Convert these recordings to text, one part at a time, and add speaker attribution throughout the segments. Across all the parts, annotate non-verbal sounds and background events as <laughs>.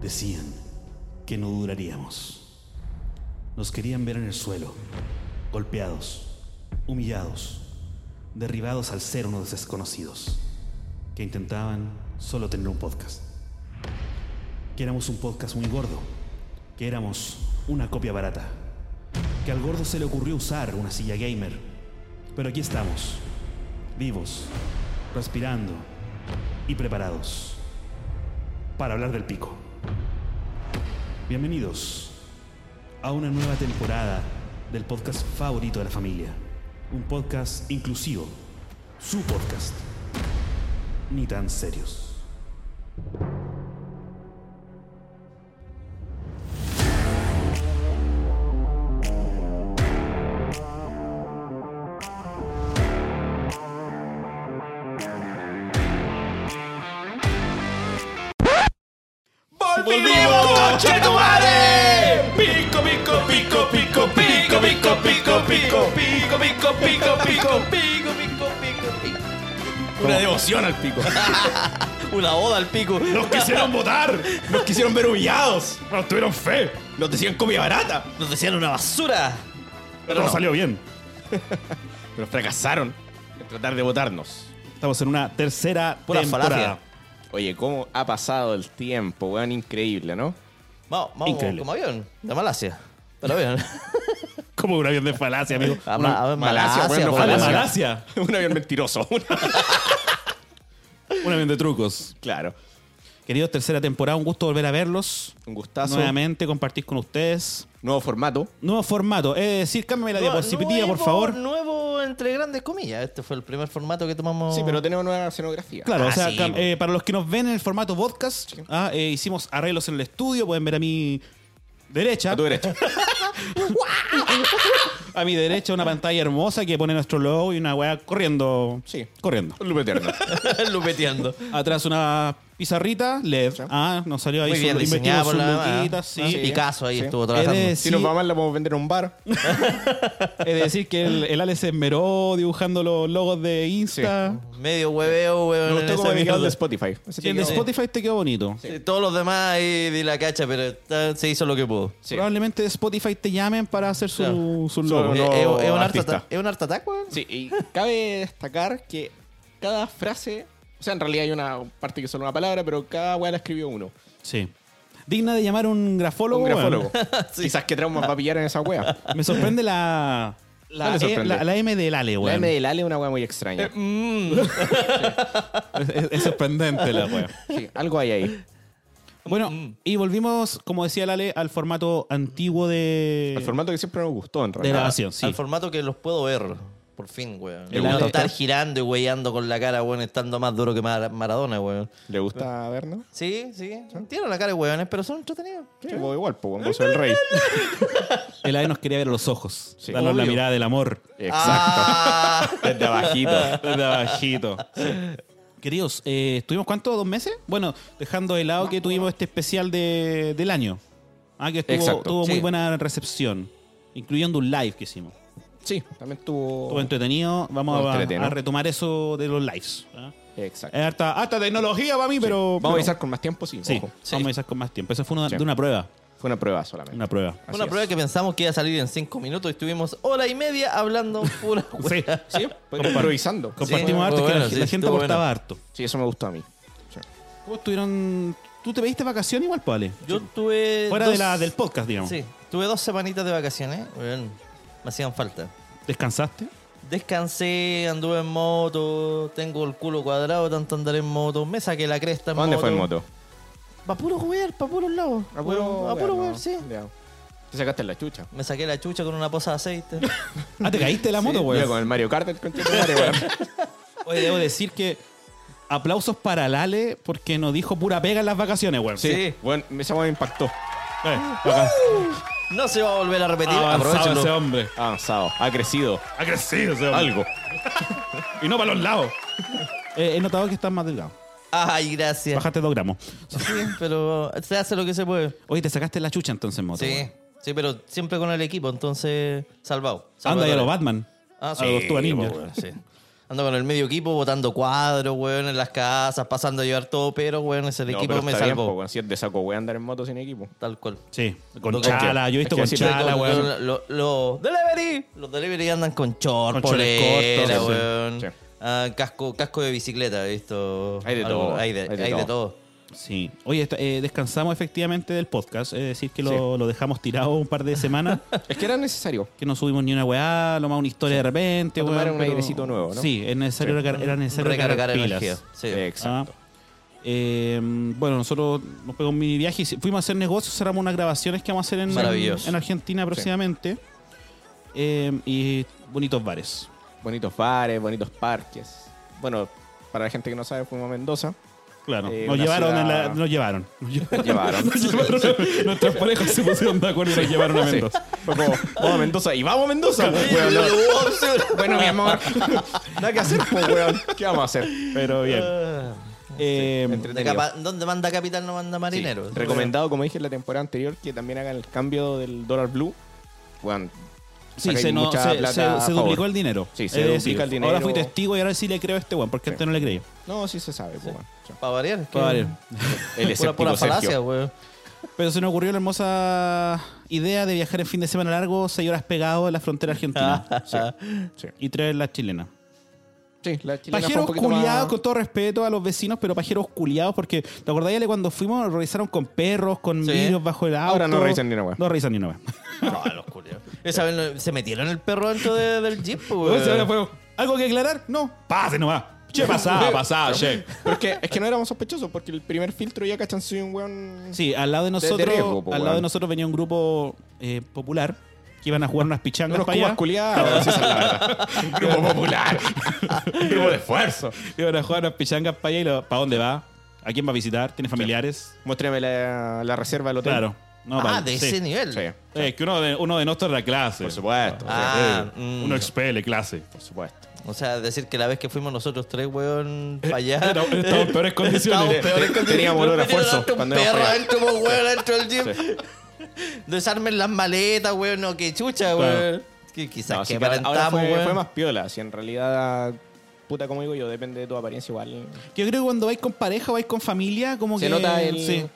Speaker 1: Decían que no duraríamos. Nos querían ver en el suelo, golpeados, humillados, derribados al ser unos desconocidos, que intentaban solo tener un podcast. Que éramos un podcast muy gordo, que éramos una copia barata, que al gordo se le ocurrió usar una silla gamer. Pero aquí estamos, vivos, respirando y preparados para hablar del pico. Bienvenidos a una nueva temporada del podcast favorito de la familia. Un podcast inclusivo. Su podcast. Ni tan serios.
Speaker 2: ¡Volvimos, coche tu madre! Pico, pico, pico, pico, pico, pico, pico, pico, pico, pico, pico, pico, pico, pico, pico, pico.
Speaker 3: Una devoción al pico.
Speaker 2: <laughs> Una oda al pico.
Speaker 3: Nos quisieron votar. Nos quisieron ver humillados. Nos tuvieron fe. Nos decían comida barata.
Speaker 2: Nos decían una basura.
Speaker 1: Pero
Speaker 3: no.
Speaker 1: salió bien.
Speaker 3: Pero fracasaron en tratar de votarnos.
Speaker 1: Estamos en una tercera
Speaker 2: Pura
Speaker 1: temporada.
Speaker 2: falacia.
Speaker 3: Oye, ¿cómo ha pasado el tiempo? Weón, increíble, ¿no?
Speaker 2: Vamos, vamos
Speaker 1: Increíble.
Speaker 2: como avión. De Malasia. Pero bien.
Speaker 3: <laughs>
Speaker 1: Como un avión de falacia, amigo.
Speaker 2: A
Speaker 1: Una-
Speaker 2: Ma- a ver,
Speaker 3: Malasia,
Speaker 2: Malasia,
Speaker 3: bueno,
Speaker 2: po,
Speaker 1: a la
Speaker 3: Malasia.
Speaker 2: weón.
Speaker 1: Malasia.
Speaker 3: <laughs> Un avión mentiroso.
Speaker 1: Un avión de trucos.
Speaker 3: <laughs> claro.
Speaker 1: Queridos, tercera temporada. Un gusto volver a verlos.
Speaker 3: Un gustazo.
Speaker 1: Nuevamente compartir con ustedes.
Speaker 3: Nuevo formato.
Speaker 1: Nuevo formato. Es decir, cámbiame la
Speaker 2: Nue-
Speaker 1: diapositiva, por
Speaker 2: nuevo-
Speaker 1: favor.
Speaker 2: Nuevo entre grandes comillas. Este fue el primer formato que tomamos.
Speaker 3: Sí, pero tenemos nueva escenografía.
Speaker 1: Claro,
Speaker 2: Ah,
Speaker 1: o sea,
Speaker 2: sí,
Speaker 1: cam-
Speaker 2: po.
Speaker 1: eh, para los que nos ven en el formato podcast,
Speaker 3: Sí.
Speaker 1: ah, eh, hicimos arreglos en el estudio, pueden ver a mi derecha.
Speaker 3: A tu <laughs> derecha.
Speaker 1: A mi derecha una pantalla hermosa que pone nuestro logo y una weá corriendo.
Speaker 3: Sí.
Speaker 1: Corriendo.
Speaker 3: Un loop eterno.
Speaker 2: <laughs> Lupeteando.
Speaker 1: Atrás una pizarrita LED.
Speaker 3: Sí.
Speaker 1: Ah, nos salió ahí
Speaker 2: Muy
Speaker 1: su-
Speaker 2: bien diseñado
Speaker 1: investigamos
Speaker 2: por
Speaker 1: sus
Speaker 2: la
Speaker 1: luquitas,
Speaker 2: Ah,
Speaker 1: sí.
Speaker 2: Picasso ahí
Speaker 3: Sí.
Speaker 2: estuvo
Speaker 1: He de
Speaker 2: trabajando.
Speaker 3: <laughs> Si nos
Speaker 1: decir-
Speaker 3: va mal, la podemos vender en un bar.
Speaker 1: Es decir, que el, el Ale se esmeró dibujando los logos de Insta.
Speaker 2: Medio hueveo,
Speaker 3: Me
Speaker 2: hueveo. en
Speaker 3: gustó
Speaker 2: esa
Speaker 3: como me quedaron
Speaker 2: mierda.
Speaker 3: de Spotify. Ese
Speaker 1: Sí, el de
Speaker 3: te quedó-
Speaker 1: Spotify te quedó bonito.
Speaker 2: Sí, Todos los demás ahí di la cacha, pero está- se hizo lo que pudo.
Speaker 3: Sí.
Speaker 1: Probablemente de Spotify te llamen para hacer su,
Speaker 2: Claro.
Speaker 1: su
Speaker 3: Su-
Speaker 1: logo.
Speaker 3: Uno
Speaker 2: Eh, eh, es un
Speaker 3: artista.
Speaker 2: harta- ¿Es un harta attack, weón?
Speaker 3: Sí, y cabe destacar que cada frase, o sea, en realidad hay una parte que es solo una palabra, pero cada weá la escribió uno.
Speaker 1: Sí. Digna de llamar un grafólogo.
Speaker 3: Un
Speaker 1: weón.
Speaker 3: grafólogo. <laughs>
Speaker 2: Sí.
Speaker 3: Quizás qué traumas va a pillar en esa weá.
Speaker 1: Me sorprende la.
Speaker 3: ¿Cuál
Speaker 1: La,
Speaker 3: le
Speaker 1: E-
Speaker 3: sorprende?
Speaker 1: la- la M del Ale,
Speaker 3: La
Speaker 1: weón.
Speaker 3: M del Ale es una weá muy extraña.
Speaker 2: Mm,
Speaker 1: Es, <laughs> es- es sorprendente la weón.
Speaker 3: Sí, algo hay ahí.
Speaker 1: Bueno, y volvimos, como decía el Ale, al formato antiguo de.
Speaker 3: El formato que siempre nos gustó, en
Speaker 1: de
Speaker 3: realidad.
Speaker 1: grabación, sí.
Speaker 2: Al formato que los puedo ver. Por fin, weón.
Speaker 3: ¿Le
Speaker 2: No
Speaker 3: gusta a
Speaker 2: estar
Speaker 3: usted?
Speaker 2: girando y weyando con la cara, weón, estando más duro que Mar- Maradona, weón.
Speaker 3: ¿Le gusta vernos?
Speaker 2: Sí, sí. Tienen la cara de weones, pero son entretenidos.
Speaker 3: Sí, pues igual, pues, con Gozo del Rey.
Speaker 1: El Ale nos quería ver a los ojos.
Speaker 3: Sí.
Speaker 1: darnos la
Speaker 3: Obvio.
Speaker 1: mirada del amor.
Speaker 3: Exacto.
Speaker 2: <laughs> Ah.
Speaker 3: Desde <laughs> abajito.
Speaker 1: Desde abajito. Queridos, eh, ¿estuvimos cuánto? ¿Dos meses? Bueno, dejando de lado que tuvimos este especial de- del año. Ah, que estuvo,
Speaker 3: Exacto.
Speaker 1: tuvo
Speaker 2: Sí.
Speaker 1: muy buena recepción. Incluyendo un live que hicimos.
Speaker 3: Sí, también tuvo...
Speaker 1: Estuvo entretenido. Vamos
Speaker 3: Oh. Estuvo
Speaker 1: a,
Speaker 3: entretenido.
Speaker 1: a retomar eso de los lives. ¿ah?
Speaker 3: Exacto.
Speaker 1: Es harta, harta tecnología para mí, pero.
Speaker 3: Vamos a avisar con más tiempo, sí.
Speaker 1: Sí,
Speaker 3: ojo.
Speaker 1: vamos a avisar con más tiempo. Eso fue una,
Speaker 3: Sí.
Speaker 1: de una prueba.
Speaker 3: Fue una prueba solamente.
Speaker 1: Una prueba.
Speaker 3: Así
Speaker 2: Una
Speaker 3: es.
Speaker 2: prueba que pensamos que iba a salir en cinco minutos y estuvimos hora y media hablando pura weá.
Speaker 1: Sí.
Speaker 3: <laughs>
Speaker 2: <laughs>
Speaker 3: Sí, pues, improvisando.
Speaker 1: Compartimos
Speaker 2: Sí,
Speaker 1: harto,
Speaker 2: fue
Speaker 1: que la,
Speaker 2: bueno,
Speaker 1: la
Speaker 2: sí,
Speaker 1: gente
Speaker 2: estuvo
Speaker 1: aportaba
Speaker 2: bueno.
Speaker 1: harto.
Speaker 3: Sí, eso me gustó a mí. Sí.
Speaker 1: ¿Cómo estuvieron? ¿Tú te pediste vacaciones igual, Pale?
Speaker 2: Yo tuve.
Speaker 1: Fuera
Speaker 2: Eh, dos-
Speaker 1: de la, del podcast, digamos.
Speaker 2: Sí, tuve dos semanitas de vacaciones. weón. me hacían falta.
Speaker 1: ¿Descansaste?
Speaker 2: Descansé, anduve en moto, tengo el culo cuadrado, de tanto andar en moto, me saqué la cresta en
Speaker 3: ¿Dónde
Speaker 2: moto.
Speaker 3: fue en moto?
Speaker 2: Pa' puro jugar, pa' puros lados.
Speaker 3: A puro,
Speaker 2: a puro
Speaker 3: weón,
Speaker 2: jugar,
Speaker 3: ¿no?
Speaker 2: sí.
Speaker 3: Ya. Te sacaste la chucha.
Speaker 2: Me saqué la chucha con una poza de aceite. <laughs>
Speaker 1: Ah, te caíste de la moto,
Speaker 3: Mira, con
Speaker 1: weón.
Speaker 3: el Mario Kart el conchito de madre, weón.
Speaker 1: Oye, debo decir que aplausos para Lale porque nos dijo pura pega en las vacaciones, weón.
Speaker 2: Sí.
Speaker 3: Bueno, esa weón impactó.
Speaker 1: Eh, vaca-
Speaker 2: no se va a volver a repetir.
Speaker 1: avanzado ese
Speaker 2: Aprovechenlo.
Speaker 1: hombre.
Speaker 3: Ha avanzado, ha crecido.
Speaker 1: Ha crecido ese hombre.
Speaker 3: Algo.
Speaker 1: Y no para los lados. Eh, he notado que estás más delgado.
Speaker 2: Ay, gracias.
Speaker 1: Bajaste dos gramos.
Speaker 2: Sí, pero se hace lo que se puede.
Speaker 1: Oye, te sacaste la chucha entonces en moto.
Speaker 2: Sí,
Speaker 1: weón.
Speaker 2: sí, pero siempre con el equipo, entonces salvado.
Speaker 1: Anda ya
Speaker 2: Salvadores.
Speaker 1: los Batman.
Speaker 2: Ah,
Speaker 1: a los Tortuga Ninja.
Speaker 2: po, weón, sí. Ando con el medio equipo botando cuadros, weón, en las casas, pasando a llevar todo, pero, weón, ese
Speaker 3: No,
Speaker 2: equipo
Speaker 3: pero
Speaker 2: me
Speaker 3: está bien,
Speaker 2: salvó.
Speaker 3: po, weón. Si es de saco, weón, andar en moto sin equipo.
Speaker 2: Tal cual.
Speaker 1: Sí, con
Speaker 2: Lo-
Speaker 1: chala. Yo he visto
Speaker 3: es
Speaker 1: con
Speaker 3: que sí,
Speaker 1: chala,
Speaker 2: Lo-
Speaker 1: weón.
Speaker 2: lo- lo- Los delivery. Los delivery andan con short,
Speaker 1: Con shorts
Speaker 2: polera,
Speaker 1: cortos, sí,
Speaker 2: weón.
Speaker 3: sí.
Speaker 2: Ah, casco, casco de bicicleta, he visto.
Speaker 3: Hay de
Speaker 2: algo-
Speaker 3: todo,
Speaker 2: Hay de, hay de todo.
Speaker 1: Sí. Oye, esta- eh, descansamos efectivamente del podcast. Es decir, que lo, lo dejamos tirado un par de semanas.
Speaker 4: Es que era necesario.
Speaker 1: que no subimos ni una weá, lo más una historia de repente.
Speaker 3: Para tomar
Speaker 1: weón,
Speaker 3: un
Speaker 1: pero-
Speaker 3: airecito nuevo, ¿no?
Speaker 1: Sí, es necesario recar- era necesario
Speaker 2: Recargar
Speaker 1: recargar pilas.
Speaker 2: energía. Sí.
Speaker 3: Eh, Exacto.
Speaker 1: Ah, eh, bueno, nosotros nos pegó un mini viaje y se- fuimos a hacer negocios, cerramos unas grabaciones que vamos a hacer en,
Speaker 2: Maravilloso.
Speaker 1: en Argentina próximamente. Eh, y bonitos bares.
Speaker 3: Bonitos bares, bonitos parques. Bueno, para la gente que no sabe, fuimos
Speaker 4: <laughs>
Speaker 3: a Mendoza.
Speaker 1: Claro,
Speaker 3: Eh,
Speaker 1: nos,
Speaker 3: una
Speaker 1: llevaron en la-
Speaker 3: ciudad-
Speaker 1: nos llevaron. Nos
Speaker 3: <laughs>
Speaker 1: llevaron.
Speaker 3: Llevaron.
Speaker 1: Nos llevaron. Nuestras parejas se pusieron de acuerdo y nos llevaron a
Speaker 3: Sí.
Speaker 1: Mendoza.
Speaker 3: Fue como, vamos a Mendoza y vamos a Mendoza. pues, weón. <laughs>
Speaker 4: Bueno, mi <laughs> amor.
Speaker 3: Nada que hacer, pues, weón. ¿Qué vamos a hacer?
Speaker 1: Pero bien.
Speaker 2: Ah,
Speaker 1: Eh,
Speaker 2: de
Speaker 3: Entretenido.
Speaker 2: capa- ¿Dónde manda capital no manda marinero?
Speaker 3: Recomendado, como dije en la temporada anterior, que también hagan el cambio del dólar blue. Weón,
Speaker 1: Sí,
Speaker 3: Sacáis
Speaker 1: se, no-
Speaker 3: mucha
Speaker 1: se-
Speaker 3: plata
Speaker 1: se-
Speaker 3: a
Speaker 1: se
Speaker 3: favor.
Speaker 1: duplicó el dinero.
Speaker 3: Sí, se
Speaker 1: Es
Speaker 3: duplica el dinero.
Speaker 1: Ahora fui testigo y ahora sí le creo a este weón, porque antes no le creí.
Speaker 3: no, sí se sabe, pues, weón.
Speaker 2: Para variar. que-
Speaker 1: Para variar.
Speaker 3: El
Speaker 2: Pura,
Speaker 3: escéptico
Speaker 2: pura falacia,
Speaker 3: Sergio.
Speaker 2: weón.
Speaker 1: Pero se nos ocurrió la hermosa idea de viajar en fin de semana largo, seis horas pegado a la frontera argentina
Speaker 3: Sí.
Speaker 1: y traer la chilena.
Speaker 4: Sí, la chilena fue un
Speaker 1: Pajeros
Speaker 4: poquito más-
Speaker 1: culiados, con todo respeto a los vecinos, pero pajeros culiados, porque ¿te acordás, Ale, cuando fuimos revisaron con perros, con
Speaker 2: Sí.
Speaker 1: vidrios bajo el auto?
Speaker 3: Ahora no revisan ni una wea.
Speaker 1: No revisan ni una wea.
Speaker 2: No, los culiados. Esa vez no- se metieron el perro dentro de- del jeep,
Speaker 1: Bueno, se
Speaker 2: weón.
Speaker 1: me fue, ¿Algo que aclarar? No. Pase nomás. Che, pasá, pasá, che.
Speaker 3: Pero es que,
Speaker 4: Es que no éramos sospechosos porque el primer filtro ya cachan soy un weón.
Speaker 1: Sí, al lado de
Speaker 3: de
Speaker 1: nosotros,
Speaker 3: riesgo, po,
Speaker 1: al lado
Speaker 3: weón.
Speaker 1: de nosotros venía un grupo eh, popular que iban a jugar unas pichangas
Speaker 3: unos
Speaker 1: para
Speaker 3: cubas
Speaker 1: allá.
Speaker 3: culiados, esa es la verdad. Un grupo popular. Un grupo de esfuerzo.
Speaker 1: Iban a jugar unas pichangas para allá y lo- ¿para dónde va? ¿A quién va a visitar? ¿Tiene familiares?
Speaker 3: Muéstrame la, la reserva del hotel.
Speaker 1: Claro. No,
Speaker 2: Ah,
Speaker 1: vale,
Speaker 2: de
Speaker 1: sí.
Speaker 2: ese nivel.
Speaker 3: Sí,
Speaker 1: Es que uno de, uno de nosotros era clase.
Speaker 3: por supuesto.
Speaker 2: Ah,
Speaker 1: Sí.
Speaker 2: mm.
Speaker 1: Uno expele clase.
Speaker 3: Por supuesto.
Speaker 2: O sea, decir que la vez que fuimos nosotros tres, weón, para allá.
Speaker 1: Eh, Era-
Speaker 2: <laughs>
Speaker 1: estaba en peores condiciones.
Speaker 2: Estábamos en peores
Speaker 3: Te-
Speaker 2: condiciones.
Speaker 3: teníamos olor a
Speaker 2: Nos metieron
Speaker 3: esfuerzo
Speaker 2: hasta Un
Speaker 3: cuando
Speaker 2: perro
Speaker 3: íbamos para allá.
Speaker 2: adentro, como weón, adentro del jeep. <laughs> Desarmen las maletas, weón, no, que chucha, weón. Que quizás
Speaker 3: No,
Speaker 2: que
Speaker 3: así que ahora- ahora
Speaker 2: aparentamos,
Speaker 3: fue,
Speaker 2: weón.
Speaker 3: fue más piola. Si en realidad, puta, como digo yo, depende de tu apariencia igual.
Speaker 1: Yo creo que cuando vais con pareja o vais con familia, como
Speaker 3: Se
Speaker 1: que.
Speaker 3: nota el-
Speaker 1: Sí.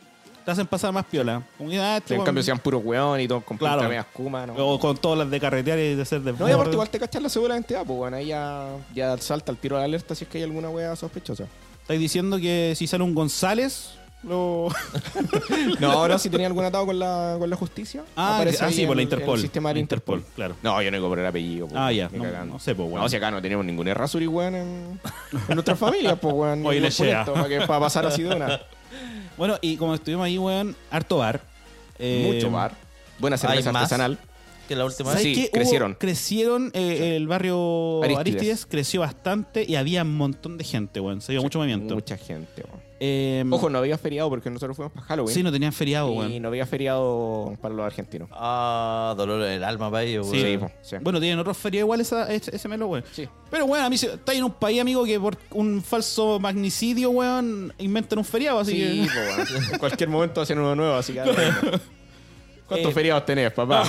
Speaker 1: Te hacen pasar más piola. Como que, ah, este
Speaker 3: en
Speaker 1: weón-
Speaker 3: cambio, sean puros weón y todos con
Speaker 1: Claro.
Speaker 3: puta media escuma, ¿no?
Speaker 1: O con todas las de carretear y de ser de.
Speaker 3: No, y aparte igual te cachan la segunda identidad, pues bueno, ahí ya, ya salta el tiro de alerta si es que hay alguna wea sospechosa.
Speaker 1: Estáis diciendo que si sale un González, <laughs> lo.
Speaker 3: No, ahora si tenía algún atado con la, con la justicia.
Speaker 1: Ah,
Speaker 3: aparece
Speaker 1: ah,
Speaker 3: ahí
Speaker 1: sí,
Speaker 3: en-
Speaker 1: por la
Speaker 3: en el
Speaker 1: Interpol.
Speaker 3: sistema de la Interpol.
Speaker 1: claro.
Speaker 3: No, yo no digo por el apellido. po,
Speaker 1: Ah, ya.
Speaker 3: ni
Speaker 1: No,
Speaker 3: cagando.
Speaker 1: no sé, po, weón.
Speaker 3: No, si acá no tenemos ningún errasuri, weón,
Speaker 1: <laughs>
Speaker 3: en, en nuestra familia, pues, weón.
Speaker 1: Oye,
Speaker 3: ningún
Speaker 1: le llega.
Speaker 3: puleto, Para que para pasar así de una.
Speaker 1: Bueno, y como estuvimos ahí, weón, harto bar. <laughs> Eh,
Speaker 3: Mucho bar. Buena cerveza
Speaker 2: ¿hay más?
Speaker 3: artesanal.
Speaker 2: Que la última
Speaker 1: ¿Sabes
Speaker 2: vez.
Speaker 3: Sí,
Speaker 1: qué? Hubo-
Speaker 3: crecieron.
Speaker 1: crecieron eh, el barrio Aristides.
Speaker 3: Arístides.
Speaker 1: creció bastante y había un montón de gente, weón. Se dio mucho movimiento.
Speaker 3: Mucha gente, weón.
Speaker 1: Eh,
Speaker 3: Ojo, no había feriado porque nosotros fuimos para Halloween.
Speaker 1: Sí, no tenían feriado,
Speaker 3: Y
Speaker 1: weón.
Speaker 3: no había feriado para los argentinos.
Speaker 2: Ah, dolor en el alma para ellos,
Speaker 1: Sí.
Speaker 2: weón.
Speaker 3: po, sí.
Speaker 1: Bueno, tienen otros feriados igual esa- ese, ese melo, weón.
Speaker 3: Sí.
Speaker 1: Pero, weón, a mí se- está en un país, amigo, que por un falso magnicidio, weón, inventan un feriado, así
Speaker 3: Sí,
Speaker 1: que...
Speaker 3: po, weón. en cualquier momento hacen uno nuevo,
Speaker 1: <laughs>
Speaker 3: así que. ¿Cuántos
Speaker 1: Eh,
Speaker 3: feriados tenés, papá?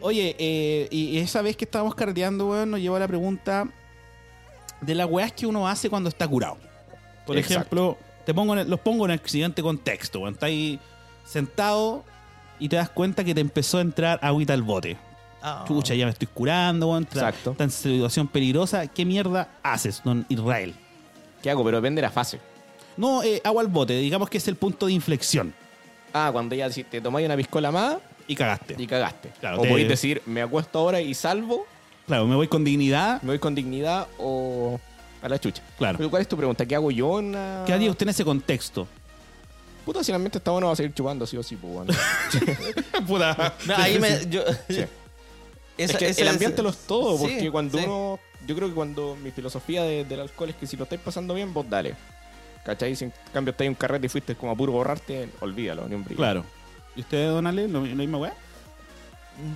Speaker 1: Oye, eh, y y esa vez que estábamos cardeando, weón, nos llevó a la pregunta de las weas que uno hace cuando está curado. Por
Speaker 3: Exacto.
Speaker 1: ejemplo, te pongo en el- los pongo en el siguiente contexto, weón. Estás ahí sentado y te das cuenta que te empezó a entrar agüita al bote.
Speaker 2: Ah.
Speaker 1: Chucha, ya me estoy curando, weón. Está
Speaker 3: Exacto.
Speaker 1: está en situación peligrosa. ¿Qué mierda haces, don Israel?
Speaker 3: <laughs> ¿Qué hago? Pero depende de la fase.
Speaker 1: No, eh, agua al bote, digamos que es el punto de inflexión.
Speaker 3: Ah, cuando ya si te tomáis una piscola más
Speaker 1: Y cagaste.
Speaker 3: y cagaste.
Speaker 1: Claro,
Speaker 3: o
Speaker 1: te-
Speaker 3: podéis decir, me acuesto ahora y salvo,
Speaker 1: Claro, me voy con dignidad.
Speaker 3: me voy con dignidad o a la chucha.
Speaker 1: Claro.
Speaker 3: Pero ¿cuál es tu pregunta? ¿Qué hago yo en la-
Speaker 1: ¿Qué haría usted en ese contexto?
Speaker 3: Puta, si la mente está bueno, va a seguir chupando, sí o sí, pues, bueno.
Speaker 1: Puta.
Speaker 2: No, ahí me. Yo, <laughs>
Speaker 3: Sí.
Speaker 2: Esa-
Speaker 3: es que
Speaker 2: esa-
Speaker 3: el ambiente lo es todo,
Speaker 2: Sí,
Speaker 3: porque cuando
Speaker 2: sí.
Speaker 3: uno. Yo creo que cuando mi filosofía de- del alcohol es que si lo estáis pasando bien, vos dale. ¿Cachai? Si en cambio estáis en un carrete y fuiste como a puro borrarte, olvídalo, ni un brillo.
Speaker 1: Claro. ¿Y usted, don Ale, lo, lo mismo, weá?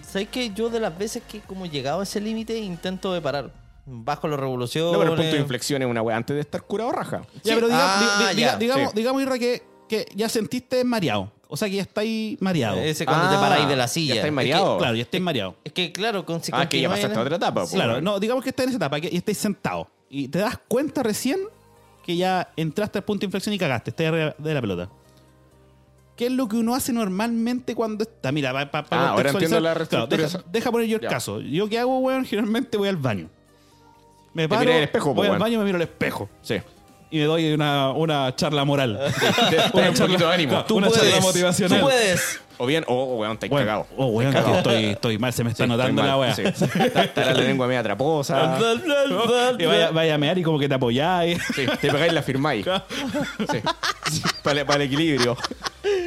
Speaker 2: ¿Sabes que Yo de las veces que como he llegado a ese límite intento de parar. Bajo la revolución.
Speaker 3: No, pero el punto de inflexión es una wea antes de estar curado raja.
Speaker 1: Ya, pero diga-
Speaker 2: Ah,
Speaker 1: di- di- diga-
Speaker 2: ya,
Speaker 1: digamos,
Speaker 3: sí.
Speaker 1: digamos, Irra, que, que ya sentiste mareado. O sea que ya estáis mareado.
Speaker 2: Ese cuando te
Speaker 3: Ah,
Speaker 2: paráis de la
Speaker 3: ya
Speaker 2: silla.
Speaker 3: estáis
Speaker 2: Es que-
Speaker 3: mareado.
Speaker 1: Claro, ya estáis mareado.
Speaker 2: Es que, claro, con si
Speaker 3: Ah, que ya
Speaker 2: continuáis
Speaker 3: pasaste a
Speaker 2: en-
Speaker 3: otra etapa. po,
Speaker 1: Claro,
Speaker 3: weón.
Speaker 1: no, digamos que estás en esa etapa que, y estáis sentado. Y te das cuenta recién que ya entraste al punto de inflexión y cagaste, estás arriba de la pelota. ¿Qué es lo que uno hace normalmente cuando está? Mira, para
Speaker 3: Ah, ahora entiendo la
Speaker 1: deja,
Speaker 3: reestructuración.
Speaker 1: deja poner yo el
Speaker 3: Ya.
Speaker 1: caso. Yo qué hago, weón, generalmente voy al baño. Me
Speaker 3: Te
Speaker 1: paro,
Speaker 3: miras en el espejo, po,
Speaker 1: voy al
Speaker 3: weón.
Speaker 1: baño, me miro al espejo. <laughs>
Speaker 3: Sí.
Speaker 1: Y me doy una, una charla
Speaker 3: <laughs>
Speaker 1: moral.
Speaker 3: Ten un poquito de ánimo.
Speaker 1: Tú una charla motivacional.
Speaker 2: Tú puedes.
Speaker 3: O bien, oh, oh, weón, te
Speaker 1: Weón,
Speaker 3: cagado.
Speaker 1: oh, weón,
Speaker 3: Te has
Speaker 1: que
Speaker 3: cagado.
Speaker 1: estoy, estoy mal, se me está
Speaker 3: Sí,
Speaker 1: notando
Speaker 3: estoy
Speaker 1: la
Speaker 3: mal,
Speaker 1: weá.
Speaker 3: sí. Está, está la lengua media traposa.
Speaker 1: <laughs> Y vaya, vaya a mear y como que te apoyáis.
Speaker 3: Sí, te pegáis y la firmáis. Sí. Sí, Para, para el equilibrio.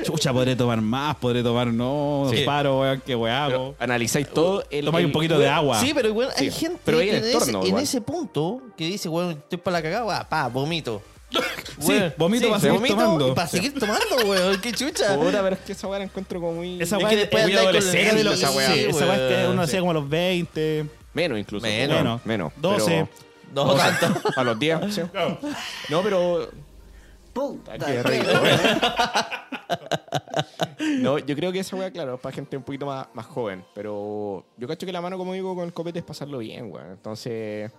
Speaker 1: Chucha, podré tomar más, podré tomar no,
Speaker 3: Sí.
Speaker 1: paro, weón, qué weá. hago.
Speaker 3: Analizáis todo el.
Speaker 1: Uh, Tomáis un
Speaker 3: el-
Speaker 1: poquito de agua.
Speaker 2: Sí, pero igual hay
Speaker 3: Sí,
Speaker 2: gente
Speaker 3: pero ahí en
Speaker 2: que
Speaker 3: el
Speaker 2: en,
Speaker 3: torno,
Speaker 2: ese, en
Speaker 3: igual.
Speaker 2: ese punto que dice, bueno, estoy para la cagada, weón, pa,
Speaker 3: <laughs>
Speaker 2: vomito.
Speaker 1: Sí,
Speaker 2: Weón,
Speaker 1: vomito para seguir
Speaker 2: vomito
Speaker 1: tomando.
Speaker 2: y Para seguir tomando, weón, qué chucha.
Speaker 3: Puta, pero es que esa weá la encuentro como muy.
Speaker 1: Esa
Speaker 2: Es
Speaker 1: weá
Speaker 2: que
Speaker 1: es
Speaker 2: después
Speaker 1: muy
Speaker 2: andáis con el
Speaker 1: adolescente,
Speaker 3: dedo
Speaker 1: esa
Speaker 3: y-
Speaker 1: weá.
Speaker 3: sí,
Speaker 1: esa weá es que
Speaker 2: weón,
Speaker 1: uno
Speaker 2: sí.
Speaker 1: hacía como a los 20.
Speaker 3: Menos incluso.
Speaker 2: Menos.
Speaker 3: Bueno, menos. pero-
Speaker 1: 12.
Speaker 2: No
Speaker 3: o sea,
Speaker 2: tanto.
Speaker 3: A los 10. sí. No, pero.
Speaker 5: Puta,
Speaker 3: Qué rico, güey. <laughs> No, yo creo que esa weá, claro, es para gente un poquito más, más joven. Pero yo cacho que la mano, como digo, con el copete es pasarlo bien, weón. Entonces,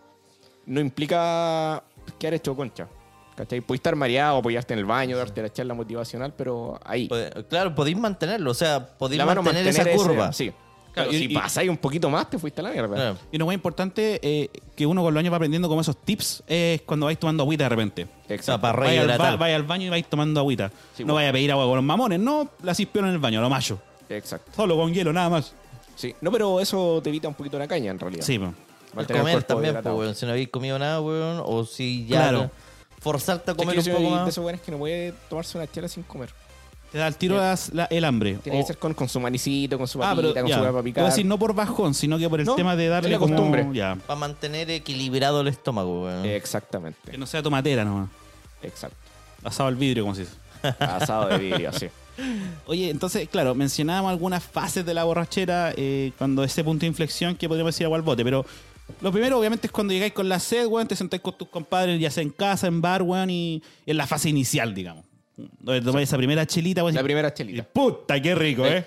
Speaker 3: no implica quedar hecho concha. ¿Cachai? Puedes estar mareado, apoyarte en el baño, darte la charla motivacional, pero ahí.
Speaker 2: Pod- Claro, podéis mantenerlo, o sea, podéis
Speaker 3: la mano
Speaker 2: mantener, esa
Speaker 3: mantener ese-
Speaker 2: curva.
Speaker 3: sí. Claro,
Speaker 1: y-
Speaker 3: si
Speaker 1: y-
Speaker 3: pasáis un poquito más, te fuiste a la mierda.
Speaker 2: Claro.
Speaker 1: Y una weá importante eh, que uno con los años va aprendiendo como esos tips es cuando vais tomando agüita de repente.
Speaker 2: O sea,
Speaker 3: Exacto.
Speaker 2: para
Speaker 1: Vais al, ba-
Speaker 2: rehidratar.
Speaker 1: vais al baño y vais tomando agüita.
Speaker 3: Sí, bueno.
Speaker 1: no vaya a pedir agua con los mamones, no la cispión en el baño, lo mayo.
Speaker 3: Exacto.
Speaker 1: Solo con hielo, nada más.
Speaker 3: Sí. No, pero eso te evita un poquito la caña, en realidad.
Speaker 1: Sí, po.
Speaker 2: El
Speaker 3: Mantener el
Speaker 2: comer
Speaker 3: cuerpo
Speaker 2: también, pues,
Speaker 3: hidratado.
Speaker 2: weón. Si no habéis comido nada, weón, o si ya
Speaker 1: Claro.
Speaker 2: forzarte a
Speaker 3: Es que
Speaker 2: comer
Speaker 3: yo
Speaker 2: un
Speaker 3: soy
Speaker 2: poco
Speaker 3: de
Speaker 2: más.
Speaker 3: esos buenos que no puede tomarse una chela sin comer.
Speaker 1: te da el tiro las- la- el hambre.
Speaker 3: Tiene
Speaker 1: O-
Speaker 3: que ser con, con su manicito, con su
Speaker 1: Oh. ah,
Speaker 3: papita,
Speaker 1: pero
Speaker 3: con
Speaker 1: ya.
Speaker 3: su hueá para
Speaker 1: Te
Speaker 3: picar.
Speaker 1: voy a decir no por bajón, sino que por el
Speaker 3: No,
Speaker 1: tema de
Speaker 3: es
Speaker 1: darle
Speaker 3: la
Speaker 1: como-
Speaker 3: costumbre.
Speaker 1: ya.
Speaker 2: Para mantener equilibrado el estómago, weón.
Speaker 1: Que
Speaker 3: Exactamente,
Speaker 1: no sea tomatera nomás.
Speaker 3: exacto.
Speaker 1: Asado al vidrio, como se dice.
Speaker 3: Asado de vidrio,
Speaker 1: <laughs>
Speaker 3: sí.
Speaker 1: Oye, entonces, claro, mencionábamos algunas fases de la borrachera eh, cuando ese punto de inflexión que podríamos decir agua al bote, pero lo primero, obviamente, es cuando llegáis con la sed, weón, te sentáis con tus compadres, ya sea en casa, en bar, weón, y y en la fase inicial, digamos. Donde tomáis esa primera chelita, weón.
Speaker 3: La
Speaker 1: y-
Speaker 3: primera
Speaker 1: y
Speaker 3: chelita.
Speaker 1: puta, qué rico, ¿eh?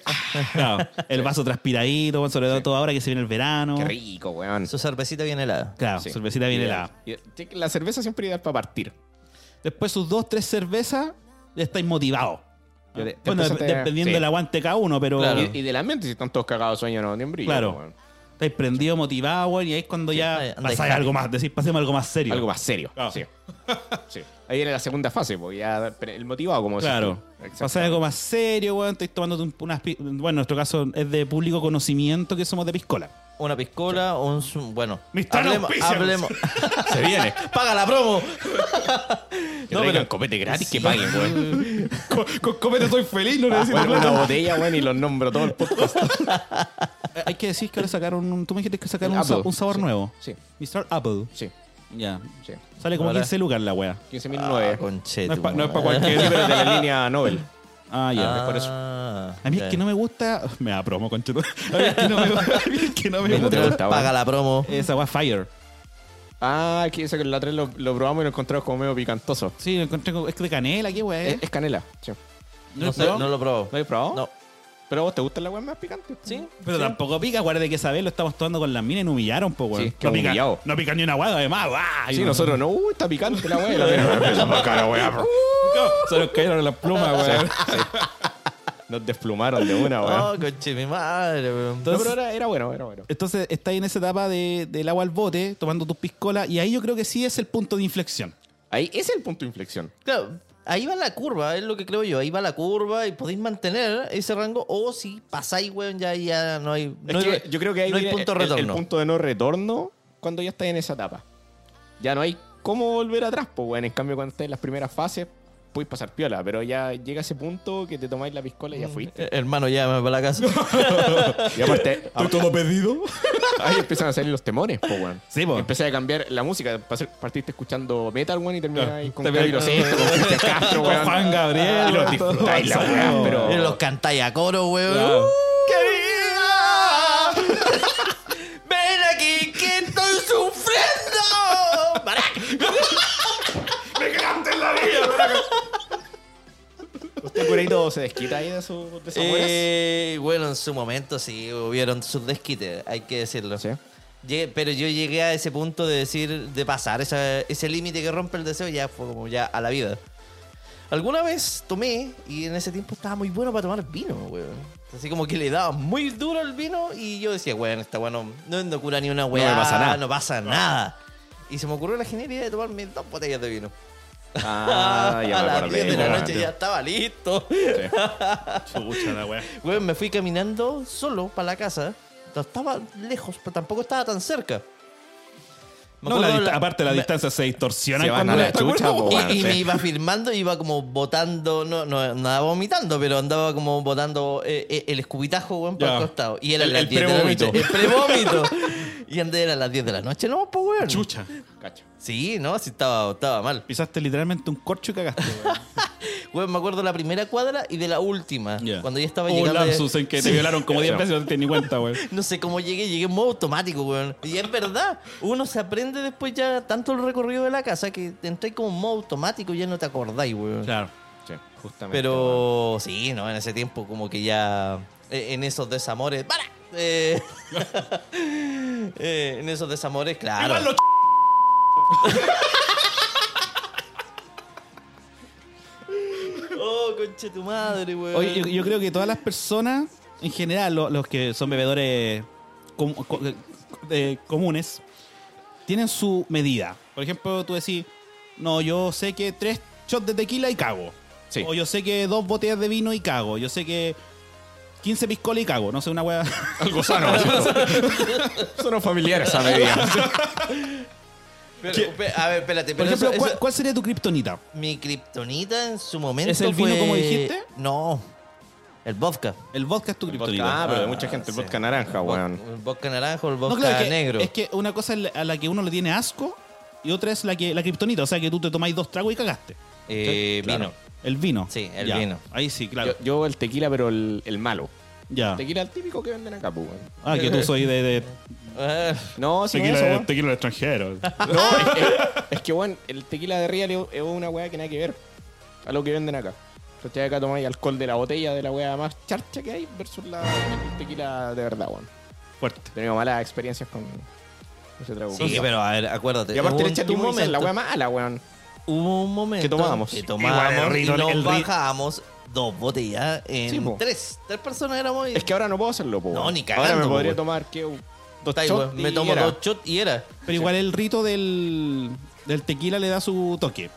Speaker 1: Claro, el vaso transpiradito, weón, sobre todo todo ahora que se viene el verano.
Speaker 3: Qué rico, weón.
Speaker 2: Su cervecita bien helada.
Speaker 1: Claro,
Speaker 3: Sí.
Speaker 1: Ah, cervecita bien
Speaker 3: Ideal.
Speaker 1: helada. Ah.
Speaker 3: Y- La cerveza siempre ideal para partir.
Speaker 1: Después sus dos, tres cervezas, ya estáis motivados.
Speaker 3: Yo te- te
Speaker 1: Bueno,
Speaker 3: empezaste-
Speaker 1: dep- dependiendo
Speaker 3: sí.
Speaker 1: del aguante cada uno, pero...
Speaker 2: Claro.
Speaker 3: Y, y de la mente, si están todos cagados de sueño, no, ni un brillo.
Speaker 1: Claro.
Speaker 3: weón.
Speaker 1: Estáis prendido, motivado, weón, y ahí es cuando
Speaker 2: ahí
Speaker 1: ya
Speaker 2: andáis
Speaker 1: pasáis
Speaker 2: happy.
Speaker 1: algo más, decís, pasemos algo más serio.
Speaker 3: Algo más serio.
Speaker 1: Claro.
Speaker 3: Sí. Sí. Ahí viene la segunda fase, porque ya pre- el motivado, como decís
Speaker 1: Claro.
Speaker 3: tú. Exacto.
Speaker 1: Pasáis algo más serio, weón, estáis tomando un- unas... pi- Bueno, en nuestro caso es de público conocimiento que somos de piscola.
Speaker 2: Una piscola, un. su- Bueno.
Speaker 1: Mistral auspícianos.
Speaker 2: hablemos.
Speaker 3: Se viene.
Speaker 2: <laughs> ¡Paga la promo!
Speaker 3: Que
Speaker 2: No,
Speaker 3: traigan
Speaker 2: pero-
Speaker 3: copete gratis, que paguen, weón.
Speaker 1: con, copete soy <laughs> feliz,
Speaker 3: <laughs>
Speaker 1: no
Speaker 3: Ah, Bueno, una botella, weón, y los nombro todo el podcast.
Speaker 1: Hay que decir que ahora sacaron... un- Tú me dijiste que sacaron
Speaker 3: El
Speaker 1: un, sa-
Speaker 3: Apple.
Speaker 1: un
Speaker 3: Ah,
Speaker 1: sabor
Speaker 3: Sí.
Speaker 1: nuevo.
Speaker 3: Sí,
Speaker 1: Mr. Apple.
Speaker 3: sí,
Speaker 1: Ya.
Speaker 3: sí.
Speaker 1: Sale como
Speaker 2: Ahora-
Speaker 1: 15 lucas la weá.
Speaker 3: 15.009.
Speaker 2: Conchetu,
Speaker 1: No es pa- no es pa'
Speaker 2: Ah, madre.
Speaker 1: cualquier-
Speaker 3: Sí, pero de la línea Nobel.
Speaker 1: Ah, ya.
Speaker 2: Ah,
Speaker 1: por eso. A mí es que no me gusta... Me da promo, conchito. <laughs> A mí es que no me, a mí es que no me
Speaker 3: Me
Speaker 1: gusta...
Speaker 2: Mistral,
Speaker 3: entró- gusta,
Speaker 2: paga
Speaker 3: weón.
Speaker 2: la promo.
Speaker 1: Esa weá Fire.
Speaker 3: Ah, que esa que la 3 lo, lo probamos y lo encontramos como medio picantoso.
Speaker 1: Sí, lo encontré con... Es de canela, qué weá. eh.
Speaker 3: Es, es canela. sí.
Speaker 2: No, sé, no lo probó.
Speaker 3: ¿Lo habéis probado?
Speaker 2: No.
Speaker 1: Ah,
Speaker 3: ¿Pero a vos te gustan las weas más picantes?
Speaker 2: ¿Sí?
Speaker 1: Pero tampoco pica, guarde que saber, lo estamos tomando con las minas y nos humillaron, po, weón.
Speaker 3: Sí, que
Speaker 1: no, pica,
Speaker 3: humillado.
Speaker 1: no pica ni una guada, además, guau.
Speaker 3: Sí, nosotros no. Uh, está picante
Speaker 1: <laughs>
Speaker 3: la wea. La wea. Esa <laughs> más cara, wea.
Speaker 1: Se nos cayeron las <laughs> plumas, weón.
Speaker 3: Nos desplumaron de una, wea.
Speaker 2: Oh, conche mi madre, weón.
Speaker 3: No, pero era, era bueno, era bueno.
Speaker 1: Entonces, estáis en esa etapa de, del agua al bote, tomando tus piscolas, y ahí yo creo que sí es el punto de inflexión.
Speaker 3: Ahí, ese es el punto de inflexión.
Speaker 2: Claro, ahí va la curva, es lo que creo yo. Ahí va la curva y podéis mantener ese rango. O si pasáis, weón, ya, ya no hay.
Speaker 3: Es
Speaker 2: no
Speaker 3: que
Speaker 2: hay-
Speaker 3: yo creo que ahí
Speaker 2: no hay
Speaker 3: viene
Speaker 2: punto
Speaker 3: el-
Speaker 2: de retorno.
Speaker 3: El, punto de no retorno cuando ya estás en esa etapa. Ya no hay cómo volver atrás, pues, weón. En cambio, cuando estás en las primeras fases, puedes pasar piola, pero ya llega ese punto que te tomáis la piscola y ya fuiste.
Speaker 2: Eh, Hermano, llámame para la
Speaker 3: <laughs>
Speaker 2: casa.
Speaker 3: Y aparte, a-
Speaker 1: todo pedido?
Speaker 3: <laughs> ahí empiezan a salir los temores, po, weón.
Speaker 1: Sí, po.
Speaker 3: Empecé a cambiar la música. pas- Partiste escuchando metal, weón, y termináis con
Speaker 1: También-
Speaker 3: Camilo Sesto, con Cristian Castro,
Speaker 1: Con
Speaker 3: weón.
Speaker 1: Juan Gabriel.
Speaker 3: Y los
Speaker 1: weón, todo. <laughs>
Speaker 3: disfrutáis la weá, pero-
Speaker 2: Y los cantáis a coro, weón.
Speaker 1: Claro.
Speaker 2: ¡Uh, ¡Querida! <laughs> ¡Ven aquí que estoy sufriendo! ¡Maraca!
Speaker 3: ¡Me cagaste en la vida, weón! ¿Usted, curadito, se desquita ahí de sus desamores?
Speaker 2: Eh, bueno, en su momento sí hubieron sus desquites, hay que decirlo.
Speaker 3: Sí.
Speaker 2: Llegué- pero yo llegué a ese punto de decir, de pasar esa- ese límite que rompe el deseo, ya fue como ya a la vida. Alguna vez tomé y en ese tiempo estaba muy bueno para tomar vino, weón. Así como que le daba muy duro el vino y yo decía, weón, esta weón no, no, no cura ni una weá,
Speaker 3: pasa nada.
Speaker 2: no pasa nada. Y se me ocurrió la genialidad de tomarme dos botellas de vino.
Speaker 3: Ah, ya
Speaker 2: a
Speaker 3: me
Speaker 2: las
Speaker 3: acordé.
Speaker 2: 10 de la
Speaker 3: weón.
Speaker 2: noche ya estaba listo.
Speaker 6: Chucha la wea.
Speaker 2: Güey, me fui caminando solo para la casa. No estaba lejos, pero tampoco estaba tan cerca. Me
Speaker 6: No, la
Speaker 2: acuerdo
Speaker 6: dista-
Speaker 2: la-
Speaker 6: aparte la
Speaker 2: me-
Speaker 6: distancia se distorsiona
Speaker 3: Se van
Speaker 6: cuando
Speaker 3: a la
Speaker 6: ¿te acuerdas?
Speaker 3: chucha, po.
Speaker 2: Y,
Speaker 3: Bueno,
Speaker 2: y
Speaker 3: sí.
Speaker 2: me iba firmando, iba como botando, no, no, no andaba vomitando, pero andaba como botando eh, eh, el escupitajo, weón, para
Speaker 6: Ya.
Speaker 2: el costado. Y era
Speaker 6: El-
Speaker 2: las
Speaker 6: el
Speaker 2: 10 de la
Speaker 6: prevómito.
Speaker 2: noche. El
Speaker 6: <laughs>
Speaker 2: prevómito. y andé era a las 10 de la noche, no, pues, weón.
Speaker 6: Chucha.
Speaker 3: Cacho.
Speaker 2: Sí, no, sí estaba, estaba mal.
Speaker 6: Pisaste literalmente un corcho y cagaste. weón.
Speaker 2: Weón, me acuerdo de la primera cuadra y de la última.
Speaker 6: Ya. Oh,
Speaker 2: Cuando ya estaba
Speaker 6: Hubo Un
Speaker 2: llegando. de-
Speaker 6: lapsus en que te
Speaker 2: Sí.
Speaker 6: violaron como 10
Speaker 3: Ya.
Speaker 6: veces y no te ni cuenta, güey.
Speaker 2: No sé cómo llegué, llegué en modo automático, weón. Y es verdad, uno se aprende después ya tanto el recorrido de la casa que te entré como en modo automático y ya no te acordáis, weón.
Speaker 6: Claro.
Speaker 3: Sí, justamente. weón.
Speaker 2: Pero sí, ¿no? En ese tiempo como que ya eh, en esos desamores... ¡Para! Eh, <laughs> eh, en esos desamores, claro.
Speaker 6: Igual lo
Speaker 2: <laughs> Oh, conche tu madre, weón.
Speaker 1: Oye, yo, yo creo que todas las personas, en general, lo- los que son bebedores com- co- eh, comunes, tienen su medida. Por ejemplo, tú decís, no, yo sé que tres shots de tequila y cago.
Speaker 3: Sí.
Speaker 1: O yo sé que dos botellas de vino y cago. Yo sé que 15 piscola y cago. No sé, una wea.
Speaker 3: Algo sano. Son familiares esa <laughs> medida.
Speaker 2: Pero, pe- a ver, espérate.
Speaker 1: <laughs>
Speaker 2: pero
Speaker 1: Por ejemplo,
Speaker 2: eso-
Speaker 1: ¿cuál,
Speaker 2: eso-
Speaker 1: cuál sería tu kriptonita?
Speaker 2: mi kriptonita en su momento
Speaker 1: ¿Es el vino
Speaker 2: fue-
Speaker 1: como dijiste?
Speaker 2: No, el vodka.
Speaker 1: El vodka es tu kriptonita.
Speaker 3: Ah, pero de mucha
Speaker 2: Ah,
Speaker 3: gente
Speaker 2: sí.
Speaker 3: vodka naranja, weón.
Speaker 2: Vodka- El vodka naranjo, el vodka
Speaker 1: No, claro, que-
Speaker 2: negro.
Speaker 1: Es que una cosa es la- a la que uno le tiene asco y otra es la que la kriptonita. O sea, que tú te tomáis dos tragos y cagaste.
Speaker 2: Eh,
Speaker 3: Claro.
Speaker 2: Vino.
Speaker 1: El vino.
Speaker 2: Sí, el
Speaker 1: Ya.
Speaker 2: vino.
Speaker 1: Ahí sí, claro.
Speaker 3: Yo, yo el tequila, pero el, el malo.
Speaker 1: ya.
Speaker 3: Tequila el típico que venden acá, pues, weón.
Speaker 1: Ah, que tú soy de. de-
Speaker 2: Ah,
Speaker 3: No, sí, no, eso, weón.
Speaker 6: tequila
Speaker 3: <laughs>
Speaker 6: extranjero.
Speaker 3: No,
Speaker 2: <laughs>
Speaker 3: es, es- es que, weón, el tequila de Real es- es una weá que nada que ver a lo que venden acá. Entonces acá tomáis alcohol de la botella de la weá más charcha que hay versus la el tequila de verdad, weón.
Speaker 1: Fuerte.
Speaker 3: He tenido malas experiencias con ese trago.
Speaker 2: sí, pero a ver, acuérdate.
Speaker 3: Y aparte
Speaker 2: hubo
Speaker 3: le
Speaker 2: un-
Speaker 3: echan limón y sal, la
Speaker 2: momento-
Speaker 3: weá mala, weón.
Speaker 2: Hubo un momento
Speaker 3: Que tomábamos.
Speaker 2: que
Speaker 6: Igual el
Speaker 2: tomábamos y
Speaker 6: ritmo, el
Speaker 2: nos
Speaker 6: ritmo.
Speaker 2: bajábamos dos botellas en
Speaker 3: Sí, po.
Speaker 2: tres. Tres personas éramos y...
Speaker 3: Es que ahora no puedo hacerlo, po,
Speaker 2: No,
Speaker 3: weón.
Speaker 2: ni cagando,
Speaker 3: Ahora me
Speaker 2: po,
Speaker 3: podría
Speaker 2: weón.
Speaker 3: tomar que un- dos
Speaker 2: Está ahí,
Speaker 3: shots
Speaker 2: weón, me
Speaker 3: y
Speaker 2: tomo
Speaker 3: era.
Speaker 2: dos shots y
Speaker 3: <laughs>
Speaker 2: era.
Speaker 1: Pero igual el rito del, del tequila le da su toque.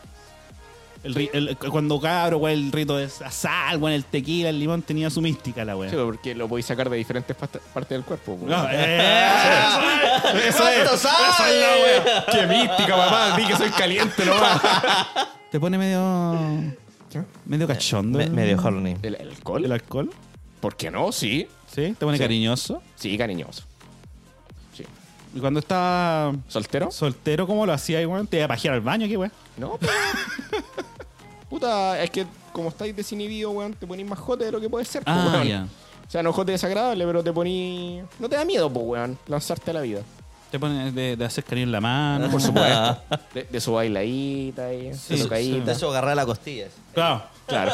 Speaker 1: El, ri- el- cuando cabro, güey, el rito de la sal, güey, el tequila, el limón tenía su mística, la wea.
Speaker 3: Sí, pues, porque lo podéis sacar de diferentes pasta- partes del cuerpo, pues. po,
Speaker 1: No,
Speaker 2: <laughs>
Speaker 3: weón.
Speaker 1: eh,
Speaker 2: ¿Cuánto sabe?
Speaker 3: ¡Qué mística, papá! Di que soy caliente, no
Speaker 1: te pone medio. medio cachondo.
Speaker 2: Eh, Me, me dio horny.
Speaker 3: ¿El alcohol?
Speaker 1: ¿El alcohol?
Speaker 3: ¿Por qué no? Sí.
Speaker 1: Sí, te pone
Speaker 3: Sí.
Speaker 1: cariñoso.
Speaker 3: Sí, cariñoso. Sí.
Speaker 1: Y cuando estaba
Speaker 3: ¿Soltero?
Speaker 1: soltero, ¿cómo lo hacía, güey? Te iba a pajear al baño, qué güey.
Speaker 3: No, pues. pero... <laughs> Puta, es que como estáis desinhibido, weón, te ponís más jote de lo que puede ser, po,
Speaker 1: Ah,
Speaker 3: weón.
Speaker 1: ya.
Speaker 3: O sea, no jote desagradable, pero te ponís... No te da miedo, po, weón, lanzarte a la vida.
Speaker 1: Te pone de, de hacer cariño en la
Speaker 2: <laughs>
Speaker 1: mano.
Speaker 3: Por supuesto. De, de su bailadita y
Speaker 1: Sí,
Speaker 3: su
Speaker 2: De
Speaker 3: caída.
Speaker 2: eso agarré las costillas.
Speaker 1: Claro.
Speaker 3: <laughs> Claro.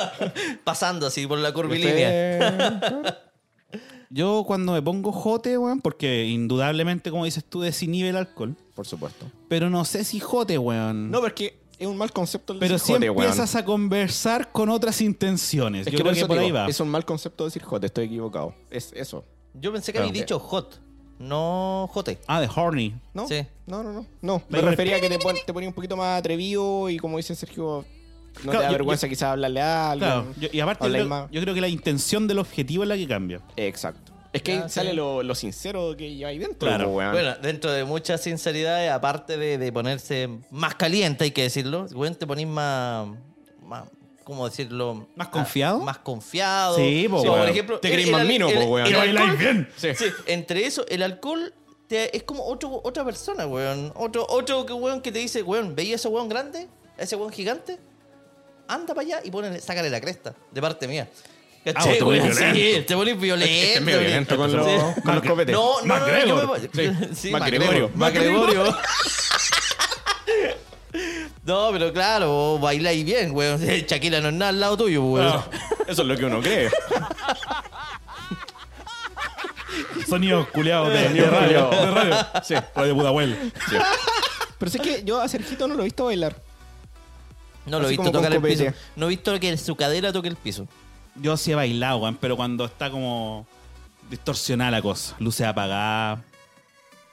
Speaker 2: Pasando así por la curvilínea.
Speaker 3: Usted-
Speaker 1: Yo cuando me pongo jote, weón, porque indudablemente, como dices tú, desinhibe el alcohol.
Speaker 3: Por supuesto.
Speaker 1: Pero no sé si jote, weón.
Speaker 3: No, porque es un mal concepto el
Speaker 1: pero
Speaker 3: decir
Speaker 1: si
Speaker 3: jote, weón.
Speaker 1: empiezas a conversar con otras intenciones.
Speaker 3: Es
Speaker 1: Yo
Speaker 3: que por,
Speaker 1: creo
Speaker 3: eso
Speaker 1: que por ahí
Speaker 3: digo,
Speaker 1: va.
Speaker 3: Es un mal concepto decir jote, estoy equivocado. Es eso.
Speaker 2: Yo pensé que
Speaker 3: Claro.
Speaker 2: había dicho hot, no jote.
Speaker 1: Ah, de horny.
Speaker 3: No,
Speaker 2: Sí.
Speaker 3: no, no, no. No,
Speaker 1: Ahí
Speaker 3: me
Speaker 1: con el
Speaker 3: refería a que te, pon- te ponía un poquito más atrevido y como dice Sergio, no
Speaker 1: Claro,
Speaker 3: te da
Speaker 1: yo-
Speaker 3: vergüenza quizás hablarle a alguien.
Speaker 1: Claro. Yo- y aparte,
Speaker 3: Habláis
Speaker 1: yo,
Speaker 3: más.
Speaker 1: yo creo que la intención del objetivo es la que cambia.
Speaker 3: Exacto. Es que
Speaker 2: Ya,
Speaker 3: ahí
Speaker 2: sí.
Speaker 3: sale lo, lo sincero que lleváis dentro.
Speaker 1: Claro.
Speaker 3: po, weón.
Speaker 2: Bueno, dentro de muchas sinceridades, aparte de, de ponerse más caliente, hay que decirlo, güey, te ponís más, más- ¿cómo decirlo?
Speaker 1: ¿Más confiado?
Speaker 2: Ah, más confiado.
Speaker 1: Sí, po,
Speaker 2: Como,
Speaker 1: weón.
Speaker 2: por ejemplo,
Speaker 3: Te creís más mino, po, weón. Y
Speaker 2: alcohol-
Speaker 1: bailáis bien.
Speaker 2: Sí. Sí, entre eso, el alcohol te- es como otro, otra persona, weón. Otro, otro que, weón, que te dice, weón, ¿veis ese weón grande? ¿Ese weón gigante? Anda para allá y ponele, sácale la cresta, de parte mía. ¿Cachai,
Speaker 1: vos te
Speaker 2: weón?
Speaker 1: ponés violento.
Speaker 2: Sí, te ponés violento.
Speaker 3: Este es medio violento con
Speaker 2: Sí.
Speaker 3: los, con los copetes.
Speaker 2: No, no, no, no, yo
Speaker 1: MacGregor.
Speaker 2: me- <laughs> Sí,
Speaker 3: MacGregor.
Speaker 2: MacGregor. <laughs> No, pero claro, vos bailáis bien, weón. <laughs> Shakira no es nada al lado tuyo, weón.
Speaker 3: Ah.
Speaker 1: Claro.
Speaker 3: Eso es lo que uno cree.
Speaker 1: <laughs> Sonido culeado de,
Speaker 3: Sonido
Speaker 1: de radio.
Speaker 3: culeado.
Speaker 1: De radio.
Speaker 3: Sí.
Speaker 1: Radio Budahuel.
Speaker 3: Sí. Pero sé que yo a Sergito no lo he visto bailar.
Speaker 2: No lo he
Speaker 3: Así
Speaker 2: visto
Speaker 3: como con
Speaker 2: tocar el piso.
Speaker 3: copete.
Speaker 2: No he visto que su cadera toque el piso.
Speaker 1: Yo sí he bailado, weón, pero cuando está como distorsionada la cosa, luces apagadas.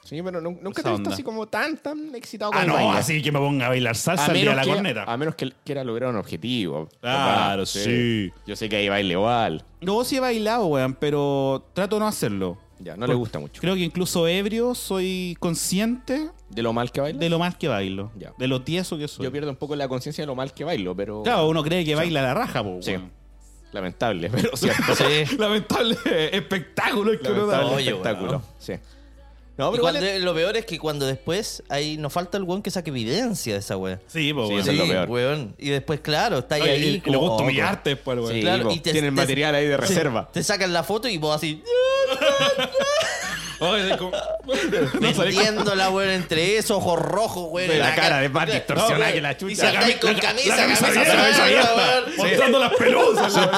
Speaker 3: Sí, pero nun- nunca
Speaker 1: Esa
Speaker 3: te he visto
Speaker 1: onda.
Speaker 3: así como tan, tan excitado con
Speaker 1: Ah,
Speaker 3: el
Speaker 1: no,
Speaker 3: baile.
Speaker 1: así que me ponga a bailar salsa al día de la
Speaker 3: que,
Speaker 1: corneta.
Speaker 3: a menos que quiera lograr un objetivo.
Speaker 1: Claro,
Speaker 3: Papá,
Speaker 1: sí.
Speaker 3: Yo sé que ahí baile igual.
Speaker 1: Yo sí he bailado, weón, pero trato de no hacerlo.
Speaker 3: Ya, no le gusta mucho.
Speaker 1: Creo que incluso ebrio soy consciente
Speaker 3: De lo mal que baila.
Speaker 1: de lo mal que bailo.
Speaker 3: Ya.
Speaker 1: De lo tieso que soy.
Speaker 3: Yo pierdo un poco la conciencia de lo mal que bailo, pero.
Speaker 1: Claro, uno cree que baila la raja, po,
Speaker 3: Sí.
Speaker 1: weón.
Speaker 3: Lamentable, pero <laughs> cierto.
Speaker 2: Sí.
Speaker 1: Lamentable Eh, espectáculo el que uno da.
Speaker 3: Lamentable
Speaker 2: Oye,
Speaker 3: espectáculo.
Speaker 2: weón.
Speaker 3: Sí. No,
Speaker 2: Y
Speaker 3: Ah, pero
Speaker 2: cuando-
Speaker 3: igual es-
Speaker 2: lo peor es que cuando después ahí nos falta el weón que saque evidencia de esa weá.
Speaker 1: Sí, po,
Speaker 3: Sí,
Speaker 1: weón.
Speaker 3: eso es lo peor.
Speaker 2: weón. Y después, claro, está ahí.
Speaker 1: Oye,
Speaker 2: ahí
Speaker 1: y- y le
Speaker 2: como,
Speaker 1: gusta
Speaker 2: oh,
Speaker 1: humillarte después, weón.
Speaker 3: Sí,
Speaker 2: claro,
Speaker 3: po.
Speaker 2: y te-
Speaker 3: tienen
Speaker 2: te-
Speaker 3: material ahí de
Speaker 2: te-
Speaker 3: reserva. <laughs>
Speaker 2: Te sacan la foto y vos así.
Speaker 1: Oye, sí, como- no sabía que-
Speaker 2: Metiéndola, weón, entre eso, ojos rojos, weón.
Speaker 3: Ve
Speaker 2: en
Speaker 3: la cara de más
Speaker 2: No,
Speaker 3: distorsionada
Speaker 2: weón,
Speaker 3: que la chucha.
Speaker 2: Y sacáis con camisa, camisa,
Speaker 1: abierta,
Speaker 2: cerrada,
Speaker 1: abierta,
Speaker 2: weón.
Speaker 1: Mostrando las pelusas, weón.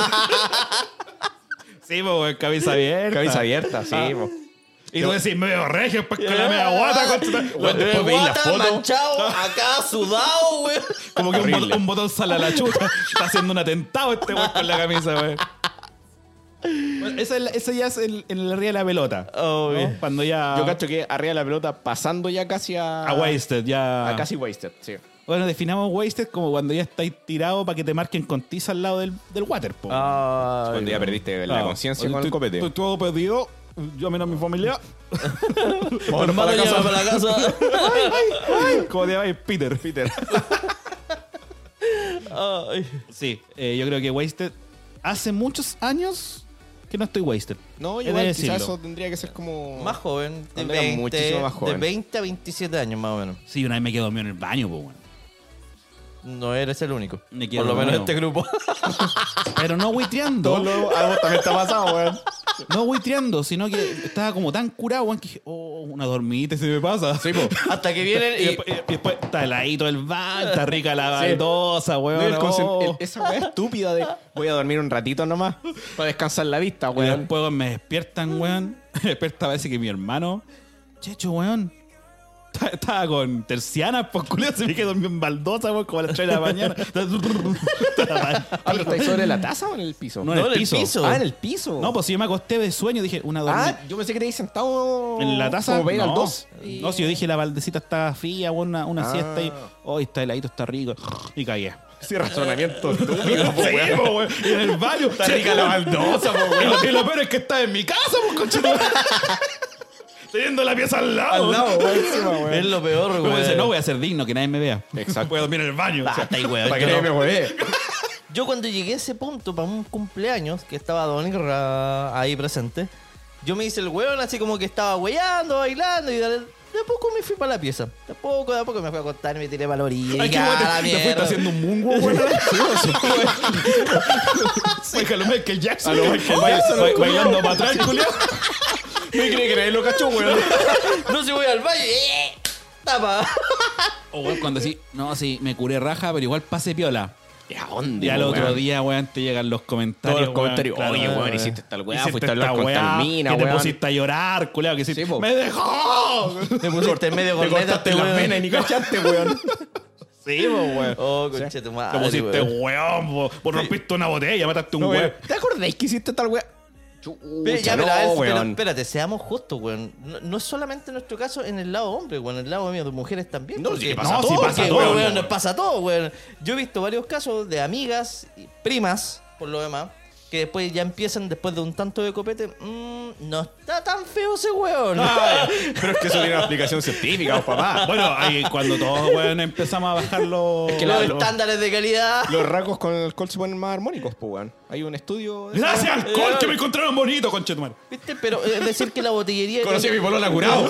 Speaker 1: Sí, po, weón, camisa abierta.
Speaker 3: Cabeza abierta, sí.
Speaker 1: Ah.
Speaker 3: po.
Speaker 1: Y tú decís, medio regio, pues con la media guata. con-
Speaker 3: Weón, después veis la
Speaker 2: Ah, Guata,
Speaker 3: foto.
Speaker 2: manchado, acá sudado, weón.
Speaker 1: Como que un
Speaker 3: Horrible.
Speaker 1: botón, un botón sale a la chuta. Está haciendo un atentado este weón con la camisa, weón. Bueno, esa, es la- esa ya es el, el arriba de la pelota.
Speaker 2: Oh,
Speaker 1: ¿no?
Speaker 2: bien.
Speaker 1: Cuando ya.
Speaker 3: Yo cacho que arriba de la pelota pasando ya casi a.
Speaker 1: Ah. A wasted, ya.
Speaker 3: A casi wasted, sí.
Speaker 1: Bueno, definamos wasted como cuando ya estáis tirado para que te marquen con tiza al lado del, del water, po.
Speaker 3: Ah. Cuando ya perdiste la
Speaker 1: Claro.
Speaker 3: conciencia
Speaker 1: Ah, Oye,
Speaker 3: con el
Speaker 1: estoy-
Speaker 3: copete.
Speaker 1: Estoy todo perdido. Llamen a mi
Speaker 3: <laughs>
Speaker 1: familia.
Speaker 3: Vámonos para
Speaker 2: Hermano,
Speaker 3: la casa.
Speaker 2: llévame para la casa.
Speaker 3: <laughs>
Speaker 1: ¿Cómo te llamas? Peter.
Speaker 3: Peter.
Speaker 2: Ay.
Speaker 1: Sí, eh, yo creo que wasted. Hace muchos años que no estoy wasted.
Speaker 3: No,
Speaker 1: He de
Speaker 3: igual
Speaker 1: decirlo.
Speaker 3: quizás eso tendría que ser como.
Speaker 2: Más joven, de
Speaker 3: Cuando era
Speaker 2: 20,
Speaker 3: muchísimo más joven.
Speaker 2: de 20 a 27 años más o menos.
Speaker 1: Sí, una vez me quedé dormido en el baño, pues, bueno.
Speaker 2: No eres el único.
Speaker 1: Me quedo
Speaker 2: Por lo menos
Speaker 1: dormido.
Speaker 2: este
Speaker 1: <laughs>
Speaker 2: grupo.
Speaker 1: Pero
Speaker 3: <laughs>
Speaker 1: no
Speaker 3: Todo
Speaker 1: buitreando.
Speaker 3: lo- algo también está pasado, weón.
Speaker 1: No buitreando, sino que estaba como tan curado, weón, que dije, oh, una dormita se me pasa. Sí, po.
Speaker 2: Hasta que vienen
Speaker 1: Y,
Speaker 2: y.
Speaker 1: después, y después está heladito el baño, está rica la
Speaker 3: Sí.
Speaker 1: baldosa,
Speaker 3: No,
Speaker 1: weón.
Speaker 3: el concen-
Speaker 1: oh.
Speaker 3: el- esa weá estúpida de voy a dormir un ratito nomás para descansar la vista,
Speaker 1: Y
Speaker 3: weón.
Speaker 1: después weón, me despiertan, weón. <laughs> Me despierta a veces que mi hermano, Checho, weón. ta- Estaba con tercianas, por culo, se me que dormí en baldosa, weón, como a las 3 de
Speaker 3: <laughs>
Speaker 1: la mañana.
Speaker 3: Ah, pero estáis sobre la taza o en el piso?
Speaker 1: No,
Speaker 2: No,
Speaker 1: en el piso.
Speaker 3: Ah, en el piso.
Speaker 1: <laughs> No, pues si yo me acosté de sueño, dije, una
Speaker 3: Ah,
Speaker 1: dormida.
Speaker 3: yo pensé que te habéis sentado
Speaker 1: en la taza.
Speaker 3: Ah, como para ir
Speaker 1: no.
Speaker 3: al 2.
Speaker 1: No, si yo dije la baldecita está fría, weón, una, una
Speaker 3: Ah.
Speaker 1: siesta y. Hoy está heladito, está rico. Y cagué.
Speaker 3: Sí, <laughs> razonamiento estúpido, po, weón.
Speaker 1: Sí, po, weón. <laughs> Y en el baño. Está
Speaker 3: rica la baldosa, po, weón.
Speaker 1: Y lo, y lo peor es que está en mi casa,
Speaker 3: <laughs>
Speaker 1: pues, conchetumare. Teniendo la pieza al lado.
Speaker 3: Al lado, weón, encima,
Speaker 2: Es
Speaker 3: weón.
Speaker 2: lo peor,
Speaker 1: Como dice,
Speaker 2: güey.
Speaker 1: no voy a ser digno, que nadie me vea.
Speaker 3: Exacto.
Speaker 1: Voy a dormir en el baño. O sea,
Speaker 2: Basta, ahí, güey.
Speaker 3: Para
Speaker 2: Yo
Speaker 3: que nadie
Speaker 2: no.
Speaker 3: me jodee.
Speaker 2: Yo cuando llegué a ese punto para un cumpleaños, que estaba Don Irra ahí presente, yo me hice el weón así como que estaba weyando, bailando y de de a poco me fui para la pieza. De a poco, de a poco me fui a acostar y me tiré para la orilla.
Speaker 1: Ay,
Speaker 2: y
Speaker 1: qué
Speaker 2: dije,
Speaker 1: weón,
Speaker 2: "Ah, la
Speaker 1: te, te fuiste
Speaker 2: mierda".
Speaker 1: haciendo un mungo, weón. Oiga, lo Michael Jackson.
Speaker 3: A lo
Speaker 1: <laughs>
Speaker 3: Michael Jackson,
Speaker 1: Ba-
Speaker 3: el culiao.
Speaker 1: Bailando para atrás, culiao.
Speaker 3: Me cree que nadie lo cachó, weón.
Speaker 2: <laughs> No, si voy al baño, ¡eh!
Speaker 1: <laughs>
Speaker 2: tapa.
Speaker 1: O weón, cuando sí, no, sí, me curé raja, pero igual pase piola.
Speaker 3: ¿Y <laughs> a dónde,
Speaker 1: Y al
Speaker 3: po, <laughs>
Speaker 1: otro
Speaker 3: weón?
Speaker 1: día, weón, te llegan los comentarios.
Speaker 3: Todos los
Speaker 1: weón,
Speaker 3: comentarios.
Speaker 1: claro,
Speaker 3: Oye, weón,
Speaker 1: weón.
Speaker 3: hiciste tal weá,
Speaker 1: Hiciste
Speaker 3: fuiste a hablar
Speaker 1: esta
Speaker 3: con tal
Speaker 1: weá,
Speaker 3: mina,
Speaker 1: Que te
Speaker 3: weón.
Speaker 1: pusiste a llorar, culeado, que hiciste.
Speaker 3: Sí, po.
Speaker 1: ¡Me dejó!
Speaker 2: Me corté en medio
Speaker 3: Te
Speaker 2: corneta,
Speaker 3: cortaste
Speaker 2: este
Speaker 3: las
Speaker 2: weón.
Speaker 3: venas y ni <laughs> cachaste, weón.
Speaker 1: sí, po, weón.
Speaker 2: <laughs> Oh, conche tu
Speaker 1: Te
Speaker 2: madre.
Speaker 1: pusiste
Speaker 2: weón.
Speaker 1: weón, po. vos rompiste una botella, mataste un
Speaker 3: No,
Speaker 1: weón.
Speaker 3: weón. ¿Te acordáis que hiciste tal weá?
Speaker 2: Pero ya, este
Speaker 3: Chucha,
Speaker 2: pero, a ver,
Speaker 3: no,
Speaker 2: pero
Speaker 3: weón.
Speaker 2: espérate, seamos justos, weón. No, no es solamente nuestro caso en el lado hombre, weón. En el lado mío de mujeres también.
Speaker 3: No,
Speaker 2: porque-
Speaker 3: sí,
Speaker 1: pasa todo,
Speaker 2: porque,
Speaker 1: pasa todo,
Speaker 2: weón,
Speaker 1: weón.
Speaker 2: nos pasa todo, weón. Yo he visto varios casos de amigas, y primas, por lo demás, que después ya empiezan, después de un tanto de copete, "Mm, no está tan feo ese weón.
Speaker 3: Pero es que eso tiene una explicación científica, oh, papá.
Speaker 1: Bueno, ahí cuando todos, weón, empezamos a bajar los.
Speaker 3: que la-
Speaker 2: Los
Speaker 3: lo-
Speaker 2: estándares de calidad.
Speaker 3: Los rasgos con el alcohol se ponen más armónicos, po, weón. Hay un estudio. de-
Speaker 1: Gracias, alcohol, que me encontraron bonito, conchetumar.
Speaker 2: ¿Viste? Pero eh, es decir que la botillería.
Speaker 3: Conocí a mi polola
Speaker 1: <laughs>
Speaker 3: curado.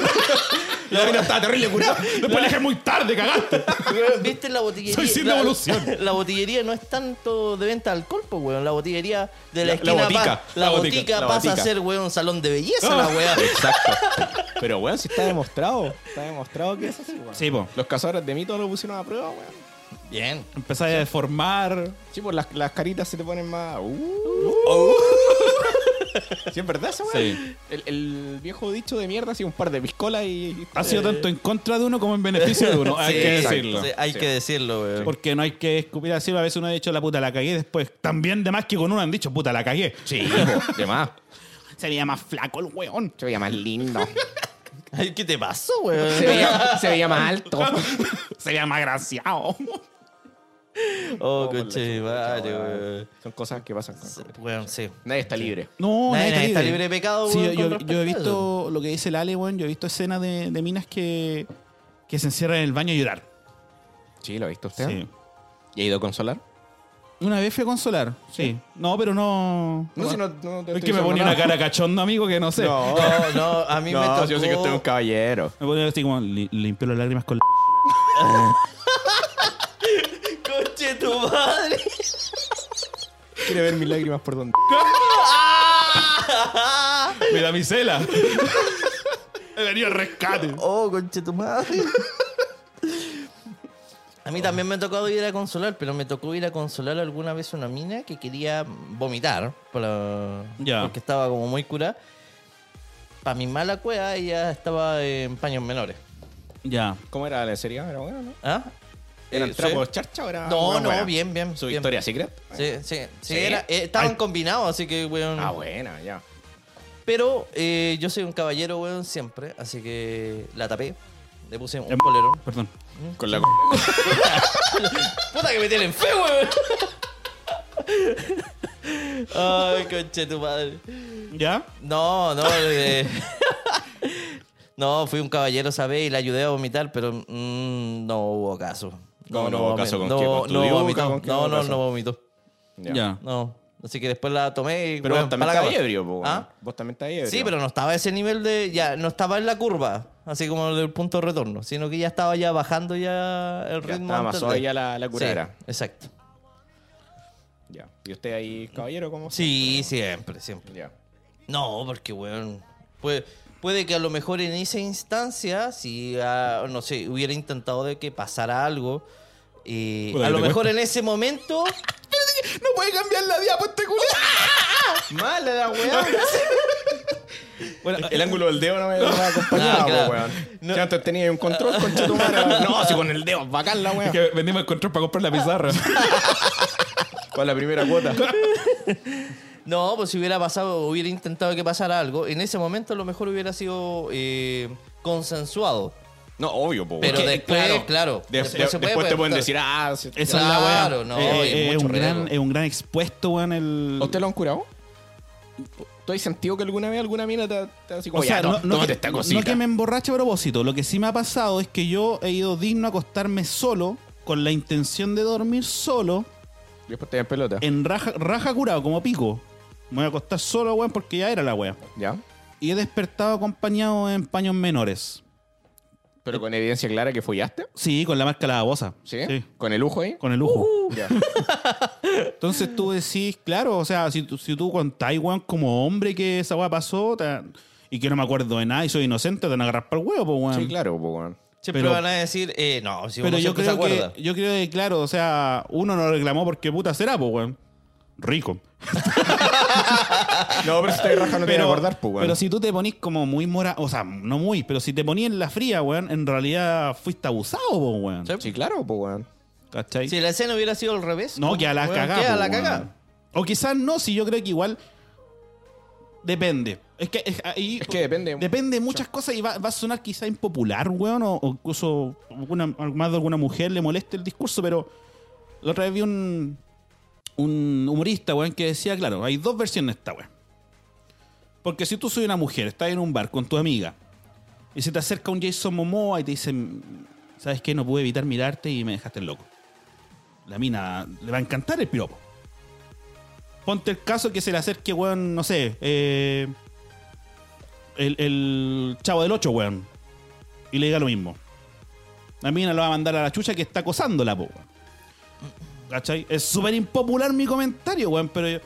Speaker 3: La mina estaba terrible curada.
Speaker 1: Después le dije muy tarde, cagaste.
Speaker 2: <laughs> ¿Viste la botillería?
Speaker 1: Soy sin
Speaker 2: la,
Speaker 1: devolución.
Speaker 2: <laughs> La botillería no es tanto de venta de alcohol, pues, weón. La botillería de la,
Speaker 3: La- la
Speaker 2: esquina.
Speaker 3: botica,
Speaker 2: pa- la,
Speaker 3: la
Speaker 2: botica,
Speaker 3: botica, la
Speaker 2: pasa
Speaker 3: botica.
Speaker 2: a ser, weón, un salón de belleza, la weá.
Speaker 3: Exacto. Pero, weón, si está demostrado. Está demostrado que es así, weón.
Speaker 1: Sí, po.
Speaker 3: Los cazadores de mitos lo pusieron a prueba, weón.
Speaker 2: Bien.
Speaker 1: Empezás a deformar.
Speaker 3: Sí, pues las, las caritas se te ponen más. Uh. Sí, es verdad esa weá.
Speaker 6: Sí.
Speaker 3: El, el viejo dicho de mierda, así un par de piscolas y. Eh,
Speaker 1: Ha sido tanto en contra de uno como en beneficio de uno, hay
Speaker 2: Sí,
Speaker 1: que
Speaker 2: exacto.
Speaker 1: decirlo.
Speaker 2: Sí, hay que decirlo, weón.
Speaker 1: Porque no hay que escupir así, a veces uno ha dicho la puta la cagué después. También de más que con uno han dicho puta la cagué.
Speaker 3: Sí, po, de más.
Speaker 1: Sería más flaco el weón.
Speaker 3: Se veía más lindo.
Speaker 2: Ay, ¿Qué te pasó, weón?
Speaker 3: Se veía, se veía más alto.
Speaker 1: Sería más graciado.
Speaker 2: Oh,
Speaker 3: Oh, por la
Speaker 2: coche,
Speaker 3: chucha,
Speaker 2: vale, weón.
Speaker 3: Son cosas que pasan con
Speaker 2: Weón, sí.
Speaker 3: Nadie está libre.
Speaker 1: No,
Speaker 2: Nadie- nadie está libre de pecado,
Speaker 1: Sí,
Speaker 2: weón, con
Speaker 1: yo, yo he
Speaker 2: respecto a
Speaker 1: visto lo que dice el Ale, weón. Yo he visto escenas de, de minas que, que se encierran en el baño a llorar.
Speaker 3: Sí, lo ha visto usted.
Speaker 1: Sí.
Speaker 3: ¿Y ha ido a consolar?
Speaker 1: Una vez fui a consolar, sí. No, pero no.
Speaker 3: No, si no- no te
Speaker 1: es
Speaker 3: estoy
Speaker 1: que me
Speaker 3: diciendo
Speaker 1: ponía
Speaker 3: nada.
Speaker 1: una <laughs> cara cachondo, amigo, que no sé.
Speaker 3: No,
Speaker 2: No, no, a mí me tocó.
Speaker 3: no, yo sé que usted es un caballero.
Speaker 1: Me ponía así como li- limpio las lágrimas con la.
Speaker 2: <laughs> Coche, tu madre.
Speaker 3: Quiere ver mis lágrimas por donde.
Speaker 2: <laughs>
Speaker 1: Mira <laughs> mi <laughs> cela. He venido al rescate.
Speaker 2: Oh, conche tu madre. <laughs> A mí también me tocó ir a consolar, pero me tocó ir a consolar alguna vez a una mina que quería vomitar por la-
Speaker 1: Ya.
Speaker 2: porque estaba como muy curada. Para mi mala cueva, ella estaba en paños menores.
Speaker 1: Ya.
Speaker 3: <laughs> ¿Cómo era la serie? Era bueno, ¿no?
Speaker 2: ¿Ah?
Speaker 3: ¿Eran
Speaker 2: Eh,
Speaker 3: trapos
Speaker 2: sí.
Speaker 3: charcha o era.?
Speaker 2: No,
Speaker 3: una
Speaker 2: no,
Speaker 3: buena?
Speaker 2: bien, bien.
Speaker 3: ¿Su
Speaker 2: bien.
Speaker 3: historia secret?
Speaker 2: Sí, sí, sí.
Speaker 3: ¿Sí?
Speaker 2: era- eh, estaban combinados, así que, weón.
Speaker 3: Ah, buena, ya.
Speaker 2: Pero eh, yo soy un caballero, weón, siempre. Así que la tapé. Le puse un
Speaker 1: Em-
Speaker 2: polero.
Speaker 1: Perdón.
Speaker 3: Con la. <laughs>
Speaker 2: Puta que me tienen fe, weón. Ay, conche tu madre.
Speaker 1: ¿Ya?
Speaker 2: No, no. eh, no, fui un caballero, ¿sabes? Y la ayudé a vomitar, pero mm, no hubo caso.
Speaker 3: ¿Cómo no hubo caso? ¿Con
Speaker 2: no,
Speaker 3: qué? ¿Con tu
Speaker 2: no
Speaker 3: diuca?
Speaker 2: vomitó.
Speaker 3: ¿Con qué
Speaker 2: no,
Speaker 3: hubo
Speaker 2: no,
Speaker 3: caso?
Speaker 2: no vomitó.
Speaker 1: Ya.
Speaker 2: No. Así que después la tomé y.
Speaker 3: Pero
Speaker 2: weón,
Speaker 3: vos también
Speaker 2: pa' la
Speaker 3: estás
Speaker 2: cama.
Speaker 3: ebrio, po.
Speaker 2: ¿Ah?
Speaker 3: Vos también estás ebrio.
Speaker 2: Sí, pero no estaba a ese nivel de. Ya, no estaba en la curva, así como del punto de retorno, sino que ya estaba ya bajando ya el
Speaker 3: Ya
Speaker 2: ritmo.
Speaker 3: estaba más
Speaker 2: antes
Speaker 3: suave
Speaker 2: de-
Speaker 3: ya la- la curara.
Speaker 2: Sí, exacto.
Speaker 3: Ya. ¿Y usted ahí, caballero, cómo?
Speaker 2: Sí, siempre, siempre.
Speaker 3: Ya.
Speaker 2: No, porque, weón. Puede, puede que a lo mejor en esa instancia, si, ah, no sé, hubiera intentado de que pasara algo. eh,
Speaker 1: Puta,
Speaker 2: a
Speaker 1: que
Speaker 2: lo
Speaker 1: te
Speaker 2: mejor en ese momento. <laughs>
Speaker 1: No puede cambiar la diapositiva.
Speaker 3: <laughs> Mala la weá.
Speaker 1: Bueno,
Speaker 3: El ángulo del dedo no me no me acompañaba,
Speaker 2: Ah, claro.
Speaker 3: po, weón.
Speaker 2: No.
Speaker 3: Si antes tenía un control con Chetumara. <laughs> No, si con el dedo, es bacán la weá.
Speaker 1: es que vendimos el control para comprar la pizarra.
Speaker 3: <laughs> Con la primera cuota.
Speaker 2: No, pues si hubiera pasado, hubiera intentado que pasara algo. En ese momento a lo mejor hubiera sido eh, consensuado.
Speaker 3: No, obvio, po.
Speaker 2: Pero
Speaker 3: weón.
Speaker 2: después, claro,
Speaker 3: De- de-
Speaker 2: después,
Speaker 3: después,
Speaker 2: se puede
Speaker 3: te pueden
Speaker 2: preguntar.
Speaker 3: decir, ah, se-
Speaker 1: Esa
Speaker 2: Claro,
Speaker 1: es la weá.
Speaker 2: no,
Speaker 1: Eh,
Speaker 2: y
Speaker 1: eh, es,
Speaker 2: mucho
Speaker 1: un gran,
Speaker 2: riesgo.
Speaker 1: es un gran expuesto, weón. El...
Speaker 3: ¿A ¿Usted lo han curado? ¿Tú has sentido que alguna vez alguna mina te, te así como,
Speaker 1: O sea,
Speaker 3: ya, no,
Speaker 1: no, no
Speaker 3: tómate
Speaker 1: que,
Speaker 3: esta
Speaker 1: no
Speaker 3: cosita?
Speaker 1: que me emborrache a propósito. Lo que sí me ha pasado es que yo he ido digno a acostarme solo con la intención de dormir solo
Speaker 3: Después te dan pelota.
Speaker 1: en raja, raja curado, como pico. Me voy a acostar solo, weón, porque ya era la wea.
Speaker 3: ¿Ya?
Speaker 1: Y he despertado acompañado en paños menores.
Speaker 3: ¿Pero con evidencia clara que follaste?
Speaker 1: <laughs> Sí, con la marca La Babosa.
Speaker 3: ¿Sí? Uh. ¿Con el lujo ahí?
Speaker 1: Con el lujo.
Speaker 3: <laughs> Ya.
Speaker 1: Entonces tú decís, claro, o sea, si, tú- si tú contás, weón, como hombre que esa weá pasó te- y que no me acuerdo de nada y soy inocente, te van a agarrar para el huevo, pues, weón.
Speaker 3: Sí, claro, po, weón.
Speaker 2: Siempre
Speaker 1: Pero-
Speaker 2: van a decir, eh, no, si uno
Speaker 1: Pero yo
Speaker 2: siempre
Speaker 1: creo,
Speaker 2: se acuerda.
Speaker 1: que, yo creo que, claro, o sea, uno no reclamó porque puta será, pues, weón. Rico.
Speaker 3: No, pero si te raja no te
Speaker 1: Pero,
Speaker 3: voy a acordar, po, pues, weón.
Speaker 1: pero si tú te ponís como muy mora, o sea, no muy, pero si te ponís en la fría, weón, en realidad fuiste abusado, po, pues, weón.
Speaker 2: Sí.
Speaker 3: Sí, claro, po, weón.
Speaker 1: ¿Cachai?
Speaker 2: Si la escena hubiera sido al revés.
Speaker 1: No,
Speaker 2: ¿cómo?
Speaker 1: que a la
Speaker 2: Weón,
Speaker 1: cagada.
Speaker 2: queda
Speaker 1: po,
Speaker 2: la
Speaker 1: weón.
Speaker 2: cagada.
Speaker 1: O quizás no, si yo creo que igual depende. Es que, es, ahí-
Speaker 3: Es que depende.
Speaker 1: Depende de muchas cosas y va, va a sonar quizá impopular, weón, o, o incluso alguna, más de alguna mujer le moleste el discurso, pero la otra vez vi un, un humorista, weón, que decía, claro, hay dos versiones de esta, weón. Porque si tú soy una mujer, estás en un bar con tu amiga, y se te acerca un Jason Momoa y te dice, ¿sabes qué? No pude evitar mirarte y me dejaste loco. La mina le va a encantar el piropo. Ponte el caso que se le acerque, weón, no sé, eh, el, el chavo del 8, weón. Y le diga lo mismo. La mina lo va a mandar a la chucha que está acosándola, po, weón. ¿Cachai? Es súper impopular mi comentario, weón, pero yo,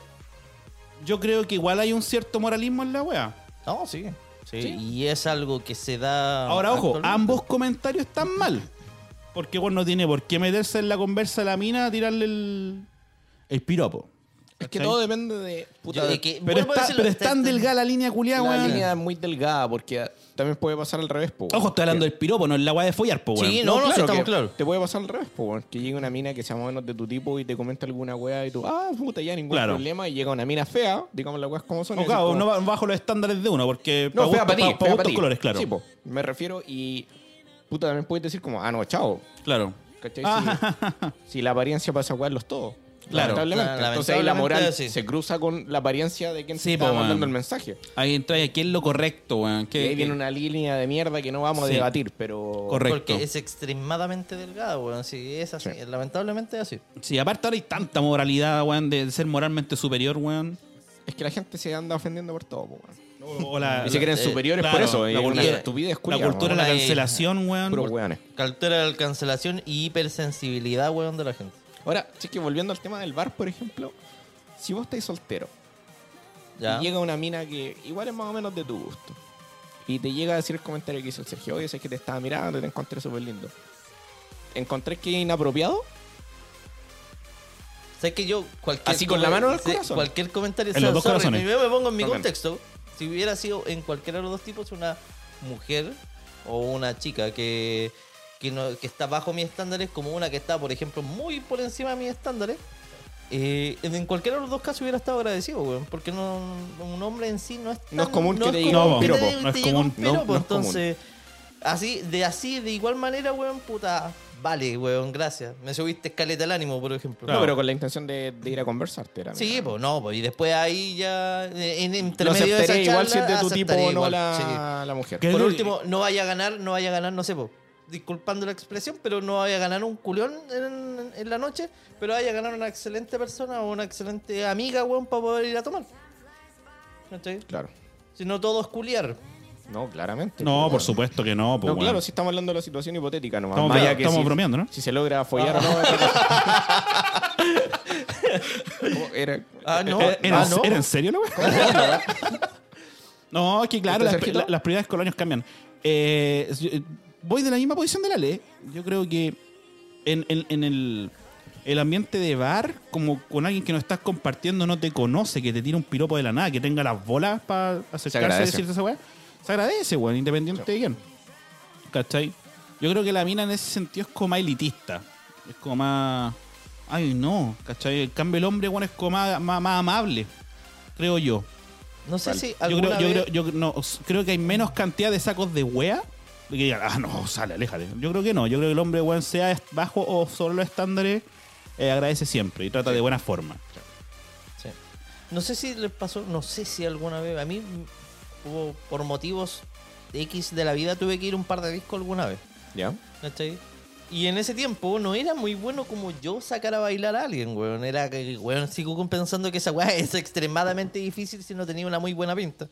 Speaker 1: yo creo que igual hay un cierto moralismo en la weá.
Speaker 2: No, sí. sí.
Speaker 1: Sí.
Speaker 2: Y es algo que se da.
Speaker 1: Ahora, ojo,
Speaker 2: actualmente.
Speaker 1: ambos comentarios están mal. Porque bueno, no tiene por qué meterse en la conversa de la mina a tirarle el, el piropo.
Speaker 3: Es que
Speaker 1: ¿Cachai?
Speaker 3: todo depende de. Puta,
Speaker 2: Yo
Speaker 3: de-
Speaker 2: de que-
Speaker 1: Pero,
Speaker 2: vuelvo a
Speaker 1: está,
Speaker 2: decirlo,
Speaker 1: pero es tan delgada la línea culiada,
Speaker 3: la
Speaker 1: weón.
Speaker 3: línea es muy delgada porque también puede pasar al revés, po, weón.
Speaker 1: Ojo, estoy hablando del piropo, no es la weá de follar, po,
Speaker 2: Sí,
Speaker 1: weón.
Speaker 2: no, no, sí, estamos
Speaker 3: que
Speaker 2: claros.
Speaker 3: Te puede pasar al revés, po, weón. que llegue una mina que sea más o menos de tu tipo y te comenta alguna weá y tú, ah, puta, ya ningún
Speaker 1: Claro.
Speaker 3: problema. Y llega una mina fea, digamos las weas como son. y
Speaker 1: O,
Speaker 3: decís
Speaker 1: claro,
Speaker 3: como,
Speaker 1: no va- bajo los estándares de uno, porque
Speaker 3: No,
Speaker 1: pa'
Speaker 3: fea para
Speaker 1: gusto-
Speaker 3: ti.
Speaker 1: pa- pa'
Speaker 3: fea pa'
Speaker 1: gustos
Speaker 3: ti.
Speaker 1: colores, claro.
Speaker 3: Sí, po. me refiero y. Puta, también puedes decir como, ah, no, chao.
Speaker 1: claro.
Speaker 3: ¿Cachai?
Speaker 1: Ah,
Speaker 3: Si, si la apariencia pasa a jugarlos todos.
Speaker 1: Claro.
Speaker 3: lamentablemente.
Speaker 2: Claro,
Speaker 3: Entonces ahí la
Speaker 2: lamentablemente, sí.
Speaker 3: moral se cruza con la apariencia de quien
Speaker 1: Sí,
Speaker 3: te está
Speaker 1: po,
Speaker 3: mandando
Speaker 1: weón.
Speaker 3: el mensaje.
Speaker 1: ahí entra y aquí es lo correcto, weón.
Speaker 3: Y
Speaker 1: Que-
Speaker 3: ahí viene
Speaker 1: que-
Speaker 3: una línea de mierda que no vamos
Speaker 1: Sí.
Speaker 3: a debatir, pero.
Speaker 1: Correcto.
Speaker 2: Porque es extremadamente delgada, weón. Sí, es así.
Speaker 3: Sí.
Speaker 2: Lamentablemente es así.
Speaker 1: Sí, aparte ahora hay tanta moralidad, weón, de ser moralmente superior, weón.
Speaker 3: Es que la gente se anda ofendiendo por todo, po, weón.
Speaker 1: O, <laughs> o la,
Speaker 3: Y se creen
Speaker 2: eh,
Speaker 3: superiores
Speaker 1: claro,
Speaker 3: por eso.
Speaker 1: la
Speaker 3: es una
Speaker 1: cultura-
Speaker 3: estupidez
Speaker 1: la
Speaker 3: culiao,
Speaker 1: cultura de
Speaker 3: ¿no?
Speaker 1: la
Speaker 2: Ahí-
Speaker 1: cancelación, weón.
Speaker 3: Puros weones.
Speaker 2: Cultura de cancelación y hipersensibilidad, weón, de la gente.
Speaker 3: Ahora, sí que volviendo al tema del bar, por ejemplo, si vos estáis soltero
Speaker 2: Ya.
Speaker 3: y llega una mina que igual es más o menos de tu gusto y te llega a decir el comentario que hizo el Sergio, oye, sé que te estaba mirando y te encontré súper lindo. ¿Encontré que es inapropiado?
Speaker 2: ¿Sabes que yo cualquier
Speaker 3: Así con la mano en el
Speaker 2: sí,
Speaker 3: corazón.
Speaker 2: Cualquier comentario.
Speaker 1: En los dos corazones.
Speaker 2: Yo me pongo en mi
Speaker 3: Totalmente.
Speaker 2: contexto. Si hubiera sido en cualquiera de los dos tipos, una mujer o una chica que, que, no- que está bajo mis estándares, como una que está, por ejemplo, muy por encima de mis estándares, eh, en cualquiera de los dos casos hubiera estado agradecido, weón. Porque no, un hombre en sí no es tan,
Speaker 3: No es común que te
Speaker 2: es
Speaker 3: diga
Speaker 2: común
Speaker 1: un
Speaker 2: que te-
Speaker 1: piropo, no
Speaker 2: te
Speaker 1: es
Speaker 2: diga un
Speaker 1: común, no,
Speaker 2: piropo,
Speaker 3: no es común.
Speaker 2: entonces, así, de así, de igual manera, weón, puta, vale, weón, gracias. Me subiste escaleta al ánimo, por ejemplo.
Speaker 3: No, pero con la intención de, de ir a conversarte. Era
Speaker 2: Sí,
Speaker 3: mira.
Speaker 2: pues no, pues y después ahí ya eh, en entre
Speaker 3: Lo
Speaker 2: medio de esa
Speaker 3: aceptaría igual si
Speaker 2: charla,
Speaker 3: es de tu tipo
Speaker 2: aceptaría
Speaker 3: o no
Speaker 2: igual,
Speaker 3: la, la mujer.
Speaker 1: ¿Qué?
Speaker 2: sí. Por
Speaker 1: Es-
Speaker 2: último, no vaya a ganar, no vaya a ganar, no sé, pues, disculpando la expresión, pero no vaya a ganar un culión en, en la noche, pero vaya a ganar una excelente persona o una excelente amiga, weón, para poder ir a tomar. ¿Cachai?
Speaker 3: Claro.
Speaker 2: Si no todo es culiar.
Speaker 3: No, claramente.
Speaker 1: No,
Speaker 3: Pero-
Speaker 1: por supuesto que no, po,
Speaker 3: No,
Speaker 1: weón.
Speaker 3: claro, si estamos hablando de la situación hipotética nomás.
Speaker 1: Estamos-
Speaker 3: Más allá que
Speaker 1: estamos
Speaker 3: si-
Speaker 1: bromeando, ¿no? Ah.
Speaker 3: Si se logra follar o
Speaker 1: <laughs>
Speaker 3: no. es <laughs> otra cosa. ¿Cómo Oh, era?
Speaker 2: Ah, no,
Speaker 1: Eh, ¿Era,
Speaker 2: ah, no.
Speaker 1: ¿era en serio la weá? <laughs> No, es que claro,
Speaker 3: ¿Usted,
Speaker 1: las,
Speaker 3: Sergio?
Speaker 1: la- las prioridades con los años cambian. Eh, yo, eh, voy de la misma posición de la ley. Yo creo que en, en- en el, el ambiente de bar, como con alguien que no estás compartiendo, no te conoce, que te tira un piropo de la nada, que tenga las bolas para acercarse y
Speaker 3: agradece.
Speaker 1: decirte esa weá, se agradece, weón, independiente de quién. ¿Cachai? Yo creo que la mina en ese sentido es como más elitista. Es como más. Ay, no, ¿cachai? En cambio, el hombre, weón, es como más- más- más amable, creo yo.
Speaker 2: No sé si
Speaker 1: Yo
Speaker 2: alguna
Speaker 1: creo, yo,
Speaker 2: vez-
Speaker 1: creo, yo no, s- creo que hay menos cantidad de sacos de wea de que digan, ah, no, sale, aléjate. Yo creo que no. Yo creo que el hombre weón, sea est- bajo o sobre los estándares, eh, agradece siempre y trata de buena forma.
Speaker 2: Sí. No sé si les pasó, no sé si alguna vez, a mí hubo, por motivos X de la vida tuve que ir a un par de discos alguna vez.
Speaker 3: ¿Ya?
Speaker 2: ¿cachai? Y en ese tiempo no era muy bueno como yo sacar a bailar a alguien, weón. Era que, weón, sigo pensando que esa weá es extremadamente difícil si no tenía una muy buena pinta.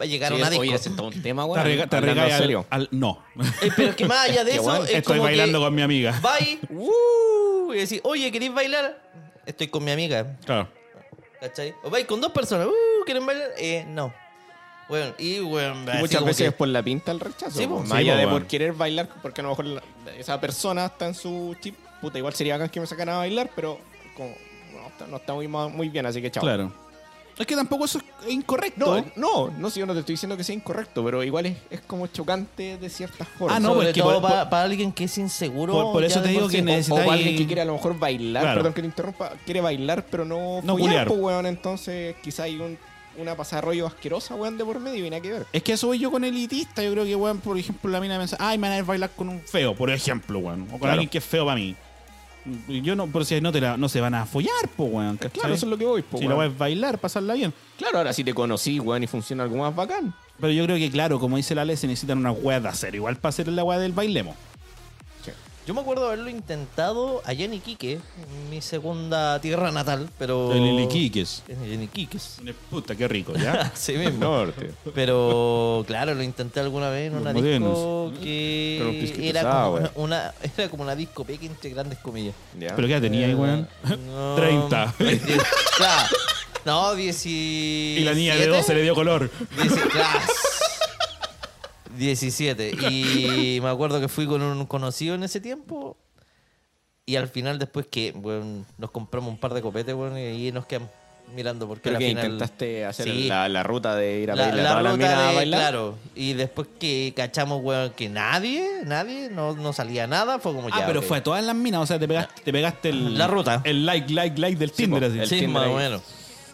Speaker 2: Va a llegar a una disco.
Speaker 3: Oye, ese es todo un tema,
Speaker 1: te
Speaker 3: weón.
Speaker 1: arrega- te
Speaker 3: Hablando
Speaker 1: arregáis
Speaker 3: en
Speaker 1: al-
Speaker 3: serio.
Speaker 1: al- No. <laughs>
Speaker 2: Eh, pero es que más allá de
Speaker 3: Que,
Speaker 2: eso,
Speaker 3: weón,
Speaker 2: es
Speaker 1: Estoy
Speaker 2: como
Speaker 1: bailando
Speaker 2: que
Speaker 1: con mi amiga.
Speaker 2: vai, uh, y decís, oye, ¿queréis bailar? Estoy con mi amiga.
Speaker 1: Claro.
Speaker 2: ¿Cachai? O vais con dos personas. Uh, ¿Quieren bailar? Eh, no. Bueno, y bueno,
Speaker 3: Y muchas veces es por la pinta el rechazo.
Speaker 2: Sí, pues,
Speaker 3: po.
Speaker 2: po.
Speaker 3: Más
Speaker 1: Sí,
Speaker 3: allá
Speaker 1: po,
Speaker 3: de
Speaker 1: weón.
Speaker 3: por querer bailar, porque a lo mejor la- esa persona está en su chip. Puta, igual sería bacán que me sacaran a bailar, pero como, no, está, no está muy, ma- muy bien, así que chao.
Speaker 1: Claro. Es que tampoco eso es incorrecto.
Speaker 3: No, no, no, si yo no te estoy diciendo que sea incorrecto, pero igual es, es como chocante de ciertas formas.
Speaker 1: Ah,
Speaker 2: Ah,
Speaker 1: no,
Speaker 2: no,
Speaker 1: pues
Speaker 2: Sobre
Speaker 1: es que
Speaker 2: todo
Speaker 1: por-
Speaker 2: para, para alguien que es inseguro.
Speaker 1: Por- por
Speaker 2: ya
Speaker 1: eso
Speaker 2: de
Speaker 1: te digo
Speaker 2: por
Speaker 1: que
Speaker 2: sí.
Speaker 1: ne-
Speaker 3: O,
Speaker 1: necesitáis-
Speaker 3: o alguien que quiere a lo mejor bailar,
Speaker 1: Claro.
Speaker 3: perdón que te interrumpa, quiere bailar pero no,
Speaker 1: No culiar.
Speaker 3: po, weón, entonces quizá hay un, una pasada de rollo asquerosa, weón, de por medio y nada que ver.
Speaker 1: Es que eso voy yo con elitista. Yo creo que, weón, por ejemplo, la mina piensa, ay, me van a ver bailar con un feo, por ejemplo, weón. O con
Speaker 3: Claro.
Speaker 1: alguien que es feo para mí. Y Yo no, por si no, te la- no se van a follar, po, weón. ¿cachai?
Speaker 3: Claro, eso es lo que voy, pues, po,
Speaker 1: Si
Speaker 3: weón.
Speaker 1: lo vas a bailar, pasarla bien.
Speaker 3: Claro, ahora si te conocí, weón, y funciona algo más bacán.
Speaker 1: Pero yo creo que, claro, como dice la ley, se necesitan unas weas de hacer. Igual para hacer la wea del bailemo.
Speaker 2: Yo me acuerdo haberlo intentado allá en Iquique, mi segunda tierra natal,
Speaker 1: Oh.
Speaker 2: pero. En en Iquique.
Speaker 1: <laughs> Puta, qué rico, <laughs> ¿ya?
Speaker 2: Así mismo.
Speaker 3: Norte.
Speaker 2: Pero claro, lo intenté alguna vez en
Speaker 1: Los
Speaker 2: una
Speaker 1: modernos.
Speaker 2: disco
Speaker 3: Con un pisquito
Speaker 2: que era como
Speaker 3: sour.
Speaker 2: una, una- era como una disco peque entre grandes comillas.
Speaker 3: Ya.
Speaker 1: ¿Pero qué edad tenía ahí, weón?
Speaker 2: No, <laughs>
Speaker 1: 30.
Speaker 2: diez- claro. No, 17.
Speaker 1: Ah, Y la niña de 12 le dio color.
Speaker 2: Dieci- claro. 17. Y me acuerdo que fui con un conocido en ese tiempo. Y al final, después que weón, nos compramos un par de copetes, weón, y ahí nos quedamos mirando. Porque
Speaker 3: Creo
Speaker 2: al
Speaker 3: que
Speaker 2: final.
Speaker 3: intentaste hacer
Speaker 2: Sí.
Speaker 3: la, la ruta de ir a
Speaker 2: La,
Speaker 3: bailar
Speaker 2: la
Speaker 3: a las minas
Speaker 2: ruta
Speaker 3: a
Speaker 2: de,
Speaker 3: bailar.
Speaker 2: claro. Y después que cachamos, weón, que nadie, nadie, no, no salía nada, fue como
Speaker 1: Ah,
Speaker 2: ya.
Speaker 1: pero
Speaker 2: ok.
Speaker 1: fue a todas las minas, o sea, te pegaste, te pegaste el.
Speaker 2: La ruta.
Speaker 1: El like, like, like del Tinder.
Speaker 3: po,
Speaker 1: así.
Speaker 3: el
Speaker 2: sí,
Speaker 3: Tinder
Speaker 2: más
Speaker 3: ahí.
Speaker 2: o menos.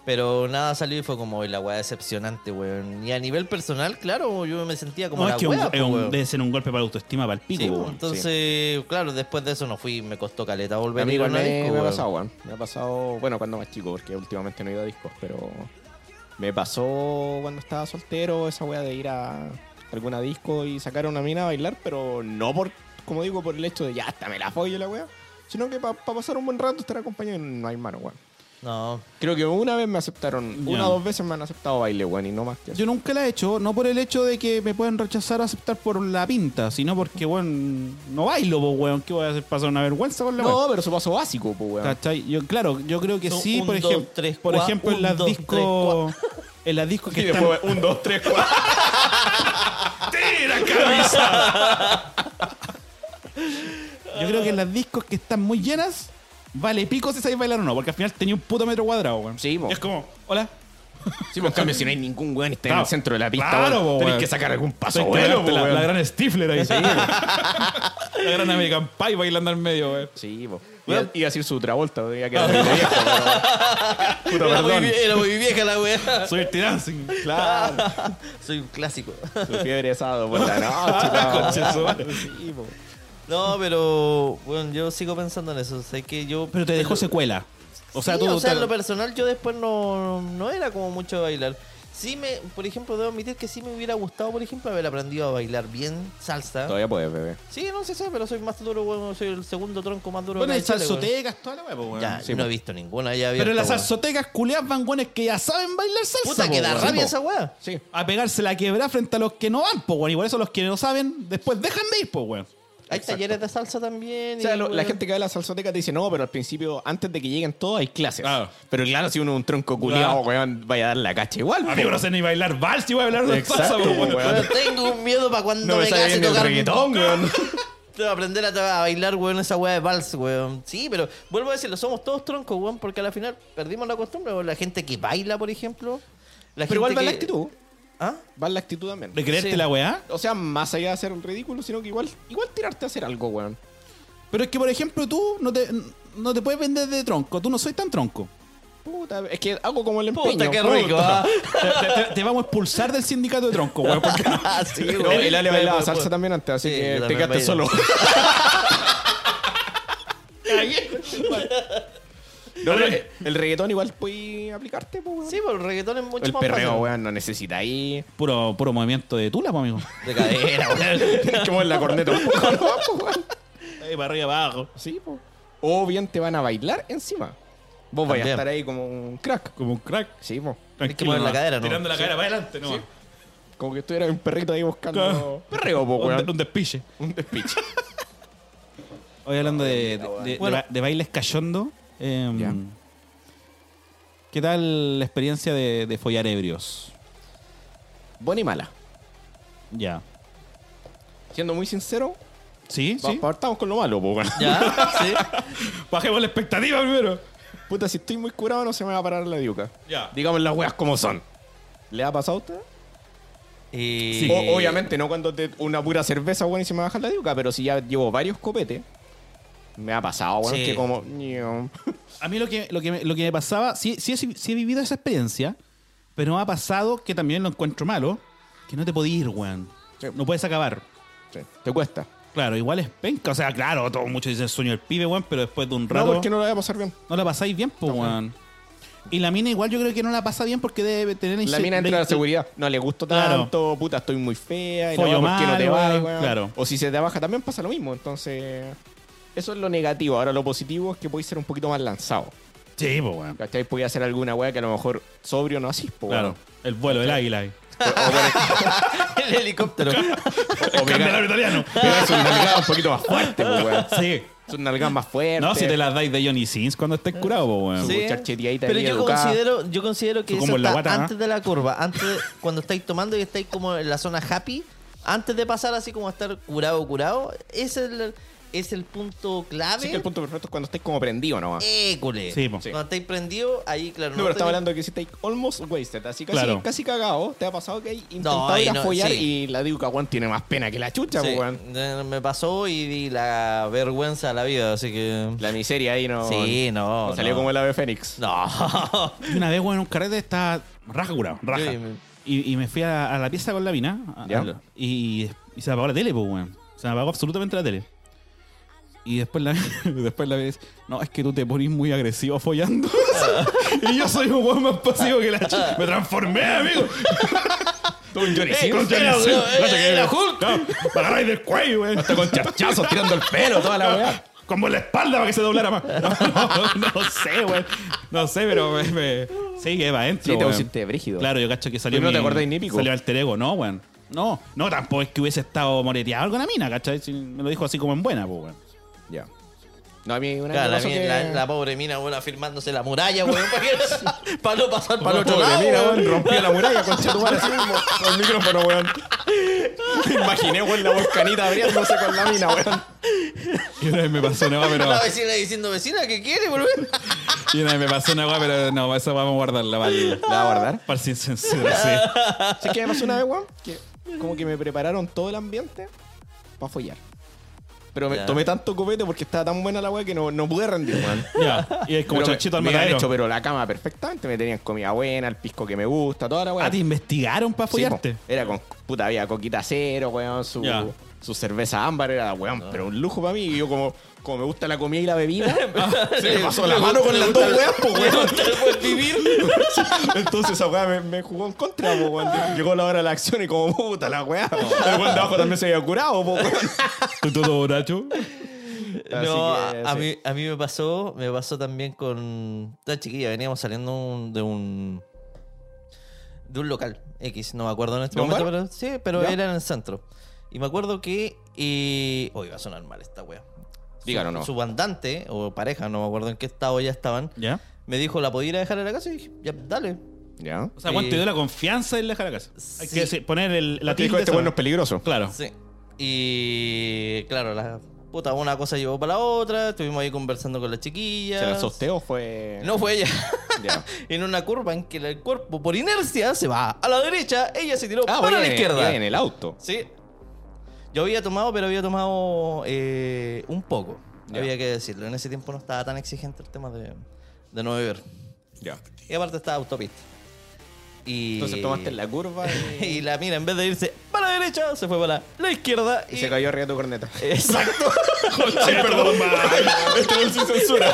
Speaker 2: Pero nada salió y fue como "Oye, la weá decepcionante, weón. Y a nivel personal, claro, yo me sentía como
Speaker 1: No,
Speaker 2: la
Speaker 1: es que un-
Speaker 2: weá,
Speaker 1: es
Speaker 2: po,
Speaker 1: un-
Speaker 2: weón.
Speaker 1: debe ser un golpe para la autoestima, para el pico.
Speaker 2: Sí,
Speaker 1: po,
Speaker 2: po,
Speaker 1: weón.
Speaker 2: entonces, claro, después de eso no fui, me costó caleta volver
Speaker 3: A mí
Speaker 2: a
Speaker 3: igual
Speaker 2: ir a una
Speaker 3: me,
Speaker 2: disco,
Speaker 3: me ha
Speaker 2: weón.
Speaker 3: pasado, weón. Me ha pasado, bueno, cuando más chico, porque últimamente no he ido a discos, pero me pasó cuando estaba soltero esa wea de ir a alguna disco y sacar a una mina a bailar, pero no por, como digo, por el hecho de ya hasta me la follo la wea, sino que para pasar un buen rato estar acompañado y no hay mano, weón.
Speaker 2: No,
Speaker 3: Creo que una vez me aceptaron,
Speaker 1: Ya.
Speaker 3: una o dos veces me han aceptado baile, weón, y no más que eso.
Speaker 1: Yo nunca la he hecho, no por el hecho de que me puedan rechazar o aceptar por la pinta, sino porque, bueno, no bailo, po, weón. ¿Qué voy a hacer? Pasar una vergüenza con la weón?
Speaker 3: No, pero su paso básico, pues, weón.
Speaker 1: ¿Cachai? Yo, claro, yo creo que
Speaker 2: Son
Speaker 1: sí,
Speaker 2: un,
Speaker 1: por,
Speaker 2: dos,
Speaker 1: ejem-
Speaker 2: tres,
Speaker 1: por
Speaker 2: cua-
Speaker 1: ejemplo, en
Speaker 2: un,
Speaker 1: las
Speaker 2: dos,
Speaker 1: discos. En las discos que están.
Speaker 3: un, dos, tres, cuatro.
Speaker 1: Yo creo que en las discos que están muy llenas, vale pico si sabes bailar o no, porque al final tenía un puto metro cuadrado, weón.
Speaker 3: Sí, po.
Speaker 1: Y Es como, hola.
Speaker 3: Sí, pues, en cambio, si no hay ningún weón y está en
Speaker 1: Claro.
Speaker 3: el centro de la pista,
Speaker 1: Claro,
Speaker 3: weón,
Speaker 1: po,
Speaker 3: tenés
Speaker 1: weón.
Speaker 3: que sacar algún paso,
Speaker 1: Soy
Speaker 3: bueno,
Speaker 1: claro,
Speaker 3: po,
Speaker 1: la,
Speaker 3: weón.
Speaker 1: la gran
Speaker 2: <laughs>
Speaker 1: Stifler ahí. la gran American Pie bailando al medio, weón.
Speaker 3: Sí, po. Iba-
Speaker 2: Bueno.
Speaker 3: Iba a decir su Travolta, tenía que era muy viejo, pero- Puta,
Speaker 2: era muy,
Speaker 3: perdón.
Speaker 2: vie- era muy vieja la
Speaker 1: <laughs>
Speaker 2: weá.
Speaker 1: Soy el T-Dancing.
Speaker 3: Claro,
Speaker 2: Soy un clásico. <laughs>
Speaker 3: su fiebre de sábado por <laughs> la noche. no. Sí, po.
Speaker 2: No, pero, bueno, yo sigo pensando en eso. Sé que yo.
Speaker 1: Pero te dejó secuela. O sea,
Speaker 2: Sí,
Speaker 1: tú.
Speaker 2: o sea,
Speaker 1: te-
Speaker 2: en lo personal yo después no, no era como mucho de bailar. Sí me, por ejemplo, debo admitir que sí me hubiera gustado, por ejemplo, haber aprendido a bailar bien salsa.
Speaker 3: Todavía puedes, bebé.
Speaker 2: Sí, no sé, sé, pero soy más duro, bueno, soy el segundo tronco más duro.
Speaker 1: Bueno,
Speaker 2: acá
Speaker 1: hay
Speaker 2: en Chile, weón.
Speaker 1: salsotecas, toda la weá, po, weón.
Speaker 2: Ya,
Speaker 3: Sí,
Speaker 2: no he
Speaker 3: po.
Speaker 2: visto ninguna ya abierta,
Speaker 1: Pero las
Speaker 2: weón.
Speaker 1: salsotecas culeas van weones que ya saben bailar salsa.
Speaker 2: Puta,
Speaker 1: po,
Speaker 2: que da
Speaker 1: weón.
Speaker 2: rabia
Speaker 1: Sí, po.
Speaker 2: esa weá.
Speaker 3: Sí.
Speaker 1: A pegarse la quebrada frente a los que no van, po, weón. Y por eso los que no saben, después dejan de ir, po, weón.
Speaker 2: Hay
Speaker 3: Exacto.
Speaker 2: talleres de salsa también.
Speaker 3: O sea,
Speaker 2: y,
Speaker 3: lo- la
Speaker 2: weón,
Speaker 3: gente que va a la salsoteca te dice, no, pero al principio, antes de que lleguen todos, hay clases.
Speaker 1: Claro.
Speaker 3: Pero claro, si uno es un tronco culiado,
Speaker 1: Claro.
Speaker 3: weón, vaya a dar la cacha igual. po.
Speaker 1: Amigo, no sé ni bailar vals y voy a bailar de salsa,
Speaker 3: Exacto,
Speaker 1: po, weón.
Speaker 3: weón.
Speaker 2: weón, tengo un miedo para cuando
Speaker 3: No me
Speaker 2: me
Speaker 3: sale
Speaker 2: case
Speaker 3: bien el
Speaker 2: tocar.
Speaker 3: reggaetón, weón.
Speaker 2: Tengo que aprender a, a bailar, weón, esa weá de vals, weón. Sí, pero vuelvo a decirlo, somos todos troncos, weón, porque al final perdimos la costumbre, weón. La gente que baila, por ejemplo. La gente
Speaker 3: Pero igual va
Speaker 2: que...
Speaker 3: la actitud.
Speaker 2: ¿Ah?
Speaker 3: Va la actitud también.
Speaker 1: ¿De creerte
Speaker 2: Sí.
Speaker 1: la weá?
Speaker 3: O sea, más allá de hacer un ridículo, sino que igual, igual tirarte a hacer algo, weón.
Speaker 1: Pero es que, por ejemplo, tú no te, no te puedes vender de tronco. Tú no soy tan tronco.
Speaker 3: Puta, es que hago como el empeño.
Speaker 2: Puta, qué
Speaker 3: puta.
Speaker 2: rico, ah.
Speaker 1: Te, te- te vamos a expulsar del sindicato de tronco, weón. porque no-
Speaker 2: Ah, sí,
Speaker 3: No,
Speaker 2: weón.
Speaker 3: el Ale bailaba
Speaker 2: Pero-
Speaker 3: salsa también antes, así
Speaker 2: Sí, yo
Speaker 3: que te
Speaker 2: también
Speaker 3: quedaste
Speaker 2: bailo.
Speaker 3: solo.
Speaker 2: <laughs>
Speaker 3: No, pero el reggaetón igual puedes aplicarte, po, weón.
Speaker 2: Sí, pero el reggaetón es mucho
Speaker 3: El
Speaker 2: más
Speaker 3: perreo,
Speaker 2: fácil.
Speaker 3: weón, no necesita <laughs> ahí.
Speaker 1: Puro, puro movimiento de tula, po, amigo.
Speaker 2: De cadera, weón.
Speaker 3: que mover
Speaker 2: <laughs>
Speaker 3: la corneta un poco, ¿no? po, weón.
Speaker 1: Ahí para arriba, abajo.
Speaker 3: Sí, po. O bien te van a bailar encima. Vos vais a
Speaker 2: También.
Speaker 3: estar ahí como un crack.
Speaker 1: Como un crack.
Speaker 3: Sí, po.
Speaker 2: Hay que mover la
Speaker 1: nomás.
Speaker 2: cadera, ¿no?
Speaker 1: Tirando la cadera para adelante, ¿no?
Speaker 3: Como que estuvieras un perrito ahí buscando.
Speaker 1: Claro.
Speaker 3: Perreo, po,
Speaker 1: Un,
Speaker 3: weón.
Speaker 1: de- un despiche.
Speaker 3: Un despiche.
Speaker 1: Hoy hablando de, de, de-
Speaker 2: Bueno.
Speaker 1: de ba- de bailes cayondo. em,
Speaker 3: Ya.
Speaker 1: ¿Qué tal la experiencia de, de follar ebrios?
Speaker 3: <laughs> Buena y mala.
Speaker 1: Ya.
Speaker 3: Siendo muy sincero,
Speaker 1: ¿Sí?
Speaker 3: va-
Speaker 1: ¿Sí?
Speaker 3: partamos con lo malo, po, weón.
Speaker 2: ¿Ya? <laughs> Sí.
Speaker 1: Bajemos la expectativa primero.
Speaker 3: <laughs> Puta, si estoy muy curado no se me va a parar la diuca.
Speaker 1: Ya.
Speaker 3: Digamos las weas como son. Eh, ¿Le ha pasado a usted?
Speaker 2: Y-
Speaker 3: O- obviamente, no cuando te una pura cerveza, weón, y se me baja la diuca, pero si ya llevo varios copetes, me ha pasado, weón,
Speaker 2: Sí.
Speaker 3: que como... ño.
Speaker 1: A mí lo que, lo que, me- lo que me pasaba, sí, sí, he- sí he vivido esa experiencia, pero me ha pasado que también lo encuentro malo, que no te podías ir, weón.
Speaker 3: Sí.
Speaker 1: No puedes acabar.
Speaker 3: <laughs> Sí, Te cuesta.
Speaker 1: Claro, igual es penca. O sea, claro, todos muchos dicen sueño del pibe, weón, pero después de un rato
Speaker 3: No,
Speaker 1: no,
Speaker 3: porque no lo voy a pasar bien.
Speaker 1: la pasáis bien, pues, weón. Y la mina igual yo creo que no la pasa bien porque debe tener...
Speaker 3: La
Speaker 1: inse-
Speaker 3: mina entra a
Speaker 1: de-
Speaker 3: la seguridad. No le gusto
Speaker 1: Claro.
Speaker 3: tanto, puta, estoy muy fea. Y la
Speaker 1: Follo
Speaker 3: weá, ¿por qué no
Speaker 1: mal,
Speaker 3: te vas,
Speaker 1: weón?
Speaker 3: weón?
Speaker 1: Claro.
Speaker 3: O si se te baja también pasa lo mismo, entonces... Eso es lo negativo. Ahora lo positivo es que podéis ser un poquito más lanzado.
Speaker 1: Sí, pues, weón.
Speaker 3: ¿Cachai? Podéis hacer alguna wea que a lo mejor sobrio no asís, po,
Speaker 1: Claro,
Speaker 3: weón.
Speaker 1: el vuelo, el águila. ahí.
Speaker 2: El helicóptero.
Speaker 1: <laughs>
Speaker 3: O pegar,
Speaker 1: Candelabro italiano.
Speaker 3: pegar sus nalgadas un poquito más fuerte, po, weón. <laughs>
Speaker 1: Sí.
Speaker 3: Sus nalgadas más fuertes.
Speaker 1: No, si te las dais de Johnny Sins cuando estés curado, pues, weón.
Speaker 3: Sí. charcheteadita
Speaker 2: Pero
Speaker 3: bien
Speaker 2: yo
Speaker 3: educada.
Speaker 2: considero, yo considero que
Speaker 1: Tú
Speaker 2: eso
Speaker 1: como en la
Speaker 2: está
Speaker 1: guata, ¿no?
Speaker 2: antes de la curva, antes de- cuando estáis tomando y estáis como en la zona happy, antes de pasar así como a estar curado, curado, es el, es el punto clave.
Speaker 3: Así que el punto perfecto es cuando estés como prendido nomás.
Speaker 2: Eh, École.
Speaker 1: Sí, po.
Speaker 3: Sí.
Speaker 2: Cuando estáis prendido, ahí, claro.
Speaker 3: No, pero estaba
Speaker 2: tenés-
Speaker 3: hablando que si estáis almost wasted, así casi,
Speaker 1: Claro.
Speaker 3: casi cagado. ¿Te ha pasado que hay intentado
Speaker 2: No, ahí
Speaker 3: ir a
Speaker 2: no,
Speaker 3: follar
Speaker 2: sí.
Speaker 3: y la Duca Juan tiene más pena que la chucha,
Speaker 2: Sí,
Speaker 3: pues, weón?
Speaker 2: eh, Me pasó y vi la vergüenza de la vida, así que.
Speaker 3: La miseria ahí no.
Speaker 2: sí, no.
Speaker 3: no salió
Speaker 2: no.
Speaker 3: como el ave Fénix.
Speaker 1: <laughs>
Speaker 2: No.
Speaker 1: Y Una vez, bueno, en un carrete estaba raja curado, raja.
Speaker 2: Sí, me-
Speaker 1: Y, y me fui a, a la pieza con la mina. a-
Speaker 3: Ya.
Speaker 1: a- y, y se me apagó la tele, pues, weón. Se me apagó absolutamente la tele. Y después la, <laughs> después la vez, no, es que tú te pones muy
Speaker 3: <laughs>
Speaker 1: agresivo follando. y yo soy un weón más pasivo que la chica. Me transformé, amigo.
Speaker 3: Tú un Johnny
Speaker 1: Sí, con Johnny
Speaker 2: era,
Speaker 1: Sins.
Speaker 2: weón,
Speaker 1: No te
Speaker 2: era,
Speaker 1: quedes.
Speaker 2: era Hulk.
Speaker 1: No, me agarráis del cuello, weón.
Speaker 3: Hasta con chachazos tirando el pelo, toda la weá.
Speaker 1: <laughs> Como en la espalda para que se doblara más. <laughs> No, no, no sé, weón. No sé, pero me, me- sí que va adentro.
Speaker 3: Sí, te
Speaker 1: weón.
Speaker 3: pusiste brígido.
Speaker 1: Claro, yo cacho que salió.
Speaker 3: Pero no te
Speaker 1: mi-
Speaker 3: acordás ni pico.
Speaker 1: Salió alter ego, no, weón. No, no, tampoco es que hubiese estado moreteado con la mina, ¿cachai? Si me lo dijo así como en buena, pues, weón.
Speaker 3: Ya. No, a mí una
Speaker 2: Claro, la,
Speaker 3: vez me pasó que-
Speaker 2: la- la pobre mina, weón, afirmándose la muralla, weón, <laughs> para, que- para no pasar para el
Speaker 3: Pobre
Speaker 2: otro lado.
Speaker 3: mina,
Speaker 2: weón.
Speaker 3: weón, rompió la muralla con Chetumar así mismo, con el micrófono, weón. Me <laughs> imaginé, weón, la volcanita abriéndose con la mina, weón.
Speaker 1: Y una vez me pasó una weá, pero.
Speaker 2: La vecina diciendo, vecina, ¿qué quiere, <laughs> weón?
Speaker 1: Y una vez me pasó una weá, pero no, esa weá vamos a guardarla, vale.
Speaker 3: ¿La va a guardar?
Speaker 1: Para sin censura, sí.
Speaker 3: ¿Sabes qué me pasó una vez, weón? Que como que me prepararon todo el ambiente para follar. Pero me
Speaker 2: Ya.
Speaker 3: tomé tanto copete porque estaba tan buena la weá que no, no pude rendir, weón.
Speaker 1: Ya. Y es como
Speaker 3: Pero me-
Speaker 1: chanchito al
Speaker 3: me habían
Speaker 1: matadero.
Speaker 3: hecho, pero la cama perfectamente. Me tenían comida buena, el pisco que me gusta, toda la weá.
Speaker 1: Ah, te investigaron para
Speaker 3: Sí,
Speaker 1: follarte.
Speaker 3: po. era con puta, había coquita cero, weón, su,
Speaker 1: Ya.
Speaker 3: su cerveza ámbar era, weón, pero un lujo para mí. Y yo como, como me gusta la comida y la
Speaker 2: <laughs>
Speaker 3: bebida,
Speaker 2: Ah,
Speaker 3: se me pasó la mano con las dos weas, po, weón.
Speaker 2: Pues vivir.
Speaker 3: Entonces esa weá me, me jugó en contra, po, weón. Llegó la hora de la acción y como, puta, la weá.
Speaker 2: <laughs>
Speaker 3: El weón de abajo también se había curado, po, weón.
Speaker 1: Estoy todo borracho.
Speaker 3: Así
Speaker 2: No, a,
Speaker 3: que,
Speaker 2: a
Speaker 3: sí.
Speaker 2: mí, a mí me pasó, me pasó también con la chiquilla, veníamos saliendo un- de un de un local X, no me acuerdo en este
Speaker 3: ¿De un
Speaker 2: momento,
Speaker 3: bar?
Speaker 2: pero sí, pero
Speaker 3: ¿Ya?
Speaker 2: era en el centro. Y me acuerdo que eh, hoy va a sonar mal esta wea. Su-
Speaker 3: Dígalo, no.
Speaker 2: Su andante o pareja, no me acuerdo en qué estado ya estaban,
Speaker 1: ¿Ya?
Speaker 2: me dijo, "¿La podía ir a dejar a la casa?" Y dije, "Ya, dale."
Speaker 3: ¿Ya?
Speaker 1: O sea, Juan
Speaker 2: Sí.
Speaker 1: te dio la confianza en dejar la casa. Hay
Speaker 2: Sí.
Speaker 1: que decir- poner el, la
Speaker 3: Te dijo,
Speaker 1: tilde.
Speaker 3: este
Speaker 1: esa-
Speaker 3: weón no es peligroso.
Speaker 1: Claro.
Speaker 2: Sí. Y claro, la puta una cosa llevó para la otra, estuvimos ahí conversando con la chiquilla.
Speaker 3: Se la sosteo fue...
Speaker 2: No fue ella.
Speaker 3: <laughs>
Speaker 2: <laughs>
Speaker 3: Ya.
Speaker 2: en una curva en que el cuerpo por inercia se va a la derecha, ella se tiró para
Speaker 3: Ah, bueno,
Speaker 2: la izquierda.
Speaker 3: En el auto.
Speaker 2: Sí. Yo había tomado, pero había tomado eh, un poco.
Speaker 3: Ya.
Speaker 2: Había que decirlo. En ese tiempo no estaba tan exigente el tema de, de no beber.
Speaker 3: Ya.
Speaker 2: Y aparte estaba autopista. Y,
Speaker 3: Entonces tomaste en la curva
Speaker 2: <laughs>
Speaker 3: y,
Speaker 2: Y la mira, en vez de irse para la derecha, se fue para la izquierda. <laughs> Y,
Speaker 3: y se cayó arriba de tu corneta.
Speaker 2: Exacto.
Speaker 1: Ay, perdón,
Speaker 3: <laughs> Esto es Este sin censura.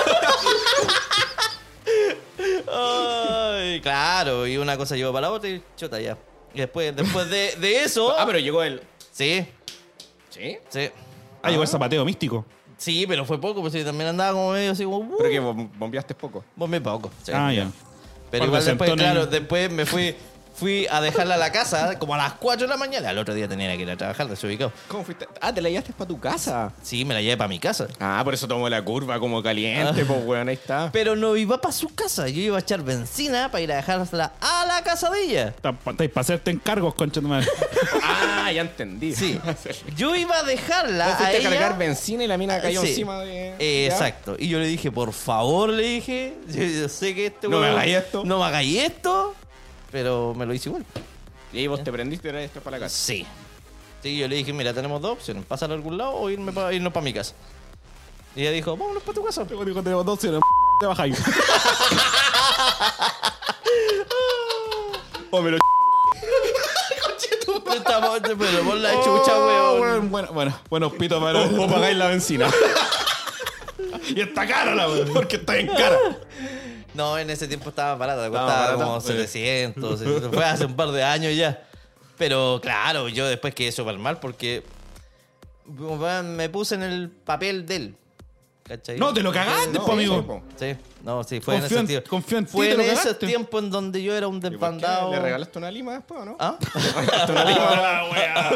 Speaker 2: Ay, claro, y una cosa llevó para la otra y chota ya. Y después, después de, de eso.
Speaker 3: <laughs> Ah, pero llegó el.
Speaker 2: Sí,
Speaker 3: ¿Sí?
Speaker 2: sí.
Speaker 1: Ah, llegó el zapateo místico.
Speaker 2: Sí, pero fue poco, pues sí, también andaba como medio así como. Uh,
Speaker 3: Pero que bom- bombeaste poco.
Speaker 2: bombé poco. sí.
Speaker 1: ah, ya.
Speaker 2: Pero
Speaker 1: Cuando
Speaker 2: igual
Speaker 1: se
Speaker 2: después,
Speaker 1: entonen-
Speaker 2: claro, después me fui. Fui a dejarla a la casa como a las 4 de la mañana. Al otro día tenía que ir a trabajar, desubicado.
Speaker 3: ¿Cómo fuiste? Ah, te la llevaste para tu casa.
Speaker 2: Sí, me la llevé para mi casa.
Speaker 3: Ah, por eso tomó la curva como caliente, pues weón, ahí está.
Speaker 2: Pero no iba para su casa. Yo iba a echar benzina para ir a dejarla a la casa de ella.
Speaker 1: Para hacerte encargos, concha de
Speaker 3: <laughs>
Speaker 1: tu madre.
Speaker 3: Ah, ya entendí. <laughs>
Speaker 2: Sí. Yo iba a
Speaker 3: Ah, Vos
Speaker 2: dejarla a
Speaker 3: fuiste a
Speaker 2: ella.
Speaker 3: cargar benzina y la mina cayó
Speaker 2: Ah, Sí.
Speaker 3: encima de.
Speaker 2: Eh,
Speaker 3: ¿ya?
Speaker 2: exacto. Y yo le dije, por favor, le dije. <laughs> Yo, yo sé que este
Speaker 3: No me
Speaker 2: huevón-
Speaker 3: hagáis esto.
Speaker 2: No me hagáis esto. Pero me lo hice igual.
Speaker 3: Y ahí vos te prendiste y ahora esto es para la casa.
Speaker 2: Sí. Sí, yo le dije, mira, tenemos dos opciones. Pasar a algún lado o irme pa- irnos para mi casa. Y ella dijo, vámonos para tu casa.
Speaker 1: Digo, tenemos dos opciones. <laughs> Te bajáis.
Speaker 3: O Oh, me lo <laughs>
Speaker 2: Pero estamos- pero por la chucha,
Speaker 1: Oh,
Speaker 2: weón.
Speaker 1: weón, Bueno, bueno, bueno, pito, para.
Speaker 3: o pagáis la <laughs> benzina.
Speaker 1: y está cara la weón.
Speaker 3: Porque está en cara.
Speaker 2: No, en ese tiempo estaba barata.
Speaker 3: Estaba
Speaker 2: Costaba
Speaker 3: barata,
Speaker 2: como
Speaker 3: sí.
Speaker 1: <laughs>
Speaker 2: 700. 600. Fue hace un par de años ya. Pero claro, yo después quedé súper mal porque weón, me puse en el papel de él. ¿Cachai?
Speaker 1: No, te lo
Speaker 3: Ah,
Speaker 1: cagaste, po,
Speaker 3: sí,
Speaker 1: amigo.
Speaker 3: po.
Speaker 2: Sí, no, sí, fue
Speaker 1: Confío
Speaker 2: en
Speaker 1: en-
Speaker 2: ese tiempo.
Speaker 1: confío en ti,
Speaker 2: fue
Speaker 1: te
Speaker 2: en
Speaker 1: lo
Speaker 2: ese
Speaker 1: cagaste.
Speaker 2: tiempo en donde yo era un
Speaker 3: ¿Y por qué?
Speaker 2: desbandado.
Speaker 3: ¿Le regalaste una lima después o no?
Speaker 2: ¿Ah?
Speaker 3: ¿Le regalaste una <laughs> lima
Speaker 1: Ah,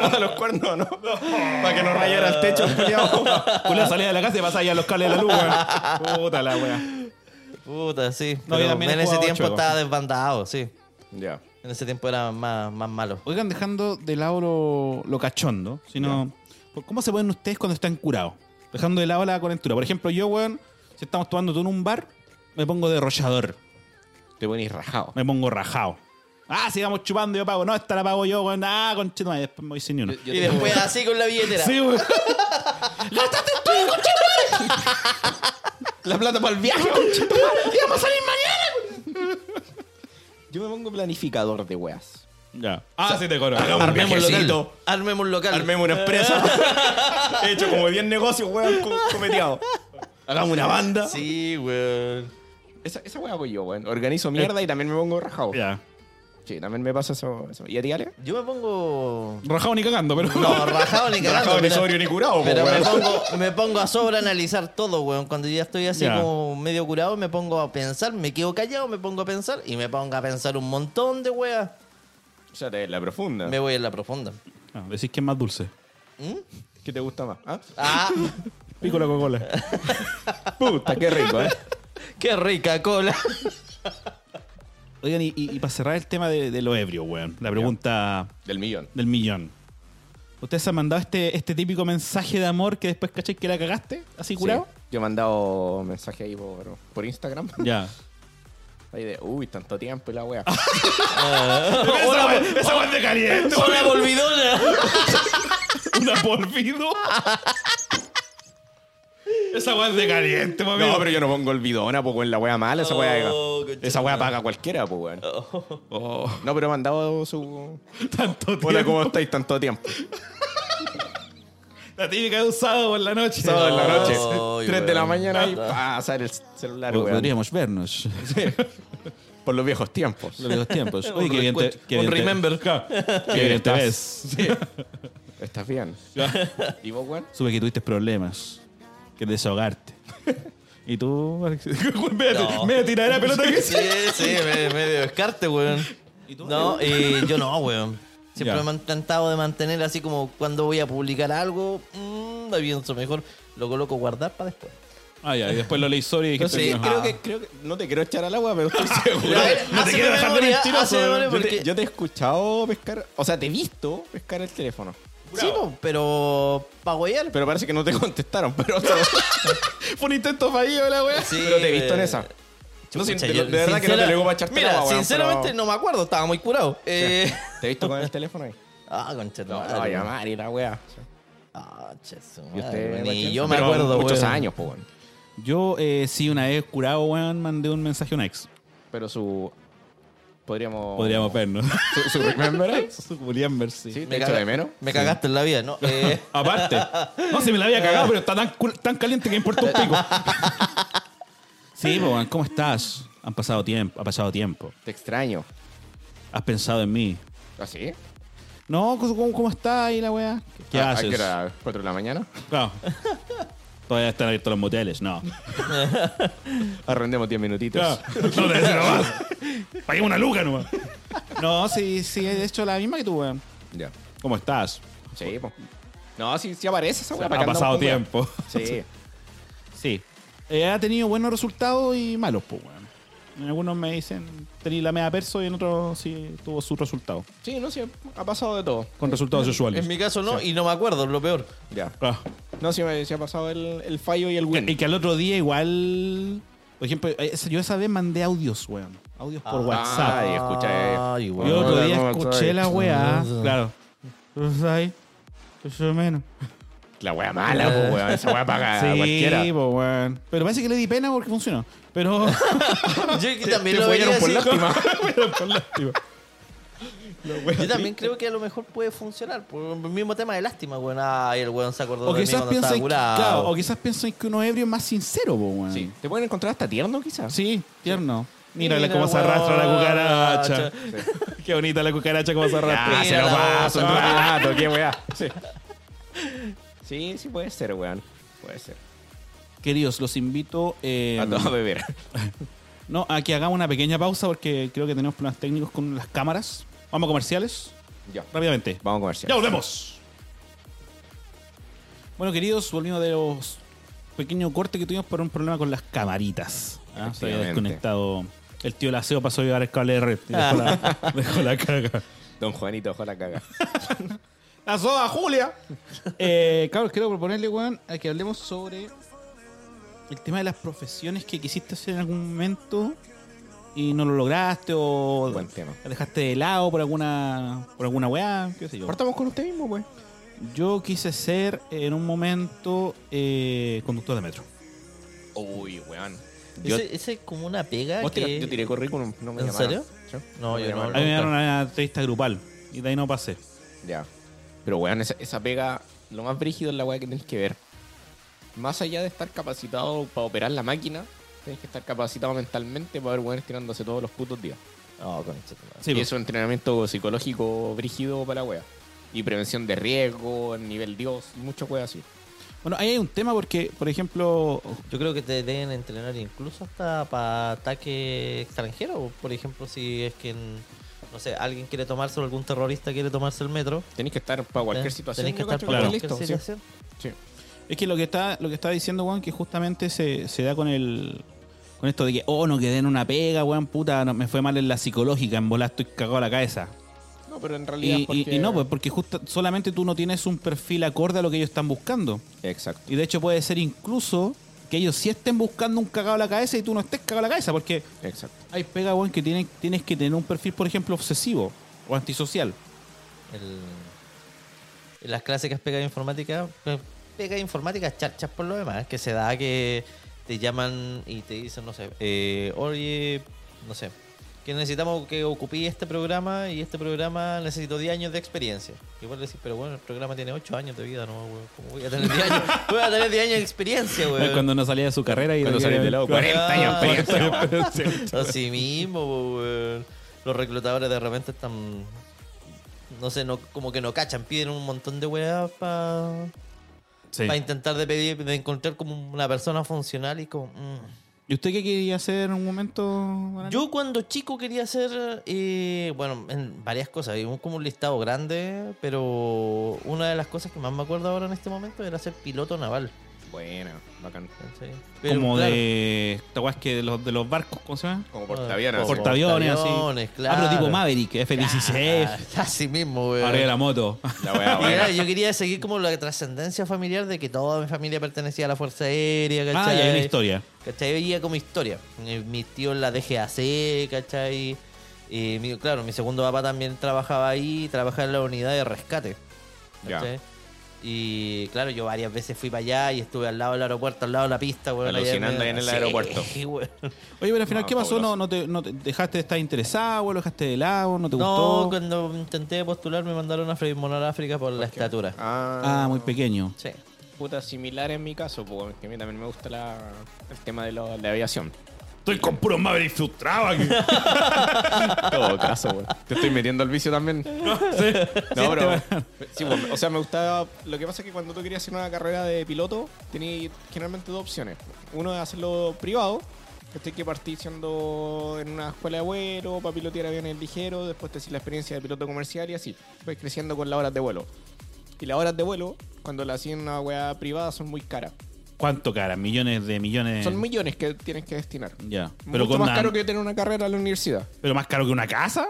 Speaker 1: weón.
Speaker 3: a <laughs> los cuernos, ¿no? Para que no rayara el techo,
Speaker 1: <laughs>
Speaker 3: culiao.
Speaker 1: Julián salía de la casa y pasaba ya los cables de la luz, weón. Puta la weón.
Speaker 2: Puta, sí.
Speaker 1: No, yo
Speaker 2: pero
Speaker 1: también he
Speaker 2: en ese
Speaker 1: jugado
Speaker 2: tiempo
Speaker 1: chueco.
Speaker 2: estaba desbandado, sí.
Speaker 3: Ya.
Speaker 2: En En ese tiempo era más, más malo.
Speaker 1: Oigan, dejando de lado lo, lo cachondo, sino. ¿Cómo se ponen ustedes cuando están curados? Dejando de lado la calentura. Por ejemplo, yo, weón, si estamos tomando tú en un bar, me pongo derrollador,
Speaker 3: Te pones rajado.
Speaker 1: me pongo rajado. Ah, sigamos chupando, yo pago. No, esta la pago yo, weón. Ah, conchetumare, después me voy sin ni uno.
Speaker 2: y después así con la billetera.
Speaker 1: Sí, weón.
Speaker 3: La plata para el <laughs> viaje, ¡Vamos a salir mañana! Yo me pongo planificador de weas.
Speaker 1: <laughs> Ya. Ah, sí te conozco.
Speaker 3: hagamos un
Speaker 1: Armemos el
Speaker 3: viajecito.
Speaker 1: local.
Speaker 2: Armemos un local.
Speaker 3: Armemos una empresa. He hecho como 10 negocios, weón, co- cometeado. Hagamos una banda.
Speaker 2: Sí, weón.
Speaker 3: Esa, esa wea hago yo, weón. Organizo mierda y también me pongo rajado.
Speaker 1: Ya.
Speaker 3: Sí, también me pasa eso. eso. ¿Y a ti, Ale?
Speaker 2: Yo me pongo.
Speaker 1: Rajado ni cagando, pero.
Speaker 2: No, rajado ni cagando.
Speaker 3: Rajado, ni
Speaker 2: pero-
Speaker 3: sobrio, ni curado, po,
Speaker 2: Pero me
Speaker 3: weón.
Speaker 2: pongo, me pongo a sobreanalizar todo, weón. Cuando ya estoy así
Speaker 1: Ya.
Speaker 2: como medio curado, me pongo a pensar, me quedo callado, me pongo a pensar y me pongo a pensar un montón de weas.
Speaker 3: O sea, te la profunda.
Speaker 2: Me voy en la profunda.
Speaker 1: <laughs> Ah, decís que es más dulce.
Speaker 3: ¿Qué te gusta más? ¿Ah?
Speaker 2: Ah,
Speaker 1: Pico la Coca-Cola.
Speaker 3: Puta, qué rico, ¿eh?
Speaker 2: qué rica cola.
Speaker 1: Oigan, y, para cerrar el tema de, de lo ebrio, weón. La pregunta
Speaker 3: Del millón.
Speaker 1: del millón. ¿Ustedes se han mandado este, este típico mensaje de amor que después caché que la cagaste? ¿Así curado?
Speaker 3: Sí. Yo he mandado mensaje ahí por, por Instagram.
Speaker 1: <laughs> Ya.
Speaker 3: Ahí de, uy, tanto tiempo y la wea.
Speaker 2: Hola,
Speaker 1: Ah, Esa weón- esa weón de caliente.
Speaker 2: hola, volvidona.
Speaker 1: Una <laughs> polvido. Esa weón de caliente, mami.
Speaker 3: No, pero yo no pongo el bidona, pues, weón, la wea mala, esa wea.
Speaker 2: Oh, concha
Speaker 3: esa
Speaker 2: madre.
Speaker 3: wea
Speaker 2: Oh.
Speaker 3: paga cualquiera, pues, weón. Oh. No, pero me han dado
Speaker 2: <laughs>
Speaker 3: su.
Speaker 1: Tanto tiempo.
Speaker 3: Hola, ¿cómo estáis tanto tiempo?
Speaker 1: La típica de un sábado por la noche.
Speaker 3: Sábado en la noche. <laughs>
Speaker 2: Ay,
Speaker 3: 3 de la
Speaker 2: weón.
Speaker 3: mañana y pasar el celular, weón.
Speaker 1: Podríamos vernos.
Speaker 3: Por los viejos tiempos.
Speaker 1: Los viejos <laughs> tiempos. Oye,
Speaker 2: Un
Speaker 1: qué bien te-
Speaker 2: recuento,
Speaker 1: qué
Speaker 2: un
Speaker 1: bien te-
Speaker 2: remember.
Speaker 1: Claro. Qué
Speaker 3: bien
Speaker 1: bien te
Speaker 3: estás.
Speaker 1: ves.
Speaker 3: ¿Estás bien? <laughs> ¿Y vos, weón?
Speaker 1: Supe que tuviste problemas. Que <laughs> desahogarte. y tú, Alex. <laughs> me,
Speaker 2: No.
Speaker 1: me tiraré la pelota que
Speaker 2: Sí, sí, me- medio descarte, weón. No, eh, yo no, weón. Siempre
Speaker 1: Ya.
Speaker 2: me he intentado de mantener así como cuando voy a publicar algo, mmm, la pienso mejor, lo coloco guardar para después.
Speaker 1: Ah, ya. Y después lo leí sorry y dijiste.
Speaker 2: Sí,
Speaker 1: no.
Speaker 3: creo, que, creo que. No te quiero echar al agua,
Speaker 2: <laughs>
Speaker 3: pero estoy seguro.
Speaker 2: A ver,
Speaker 1: no te
Speaker 2: hazme
Speaker 1: quiero dejar de
Speaker 2: memoria,
Speaker 1: mentiroso,
Speaker 2: hazme memoria,
Speaker 3: Yo te,
Speaker 2: porque-
Speaker 3: yo te he escuchado pescar. O sea, te he visto pescar el teléfono.
Speaker 2: Sí, po, pero para guayar.
Speaker 3: Pero parece que no te <laughs> contestaron, pero.
Speaker 1: <laughs>
Speaker 3: Fue un intento fallido de la wea.
Speaker 2: Sí,
Speaker 3: pero te he visto en
Speaker 2: eh,
Speaker 3: esa. No, sin-
Speaker 2: Pucha,
Speaker 3: de,
Speaker 2: yo-
Speaker 3: de verdad que no te
Speaker 2: sincera-
Speaker 3: llegó para echarte
Speaker 2: Mira,
Speaker 3: la agua, weón,
Speaker 2: sinceramente
Speaker 3: pero-
Speaker 2: no me acuerdo, estaba muy curado. Eh, <laughs>
Speaker 3: ¿Te he visto con el teléfono ahí?
Speaker 2: Ah, concha tu madre,
Speaker 3: Ay,
Speaker 2: weón.
Speaker 3: Mari, la wea.
Speaker 2: Ah, che, su
Speaker 3: Y
Speaker 2: madre,
Speaker 3: usted,
Speaker 2: weón,
Speaker 3: Pacheco.
Speaker 2: Y yo me
Speaker 3: Pero
Speaker 2: acuerdo,
Speaker 3: Muchos
Speaker 2: weón.
Speaker 3: años, pues, weón.
Speaker 1: Yo, eh, sí, una vez curado, weón, mandé un mensaje a un ex.
Speaker 3: Pero su. Podríamos.
Speaker 1: Podríamos <laughs> vernos.
Speaker 3: Su, su remember Us.
Speaker 1: <laughs> Su Julián Versi.
Speaker 3: Sí, te
Speaker 2: Me,
Speaker 3: echo
Speaker 2: caga-
Speaker 3: de menos.
Speaker 2: me cagaste en la vida,
Speaker 3: <laughs>
Speaker 2: ¿no? Eh,
Speaker 1: Aparte. No, si me la había cagado, pero está tan, cul- tan caliente que me importa un <laughs> pico. sí, po, weón, ¿cómo estás? Han pasado tiempo, ha pasado tiempo.
Speaker 3: Te extraño. ¿Ah,
Speaker 1: Has pensado en mí.
Speaker 3: ¿Así?
Speaker 1: No, ¿cómo, cómo estás ahí la weá? ¿Qué
Speaker 3: Ah,
Speaker 1: haces?
Speaker 3: ¿A qué hora? ¿Cuatro de la mañana? <laughs>
Speaker 1: Claro. <laughs> Todavía están abiertos los moteles, no.
Speaker 3: Arrendemos 10 minutitos.
Speaker 1: Claro. No te decía nomás. Pagué una luca nomás. No, sí, sí, de hecho la misma que tú, weón.
Speaker 3: Ya.
Speaker 1: ¿Cómo estás?
Speaker 3: Sí, po. No, sí, sí aparece esa weá.
Speaker 1: Ha
Speaker 3: ¿para qué andamos
Speaker 1: pasado
Speaker 3: con weá?
Speaker 1: tiempo.
Speaker 3: Sí.
Speaker 1: Sí. Eh, ha tenido buenos resultados y malos, pues, weón. En algunos me dicen tení la media perso y en otros sí tuvo sus resultados.
Speaker 3: Sí, no sé. ha pasado de todo.
Speaker 1: Con resultados
Speaker 2: en
Speaker 1: usuales.
Speaker 2: mi caso no, y no me acuerdo, lo
Speaker 3: <laughs>
Speaker 2: peor.
Speaker 3: Ya.
Speaker 1: Claro.
Speaker 3: No, sí, me- sí ha pasado el, el fallo y el win.
Speaker 1: Y que al otro día igual. Por ejemplo, esa- yo esa vez mandé audios, weón. Audios por WhatsApp.
Speaker 3: Ay, escucha.
Speaker 2: Ay,
Speaker 1: Yo el
Speaker 2: weón.
Speaker 1: otro
Speaker 3: Hola,
Speaker 1: día
Speaker 3: ¿cómo
Speaker 1: escuché
Speaker 3: estáis?
Speaker 1: la weá.
Speaker 2: Ah.
Speaker 1: Claro. ¿Tú sabes? Tú sabes menos.
Speaker 3: La weá mala, po, weón. Esa weá paga a Ah, cualquiera.
Speaker 1: Sí, po, weón. Pero parece que le di pena porque funcionó. <laughs> Pero.
Speaker 2: Yo que también
Speaker 3: te
Speaker 2: lo vería
Speaker 3: follaron Este por
Speaker 2: así.
Speaker 3: <laughs> lástima.
Speaker 1: por lástima.
Speaker 2: Yo también creo que a lo mejor puede funcionar. Por el mismo tema de lástima, weón. Ay, el weón se acordó
Speaker 1: o
Speaker 2: de mí
Speaker 1: quizás
Speaker 2: cuando
Speaker 1: piensen
Speaker 2: estaba
Speaker 1: que,
Speaker 2: curado.
Speaker 1: claro, o quizás piensen que uno ebrio es más sincero, po, weón.
Speaker 3: Sí. ¿Te pueden encontrar hasta tierno, quizás?
Speaker 1: Sí, tierno. Mírale
Speaker 2: Mira,
Speaker 1: cómo se
Speaker 2: weón,
Speaker 1: arrastra la cucaracha. <laughs> Qué bonita la cucaracha, cómo se arrastra.
Speaker 3: Ah, se
Speaker 2: Mira
Speaker 3: lo
Speaker 2: la
Speaker 3: paso un
Speaker 2: otra.
Speaker 3: rato, qué weá. Sí. sí, sí puede ser, weón. Puede ser.
Speaker 1: Queridos, los invito eh,
Speaker 3: A todo beber.
Speaker 1: no, a que hagamos una pequeña pausa porque creo que tenemos problemas técnicos con las cámaras. Vamos a comerciales.
Speaker 3: Ya.
Speaker 1: Rápidamente.
Speaker 3: Vamos a comercial.
Speaker 1: Ya volvemos. Bueno, queridos, volviendo de los pequeños cortes que tuvimos por un problema con las camaritas. Ah, Se había
Speaker 3: Efectivamente.
Speaker 1: desconectado
Speaker 5: El tío Laceo pasó a llevar el cable de red. y Dejó,
Speaker 3: <laughs>
Speaker 5: la, dejó la caga.
Speaker 3: Don Juanito, ojo la caga.
Speaker 5: ¡La soda, Julia!
Speaker 1: Eh, Carlos, quiero proponerle, weón, a que hablemos sobre el tema de las profesiones que quisiste hacer en algún momento y no lo lograste o
Speaker 3: Buen tema.
Speaker 1: la dejaste de lado por alguna por alguna weá, qué sé yo.
Speaker 3: Partamos con usted mismo, pues.
Speaker 1: Yo quise ser en un momento eh, conductor de metro.
Speaker 3: Uy, weón. Yo,
Speaker 2: Ese, ese es como una pega
Speaker 3: vos tira-
Speaker 2: que...
Speaker 3: yo tiré currículum, no me
Speaker 2: ¿En
Speaker 3: llamaron.
Speaker 2: serio?
Speaker 3: ¿Sí?
Speaker 2: No,
Speaker 3: me
Speaker 2: yo no,
Speaker 3: llamaron.
Speaker 1: A mí me dieron una entrevista grupal y de ahí no pasé.
Speaker 3: Ya. Pero, weón, esa, esa pega, lo más brígido es la weá que tenés que ver. Más allá de estar capacitado para operar la máquina, tenés que estar capacitado mentalmente para ver weones tirándose todos los putos días.
Speaker 2: No, con esta madre.
Speaker 1: Sí,
Speaker 3: y
Speaker 1: po.
Speaker 3: eso es entrenamiento psicológico brígido para la weá. Y prevención de riesgo, nivel Dios, y muchas weas así.
Speaker 1: Bueno, ahí hay un tema porque, por ejemplo,
Speaker 2: Yo creo que te deben entrenar incluso hasta para ataque extranjero. Por ejemplo, si es que, en- no sé, alguien quiere tomarse o algún terrorista quiere tomarse el metro.
Speaker 3: Tenés que estar para cualquier
Speaker 2: ten-
Speaker 3: situación.
Speaker 2: tenés que
Speaker 3: yo
Speaker 2: estar
Speaker 3: cacho
Speaker 2: para
Speaker 3: que
Speaker 1: claro.
Speaker 3: estás
Speaker 2: cualquier
Speaker 3: listo, sí.
Speaker 2: situación.
Speaker 3: Sí.
Speaker 1: Es que lo que está, lo que está diciendo, Juan, que justamente se, se da con el. Con esto de que, oh, no quedé en una pega, weón, puta, no, me fue mal en la psicológica, en volar estoy cagado a la cabeza.
Speaker 3: No, pero en
Speaker 1: Y,
Speaker 3: realidad.
Speaker 1: y-
Speaker 3: porque-
Speaker 1: y no, pues porque justa- solamente tú no tienes un perfil acorde a lo que ellos están buscando.
Speaker 3: Exacto.
Speaker 1: Y de hecho puede ser incluso que ellos sí estén buscando un cagado a la cabeza y tú no estés cagado a la cabeza, porque
Speaker 3: Exacto.
Speaker 1: hay pega, weón, que tienen, tienes que tener un perfil, por ejemplo, obsesivo o antisocial.
Speaker 2: El- en las clásicas pegas informáticas, pe- pegas informáticas charchas por lo demás, que se da que te llaman y te dicen, no sé, eh, oye, no sé, que necesitamos que ocupí este programa y este programa necesito 10 años de experiencia. Igual decís, pero bueno, el programa tiene 8 años de vida, ¿no? weón? ¿Cómo voy a tener 10 años? Voy a tener 10 años de experiencia, weón.
Speaker 1: Cuando no Pues, salía de su carrera y
Speaker 3: Cuando salís de lado, 40 años de experiencia.
Speaker 2: <laughs>
Speaker 3: weón.
Speaker 2: Así mismo, po, weón. Los reclutadores de repente están. No sé, no, como que no cachan, piden un montón de weas para
Speaker 5: Sí.
Speaker 2: intentar de pedir, de encontrar como una persona funcional y como. mm.
Speaker 1: ¿Y usted qué quería hacer en un momento? Banana?
Speaker 2: Yo cuando chico quería hacer, eh, bueno, en varias cosas, hay un- como un listado grande, pero una de las cosas que más me acuerdo ahora en este momento era ser piloto naval.
Speaker 3: Bueno, bacán.
Speaker 2: ¿cachai? Pero,
Speaker 1: Como
Speaker 2: claro, <laughs>
Speaker 1: de. ¿Te acuerdas que de los, de los barcos, ¿cómo se llama?
Speaker 3: Como
Speaker 2: bueno,
Speaker 3: portaaviones.
Speaker 2: como
Speaker 3: así.
Speaker 1: Porta- Portaaviones, así.
Speaker 2: portaaviones,
Speaker 1: Ah, pero tipo
Speaker 2: claro.
Speaker 1: Maverick, F-16,
Speaker 2: Así mismo, weón.
Speaker 5: Arriba de la
Speaker 1: <laughs>
Speaker 5: moto.
Speaker 1: Ah,
Speaker 3: La wea,
Speaker 2: Y
Speaker 3: buena.
Speaker 2: era- yo quería seguir como la trascendencia familiar de que toda mi familia pertenecía a la Fuerza Aérea,
Speaker 1: Ah,
Speaker 2: ¿cachai?
Speaker 1: y hay una historia.
Speaker 2: ¿Cachai? Veía como historia. Eh, Mis tíos en la DGAC, ¿cachai? Eh, mi- claro, mi segundo papá también trabajaba ahí, trabajaba en la unidad de rescate.
Speaker 3: Ya.
Speaker 2: ¿cachai? Y claro, yo varias veces fui para allá y estuve al lado del aeropuerto, al lado de la pista, weón. allá
Speaker 3: Alucinando ahí en el
Speaker 2: Sí,
Speaker 3: aeropuerto.
Speaker 2: <laughs> weón.
Speaker 1: Oye, pero al final,
Speaker 3: No,
Speaker 1: ¿qué pasó?
Speaker 3: fabuloso.
Speaker 1: ¿No, no, te, no te- dejaste de estar interesado, güey? ¿Lo dejaste de lado? ¿No te
Speaker 2: No,
Speaker 1: gustó?
Speaker 2: cuando intenté postular me mandaron a Freddy Monar África por la estatura.
Speaker 3: Ah,
Speaker 1: Ah, muy pequeño.
Speaker 2: Sí.
Speaker 3: puta similar en mi caso, porque a mí también me gusta la- el tema de lo- la aviación.
Speaker 5: Estoy con puro Maverick frustrado aquí.
Speaker 3: En todo caso, güey. Te estoy metiendo al vicio también. No, pero. Sí, pues, o sea, me gustaba. Lo que pasa es que cuando tú querías hacer una carrera de piloto, tenías generalmente dos opciones. Uno es hacerlo privado. que tenés que partir siendo en una escuela de vuelo, para pilotear aviones ligeros, después te haces la experiencia de piloto comercial y así. Vas creciendo con las horas de vuelo. Y las horas de vuelo, cuando las hacían en una weá privada, son muy caras.
Speaker 5: ¿Cuánto cara? Millones de millones.
Speaker 1: Eh.
Speaker 3: Son millones que tienes que destinar.
Speaker 5: Ya.
Speaker 3: Pero
Speaker 5: Pero,
Speaker 3: Mucho
Speaker 5: con
Speaker 3: más
Speaker 5: una-
Speaker 3: caro que tener una carrera en la universidad.
Speaker 5: pero más caro que una casa.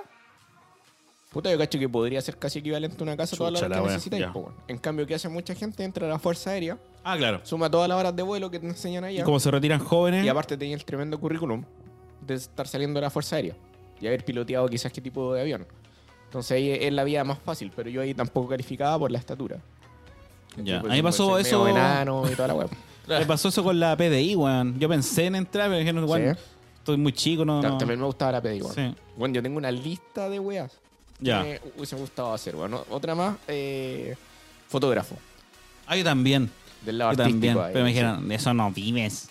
Speaker 3: Puta, yo cacho que podría ser casi equivalente a una casa todas las
Speaker 5: Chucha
Speaker 3: horas
Speaker 5: la
Speaker 3: que
Speaker 5: wea,
Speaker 3: necesitáis.
Speaker 5: ya.
Speaker 3: po, weón. En cambio, que hace mucha gente? Entra a la Fuerza Aérea,
Speaker 5: Ah, claro.
Speaker 3: suma todas las horas de vuelo que te enseñan
Speaker 5: Y
Speaker 3: allá.
Speaker 5: como se retiran jóvenes.
Speaker 3: Y aparte tenía el tremendo currículum de estar saliendo de la Fuerza Aérea y haber piloteado quizás qué tipo de avión. Entonces ahí es la vía más fácil, pero yo ahí tampoco calificaba por la estatura.
Speaker 5: Ya.
Speaker 3: Entonces, pues,
Speaker 1: A mí pasó
Speaker 3: soy
Speaker 1: eso-
Speaker 3: medio enano y toda la wea.
Speaker 1: Me pasó eso con la PDI, weón. Yo pensé en entrar, pero dijeron, weón,
Speaker 3: Sí.
Speaker 1: estoy muy chico, no.
Speaker 3: Ta-
Speaker 1: no.
Speaker 3: También me gustaba la pedi, weón.
Speaker 1: Sí.
Speaker 3: Bueno, yo tengo una lista de weas
Speaker 5: Ya.
Speaker 3: que me hubiese gustado hacer, weón. Otra más, eh, fotógrafo.
Speaker 1: Ah, yo también.
Speaker 3: Del lado
Speaker 1: Yo
Speaker 3: artístico
Speaker 1: también.
Speaker 3: ahí,
Speaker 1: Pero me
Speaker 3: sí.
Speaker 1: dijeron, de eso no vives.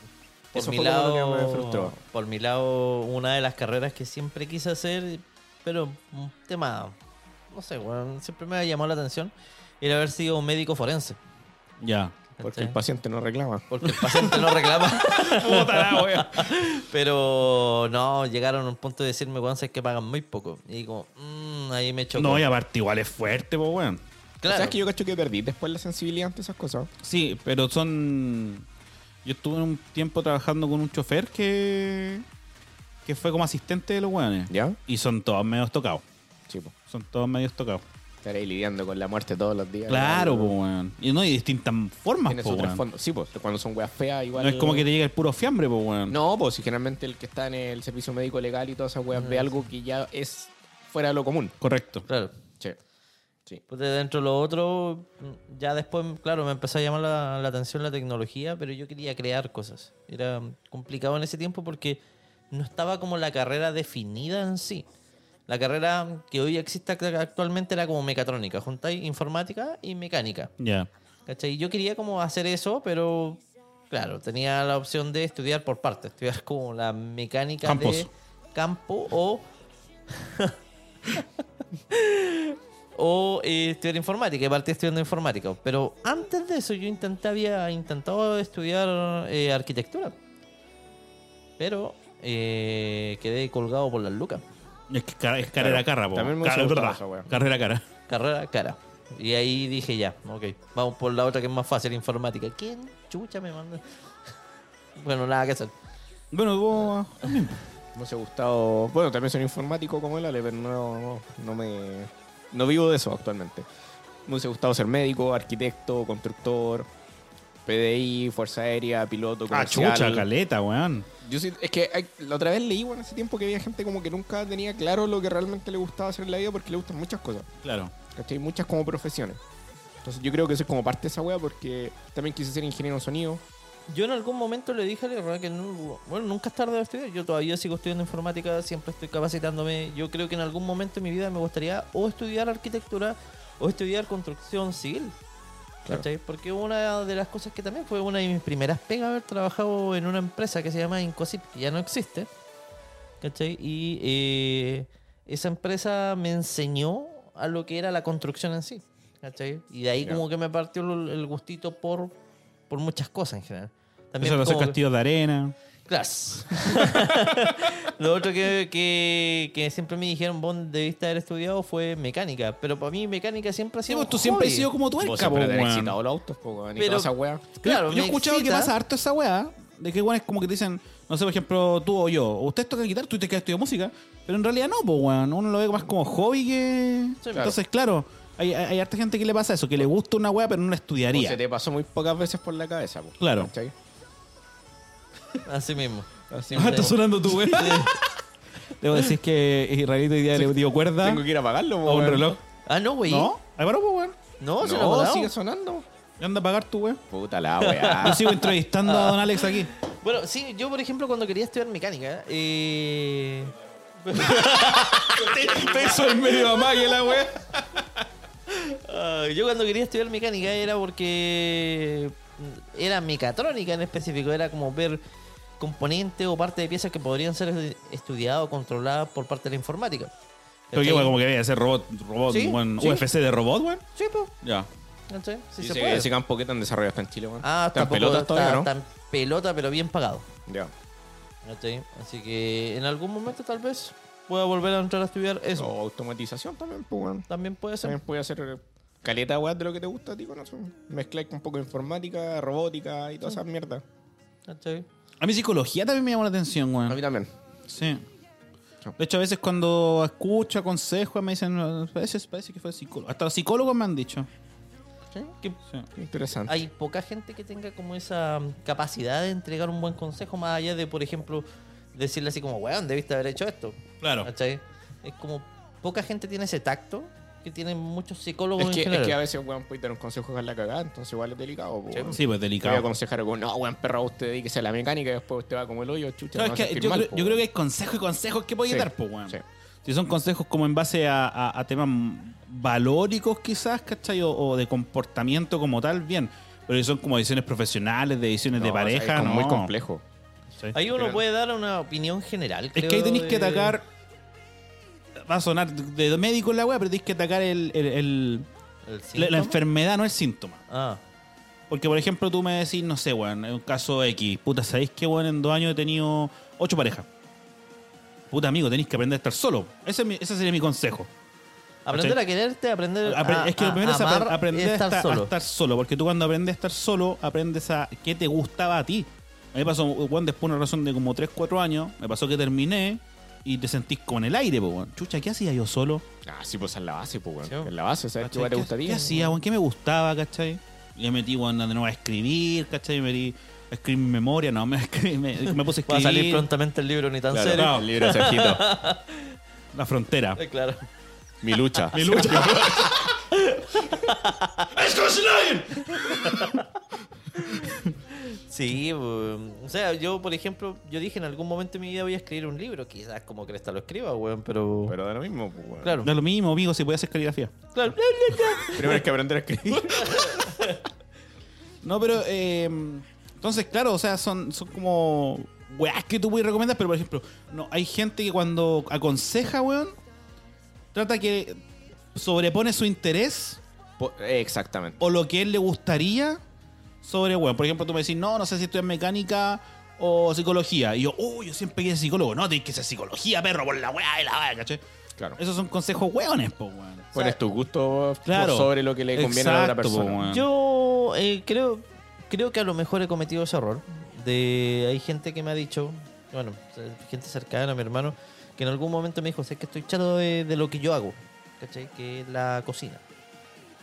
Speaker 2: Por
Speaker 3: Eso
Speaker 2: mi
Speaker 3: fue como lo que
Speaker 2: lado,
Speaker 3: me frustró.
Speaker 2: Por mi lado, una de las carreras que siempre quise hacer, pero un tema, no sé, weón, siempre me llamó la atención, era haber sido un médico forense.
Speaker 3: <laughs>
Speaker 5: Ya.
Speaker 3: Porque
Speaker 2: ¿cachai?
Speaker 3: el paciente no reclama.
Speaker 2: Porque el paciente no reclama. <laughs>
Speaker 1: <laughs>
Speaker 2: pero no, llegaron a un punto de decirme, weón, es que pagan muy poco. Y como, mm, ahí me chocó.
Speaker 5: No, y aparte igual es fuerte, pues, weón.
Speaker 2: claro.
Speaker 3: ¿Sabes que yo cacho que perdí después la sensibilidad ante esas cosas?
Speaker 1: Sí, pero son. Yo estuve un tiempo trabajando con un chofer que. que fue como asistente de los weones.
Speaker 3: ¿Ya?
Speaker 1: Y son todos medios tocados.
Speaker 3: Sí, po.
Speaker 1: Son todos medios tocados.
Speaker 3: Estaré lidiando con la muerte todos los días.
Speaker 1: Claro, pues, weón. Y no, y distintas formas,
Speaker 3: Tiene
Speaker 1: po,
Speaker 3: su
Speaker 1: weón.
Speaker 3: trasfondo. Sí, pues, cuando son weas feas, igual.
Speaker 1: No es como que te llega el puro fiambre, pues, weón.
Speaker 3: No, pues, si generalmente el que está en el servicio médico legal y todas esas weas ve algo que ya es fuera de lo común.
Speaker 1: Correcto.
Speaker 2: Claro.
Speaker 3: Sí.
Speaker 2: Pues de dentro de lo otro, mm, ya después, claro, me empezó a llamar la, la atención la tecnología, pero yo quería crear cosas. Era complicado en ese tiempo porque no estaba como la carrera definida en sí. La carrera que hoy existe act- actualmente era como mecatrónica, juntáis informática y mecánica.
Speaker 1: Ya.
Speaker 2: ¿Cachai? Y Yo quería como hacer eso, pero claro, tenía la opción de estudiar por parte, estudiar como la mecánica
Speaker 1: Campos.
Speaker 2: de campo o <laughs> o eh, estudiar informática, y partí estudiando informática, pero antes de eso yo intenté había intentado estudiar eh, arquitectura. Pero eh, quedé colgado por las lucas.
Speaker 1: Es, que cara- es carrera
Speaker 3: Claro.
Speaker 1: carra, po.
Speaker 3: También me hubiese
Speaker 1: Cara-
Speaker 3: gustado
Speaker 1: verdad.
Speaker 3: esa wea.
Speaker 1: Carrera cara.
Speaker 2: Carrera cara. Y ahí dije ya, ok, vamos por la otra que es más fácil, informática. ¿Quién chucha me manda? <laughs> bueno, nada que hacer.
Speaker 1: Bueno, vos.
Speaker 3: Me ha gustado. Bueno, también soy informático como él, Ale, pero no, no, no me. No vivo de eso actualmente. Me hubiese gustado ser médico, arquitecto, constructor, PDI, Fuerza Aérea, piloto,
Speaker 1: Ah,
Speaker 3: comercial.
Speaker 1: chucha, caleta, weón.
Speaker 3: Yo sí- es que hay- la otra vez leí, bueno, hace tiempo que había gente como que nunca tenía claro lo que realmente le gustaba hacer en la vida porque le gustan muchas cosas.
Speaker 1: Claro.
Speaker 3: ¿Cachai? Muchas como profesiones. Entonces yo creo que eso es como parte de esa wea porque también quise ser ingeniero en sonido.
Speaker 2: Yo en algún momento le dije a Leroy que no- bueno, nunca es tarde para estudiar. Yo todavía sigo estudiando informática, siempre estoy capacitándome. Yo creo que en algún momento en mi vida me gustaría o estudiar arquitectura o estudiar construcción civil.
Speaker 3: Claro.
Speaker 2: ¿Cachai? Porque una de las cosas que también fue una de mis primeras pegas haber trabajado en una empresa que se llama Incosip, que ya no existe. ¿Cachai? Y eh, esa empresa me enseñó a lo que era la construcción en sí. ¿Cachai? Y de ahí
Speaker 3: Ya.
Speaker 2: como que me partió el el gustito por, por muchas cosas en general. También
Speaker 1: Eso no hacer
Speaker 2: como que-
Speaker 1: castillos de arena.
Speaker 2: Clas. <laughs> lo otro que, que, que siempre me dijeron vos debiste haber estudiado fue mecánica. Pero para mí mecánica siempre ha
Speaker 1: Sí,
Speaker 2: sido
Speaker 1: pues tú
Speaker 2: un
Speaker 1: siempre has
Speaker 2: hobby.
Speaker 1: sido como
Speaker 3: Vos
Speaker 1: tuerca, po,
Speaker 3: siempre te
Speaker 1: weón.
Speaker 3: has excitado los autos, po, weón, y
Speaker 2: Pero-
Speaker 3: toda esa wea.
Speaker 2: Claro,
Speaker 1: yo he
Speaker 2: me
Speaker 1: escuchado que
Speaker 2: excita.
Speaker 1: pasa harto esa weá. De que weón es como que te dicen, no sé, por ejemplo, tú o yo, ustedes tocan guitarra, tú te quedas estudiando música, pero en realidad no, pues weón. Uno lo ve más como hobby que.
Speaker 2: claro.
Speaker 1: Entonces, claro, hay, hay, hay harta gente que le pasa eso, que le gusta una weá, pero no
Speaker 3: O
Speaker 1: la estudiaría.
Speaker 3: Pues se te pasó muy pocas veces por la cabeza, po,
Speaker 1: Claro.
Speaker 3: ¿cachai?
Speaker 2: Así mismo. Así
Speaker 1: Ah,
Speaker 2: mismo.
Speaker 1: está sonando tu weá. Debo decir que Israelito hoy día le dio cuerda
Speaker 3: Tengo que ir a pagarlo, po,
Speaker 1: a un
Speaker 3: weón.
Speaker 1: reloj.
Speaker 2: Ah, no, güey.
Speaker 1: ¿No? Ahí paró, pues weón.
Speaker 2: No, se lo
Speaker 3: No,
Speaker 2: acordaba.
Speaker 3: sigue sonando.
Speaker 1: Anda a pagar tu weón.
Speaker 3: Puta la <laughs>
Speaker 1: Yo
Speaker 3: weá.
Speaker 1: sigo entrevistando a Don Alex aquí.
Speaker 2: Bueno, sí, yo por ejemplo cuando quería estudiar mecánica, eh,
Speaker 1: Te soy medio mamá que la weá.
Speaker 2: ah, yo cuando quería estudiar mecánica era porque era mecatrónica en específico, era como ver componentes o parte de piezas que podrían ser estudiadas o controladas por parte de la informática.
Speaker 1: Pero que
Speaker 2: ¿Cachai?
Speaker 1: weón, como que veía ese robot, robot,
Speaker 2: Sí,
Speaker 1: weón,
Speaker 2: sí.
Speaker 1: UFC de robot, weón.
Speaker 2: Sí, pues.
Speaker 1: Ya.
Speaker 2: ¿Cachai? Sí
Speaker 3: Y
Speaker 2: se
Speaker 3: ese,
Speaker 2: puede.
Speaker 3: ese campo que tan desarrollado está en Chile, weón.
Speaker 2: Ah,
Speaker 3: Está en
Speaker 2: tampoco
Speaker 3: pelotas
Speaker 2: está
Speaker 3: todavía, ¿no?
Speaker 2: tan pelota, pero bien pagado.
Speaker 3: Ya.
Speaker 2: ¿cachai? Así que en algún momento tal vez pueda volver a entrar a estudiar eso.
Speaker 3: O automatización también, pues, weón.
Speaker 2: También puede ser.
Speaker 3: También puede hacer caleta weá de lo que te gusta a ti con eso. Mezclar con un poco de informática, robótica y todas esas mierdas.
Speaker 2: ¿cachai?
Speaker 1: A mí psicología también me llamó la atención,
Speaker 3: A
Speaker 1: weón.
Speaker 3: mí también.
Speaker 1: Sí. De hecho, a veces cuando escucho consejos me dicen, "No, a veces parece que fue psicólogo. Hasta los psicólogos me han dicho.
Speaker 2: Que
Speaker 1: Sí.
Speaker 3: Interesante.
Speaker 2: hay poca gente que tenga como esa mm, capacidad de entregar un buen consejo más allá de, por ejemplo, decirle así como, weón, debiste haber hecho esto.
Speaker 1: Claro.
Speaker 2: ¿cachai? Es como poca gente tiene ese tacto que tienen muchos psicólogos
Speaker 3: Es que,
Speaker 2: en general.
Speaker 3: es que a veces, weón, puedes dar un consejo a la cagada, entonces igual es delicado, pues, weón. Te
Speaker 1: Sí, pues
Speaker 3: voy a
Speaker 1: delicado.
Speaker 3: aconsejar como, no, weón, perro, usted dedíquese a la mecánica y después usted va como el hoyo, chucha. te
Speaker 1: No,
Speaker 3: vas
Speaker 1: es
Speaker 3: a
Speaker 1: que
Speaker 3: sentir
Speaker 1: yo,
Speaker 3: mal,
Speaker 1: creo,
Speaker 3: po,
Speaker 1: yo creo que
Speaker 3: weón.
Speaker 1: hay consejos y consejos que podéis
Speaker 3: Sí,
Speaker 1: dar, pues, weón.
Speaker 3: sí.
Speaker 1: Si son consejos como en base a, a- a temas valóricos, quizás, ¿cachai? O, o de comportamiento como tal, bien. Pero si son como decisiones profesionales, de decisiones de
Speaker 3: No, o sea, es
Speaker 1: pareja,
Speaker 3: como
Speaker 1: no.
Speaker 3: muy complejo.
Speaker 1: Sí.
Speaker 2: Ahí uno
Speaker 3: Pero-
Speaker 2: puede dar una opinión general.
Speaker 1: Es
Speaker 2: creo,
Speaker 1: que ahí tenéis que
Speaker 2: de-
Speaker 1: atacar. Va a sonar de de médico en la weá, pero tenéis que atacar el- el- el,
Speaker 2: el
Speaker 1: La, la
Speaker 2: síntoma.
Speaker 1: enfermedad no es síntoma.
Speaker 2: Ah,
Speaker 1: Porque, por ejemplo, tú me decís, no sé, weón, en un caso X, puta, ¿sabéis que, weón, en dos años he tenido ocho parejas? Puta, amigo, tenéis que aprender a estar solo. Ese, es mi- ese sería mi consejo.
Speaker 2: aprender
Speaker 1: ¿Cachai?
Speaker 2: a quererte, aprender a,
Speaker 1: Apre- es que lo
Speaker 2: a-
Speaker 1: primero es
Speaker 2: Ah, amar
Speaker 1: apre- aprender
Speaker 2: y
Speaker 1: a
Speaker 2: estar
Speaker 1: estar, a
Speaker 2: solo.
Speaker 1: estar solo. Porque tú cuando aprendes a estar solo, aprendes a qué te gustaba a ti. A mí me pasó, weón, después de una razón de como 3, 4 años, me pasó que terminé y te sentís con el aire, po, weón. Chucha, ¿qué hacía yo solo?
Speaker 3: Ah, sí, pues es la base, pues, weón.
Speaker 2: Sí,
Speaker 3: Es la base, ¿sabes qué
Speaker 1: ¿Cachai?
Speaker 3: weón te gustaría?
Speaker 1: ¿Qué hacía, weón? ¿Qué me gustaba, cachai? Y me metí, weón, de nuevo a escribir, cachai? Me metí a escribir mi memoria, no, me, escri- me- me <laughs> puse a
Speaker 2: Va a
Speaker 1: escribir.
Speaker 2: salir prontamente el libro, ni tan
Speaker 3: Claro,
Speaker 2: serio.
Speaker 3: el libro de Sergito.
Speaker 1: <laughs> La frontera.
Speaker 2: Eh, Claro.
Speaker 3: Mi lucha.
Speaker 1: Mi
Speaker 3: <laughs>
Speaker 1: lucha.
Speaker 2: Sí, bu- o sea, yo, por ejemplo, yo dije en algún momento de mi vida voy a escribir un libro. Quizás como Cresta lo escriba, weón, pero...
Speaker 3: Pero da lo mismo, pues, weón.
Speaker 2: Claro,
Speaker 1: <laughs> Da lo mismo, amigo, si podías hacer caligrafía.
Speaker 2: claro. bla, bla, bla.
Speaker 3: Primero hay que aprender a
Speaker 1: <laughs>
Speaker 3: escribir.
Speaker 1: No, pero eh, entonces, claro, o sea, son, son como weas que tú puedes recomendar, pero por ejemplo, no, hay gente que cuando aconseja, weón, trata que sobrepone su interés
Speaker 3: Po- eh, Exactamente.
Speaker 1: o lo que él le gustaría sobre, weón. Por ejemplo, tú me decís, no, no sé si estoy en mecánica o psicología. Y yo, uy, yo siempre quise psicólogo. No, tienes que ser psicología, perro, por la wea de la wea, ¿cachai?
Speaker 3: Claro.
Speaker 1: Esos son consejos weones, po, weón.
Speaker 3: Pones tu gusto
Speaker 1: Claro.
Speaker 3: sobre lo que le conviene a la otra
Speaker 1: Exacto, po,
Speaker 3: persona.
Speaker 1: weón.
Speaker 2: Yo eh, creo, creo que a lo mejor he cometido ese error. De, hay gente que me ha dicho, bueno, eh, gente cercana, mi hermano, que en algún momento me dijo, sé que estoy chato de, de lo que yo hago, ¿cachai? Que es la cocina.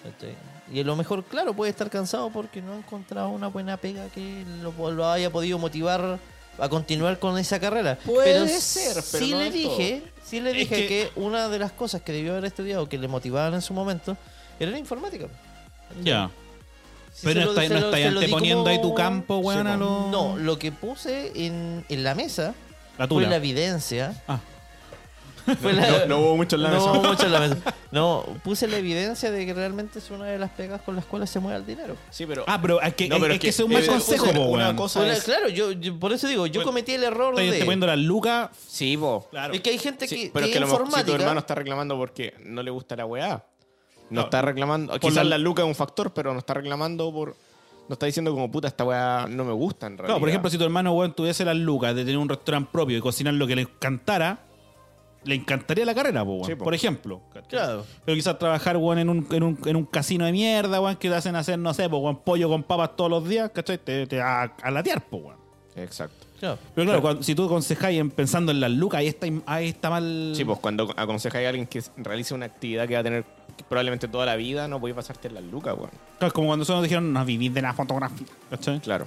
Speaker 2: ¿cachai? Y a lo mejor, claro, puede estar cansado porque no ha encontrado una buena pega que lo, lo haya podido motivar a continuar con esa carrera.
Speaker 3: Puede ser, pero
Speaker 2: sí
Speaker 3: no
Speaker 2: le
Speaker 3: del todo.
Speaker 2: dije, sí le
Speaker 1: Es
Speaker 2: dije
Speaker 1: que-
Speaker 2: que una de las cosas que debió haber estudiado que le motivaban en su momento era la informática.
Speaker 1: Ya.
Speaker 2: Sí, se
Speaker 1: Pero no
Speaker 2: lo-
Speaker 1: estáis
Speaker 2: se
Speaker 1: no
Speaker 2: lo-
Speaker 1: estáis
Speaker 2: se lo di
Speaker 1: anteponiendo ahí tu
Speaker 2: como-
Speaker 1: campo, weón, a lo...
Speaker 2: No, lo que puse en, en la mesa
Speaker 1: La
Speaker 2: fue
Speaker 1: tula.
Speaker 2: la evidencia.
Speaker 1: Ah.
Speaker 2: <laughs> Fue
Speaker 3: No, no hubo mucho en la
Speaker 2: no
Speaker 3: mesa.
Speaker 2: hubo mucho en la
Speaker 3: <laughs>
Speaker 2: mesa. No, puse la evidencia de que realmente es una de las pegas con las cuales se mueve el dinero.
Speaker 3: Sí, pero.
Speaker 1: Ah, pero es que,
Speaker 3: No,
Speaker 1: es-
Speaker 3: pero
Speaker 1: es
Speaker 3: es
Speaker 1: que
Speaker 3: que-
Speaker 1: ese es un mal
Speaker 3: eh,
Speaker 1: consejo,
Speaker 3: una
Speaker 1: po, weón.
Speaker 3: cosa-
Speaker 2: Bueno,
Speaker 3: es-
Speaker 2: claro, yo, yo- por eso digo, yo
Speaker 1: Bueno,
Speaker 2: cometí el error
Speaker 1: Pues Estoy
Speaker 2: de...
Speaker 1: poniendo las lucas.
Speaker 3: sí, vos.
Speaker 1: Claro.
Speaker 2: Es que hay gente
Speaker 3: Sí,
Speaker 2: que,
Speaker 3: pero
Speaker 2: que
Speaker 3: es que a lo mejor si tu
Speaker 2: informática-
Speaker 3: hermano está reclamando porque no le gusta la weá, no,
Speaker 1: No.
Speaker 3: está reclamando.
Speaker 1: Por
Speaker 3: Quizás
Speaker 1: la-
Speaker 3: la... luca es un factor, pero no está reclamando por. No está diciendo como puta, esta weá no me gusta en realidad.
Speaker 1: Claro, por ejemplo, si tu hermano, weón, tuviese las lucas de tener un restaurante propio y cocinar lo que le encantara, le encantaría la carrera, po, weón.
Speaker 3: Sí, po.
Speaker 1: Por ejemplo.
Speaker 2: Claro.
Speaker 1: Pero quizás trabajar, weón, en un, en un, en un casino de mierda, weón, que te hacen hacer, no sé, po, weón, pollo con papas todos los días, ¿cachai? Te, te va a, a latear, po, weón.
Speaker 3: Exacto.
Speaker 2: Claro.
Speaker 1: Pero claro, cuando- si tú aconsejáis en- pensando en las lucas, ahí está, ahí está mal.
Speaker 3: Sí, pues cuando aconsejáis a alguien que realice una actividad que va a tener probablemente toda la vida, no podéis pasarte las lucas, weón.
Speaker 1: Claro, es como cuando eso nos dijeron, no vivís de la fotografía, ¿cachai?
Speaker 3: Claro.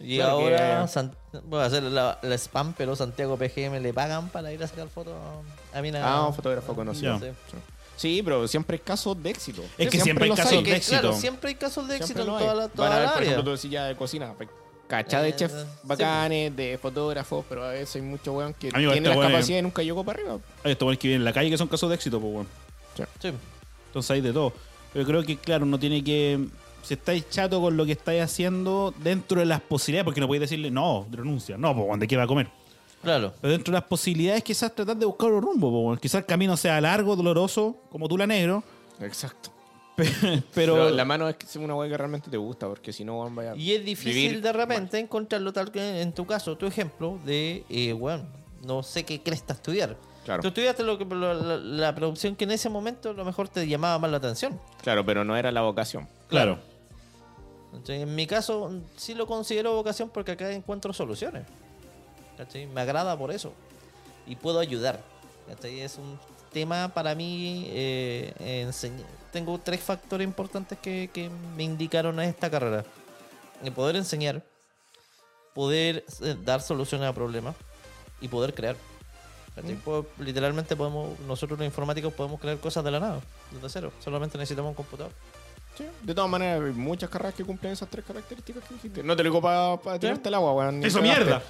Speaker 2: Y
Speaker 3: Claro
Speaker 2: ahora
Speaker 3: que-
Speaker 2: San- voy a hacer la, la spam, pero Santiago PGM le pagan para ir a sacar fotos a mí
Speaker 3: Ah, un fotógrafo conocido.
Speaker 1: Ya.
Speaker 2: Sí.
Speaker 3: Sí, pero siempre hay casos de éxito.
Speaker 1: Es que siempre hay
Speaker 3: los
Speaker 1: casos
Speaker 2: Sí,
Speaker 1: de
Speaker 2: que, claro,
Speaker 1: éxito.
Speaker 2: siempre hay casos de éxito
Speaker 3: Siempre
Speaker 2: en
Speaker 3: lo hay.
Speaker 2: toda la, toda
Speaker 3: Van
Speaker 2: la
Speaker 3: a ver, por
Speaker 2: área.
Speaker 3: ejemplo, tú decías de cocina. pe- Cachá
Speaker 2: Eh,
Speaker 3: de chefs
Speaker 2: sí.
Speaker 3: bacanes, de fotógrafos, pero a veces hay muchos weón que
Speaker 1: Amigo,
Speaker 3: tienen
Speaker 1: este
Speaker 3: las
Speaker 1: weón es-
Speaker 3: capacidades y nunca llegó para arriba.
Speaker 1: Hay estos weones que viven en la calle que son casos de éxito, pues, weón.
Speaker 2: Sí.
Speaker 1: Entonces hay de todo. Pero creo que, claro, uno tiene que. Si estáis chato con lo que estáis haciendo, dentro de las posibilidades, porque no podéis decirle, no, renuncia, no, pues, ¿de qué va a comer?
Speaker 2: Claro.
Speaker 1: Pero dentro de las posibilidades, quizás tratar de buscar un rumbo, po, weón. quizás el camino sea largo, doloroso, como tú
Speaker 3: <laughs>
Speaker 1: la negro,
Speaker 3: Exacto.
Speaker 1: pero.
Speaker 3: Pero, la mano es que es una weá que realmente te gusta, porque si no, weón, vaya.
Speaker 2: Y es difícil
Speaker 3: Vivir-
Speaker 2: de repente encontrarlo tal que en tu caso, tu ejemplo de, eh, bueno, no sé qué cresta estudiar.
Speaker 3: Claro.
Speaker 2: Tú estudiaste lo que, lo- la, la producción que en ese momento a lo mejor te llamaba más la atención.
Speaker 3: Claro, pero no era la vocación.
Speaker 1: Claro.
Speaker 2: ¿Cachai? En mi caso, mm, sí lo considero vocación porque acá encuentro soluciones. ¿Cachai? Me agrada por eso. Y puedo ayudar. ¿Cachai? Es un tema para mí. eh, enseñ- Tengo tres factores importantes que, que me indicaron a esta carrera: El poder enseñar, poder eh, dar soluciones a problemas y poder crear. ¿Cachai? Puedo- literalmente, podemos nosotros los informáticos podemos crear cosas de la nada, desde cero. Solamente necesitamos un computador.
Speaker 3: Sí. De todas maneras, hay muchas carreras que cumplen esas tres características que dijiste. No te lo digo para tirarte el agua, weón. ni
Speaker 1: ¡Eso
Speaker 3: cagaste.
Speaker 1: mierda!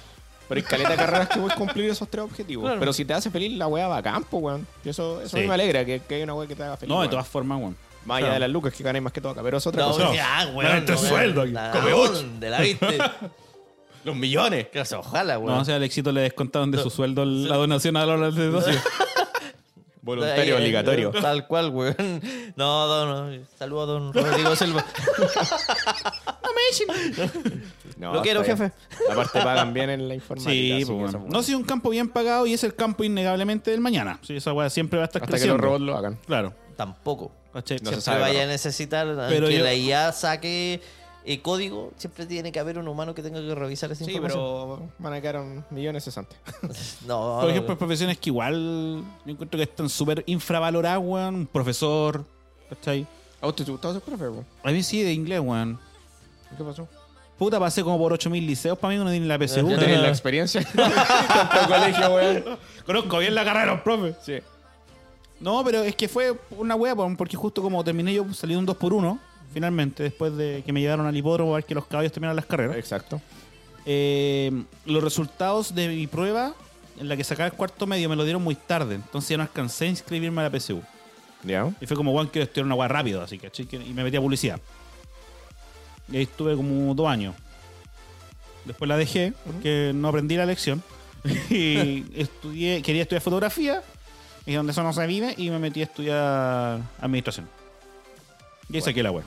Speaker 3: Pero hay caleta de carreras que puedes cumplir esos tres objetivos.
Speaker 2: Claro.
Speaker 3: Pero si te hace feliz, la weá va a campo, weón. Y eso, eso a mí
Speaker 1: Sí.
Speaker 3: me alegra, que, que hay una weá que te haga feliz.
Speaker 1: No, de
Speaker 3: weón.
Speaker 1: todas formas, weón.
Speaker 3: Más allá de las lucas que gané más que todo acá, pero es otra
Speaker 2: No,
Speaker 3: cosa.
Speaker 1: No,
Speaker 2: o sea, ah,
Speaker 1: no,
Speaker 2: weón,
Speaker 1: entre
Speaker 2: no,
Speaker 1: sueldo,
Speaker 2: weón, la-
Speaker 1: come ocho.
Speaker 2: ¿Dónde la viste?
Speaker 3: <laughs> Los millones.
Speaker 2: Que se- Ojalá, weón.
Speaker 1: No, o sea, al éxito le descontaron de su sueldo la donación a la hora de donación.
Speaker 3: <laughs> Voluntario
Speaker 2: Eh, eh,
Speaker 3: obligatorio.
Speaker 2: <laughs> Tal cual, weón. No, don, saludo a don Rodrigo
Speaker 3: <laughs>
Speaker 2: Silva.
Speaker 3: No,
Speaker 2: Lo quiero,
Speaker 3: está bien.
Speaker 2: jefe.
Speaker 3: Aparte pagan bien en la informática.
Speaker 1: Sí,
Speaker 3: así
Speaker 1: pues,
Speaker 3: que
Speaker 1: weón.
Speaker 3: eso, weón.
Speaker 1: No, si es un campo bien pagado y es el campo innegablemente del mañana. Sí, esa weá siempre va a estar
Speaker 3: Hasta que
Speaker 1: creciendo.
Speaker 3: los robots lo hagan.
Speaker 1: Claro.
Speaker 2: Tampoco.
Speaker 1: ¿Cachai?
Speaker 3: No se
Speaker 2: Se
Speaker 3: sabe,
Speaker 2: vaya
Speaker 3: pero-
Speaker 2: a necesitar
Speaker 1: Pero
Speaker 2: que
Speaker 1: yo-
Speaker 2: la IA saque eh, código, siempre tiene que haber un humano que tenga que revisar esa
Speaker 3: Sí,
Speaker 2: información.
Speaker 3: pero van a quedar un millón de <laughs> cesantes.
Speaker 2: No,
Speaker 1: Por
Speaker 2: no,
Speaker 1: ejemplo, hay profesiones que igual yo encuentro que están súper infravaloradas, weón. Un profesor, ¿cachai?
Speaker 3: ¿A usted te gustaba ser profe? po?
Speaker 1: A mí sí, de inglés, weón.
Speaker 3: ¿Qué pasó?
Speaker 1: Puta, pasé como por 8.000 liceos para mí, uno tiene la PSU.
Speaker 2: Ya
Speaker 3: ¿No
Speaker 2: tenés
Speaker 3: tenías
Speaker 2: la <laughs>
Speaker 3: la experiencia? Tanto colegio, weón.
Speaker 1: Conozco bien la carrera, profe.
Speaker 3: Sí.
Speaker 1: No, pero es que fue una wea, po, porque justo como terminé yo, salí de un 2x1, finalmente, después de que me llevaron al hipódromo a ver que los caballos terminaron las carreras.
Speaker 3: Exacto.
Speaker 1: Eh, los resultados de mi prueba, en la que sacaba el cuarto medio, me lo dieron muy tarde. Entonces ya no alcancé a inscribirme a la PSU.
Speaker 3: ¿Ya?
Speaker 1: Y fue como, Juan, quiero estudiar una weá rápido, así que y me metí a publicidad. Y ahí estuve como dos años. Después la dejé, porque no aprendí la lección. <laughs> y estudié, quería estudiar fotografía, y donde eso no se vive, y me metí a estudiar administración. Y ahí saqué la web.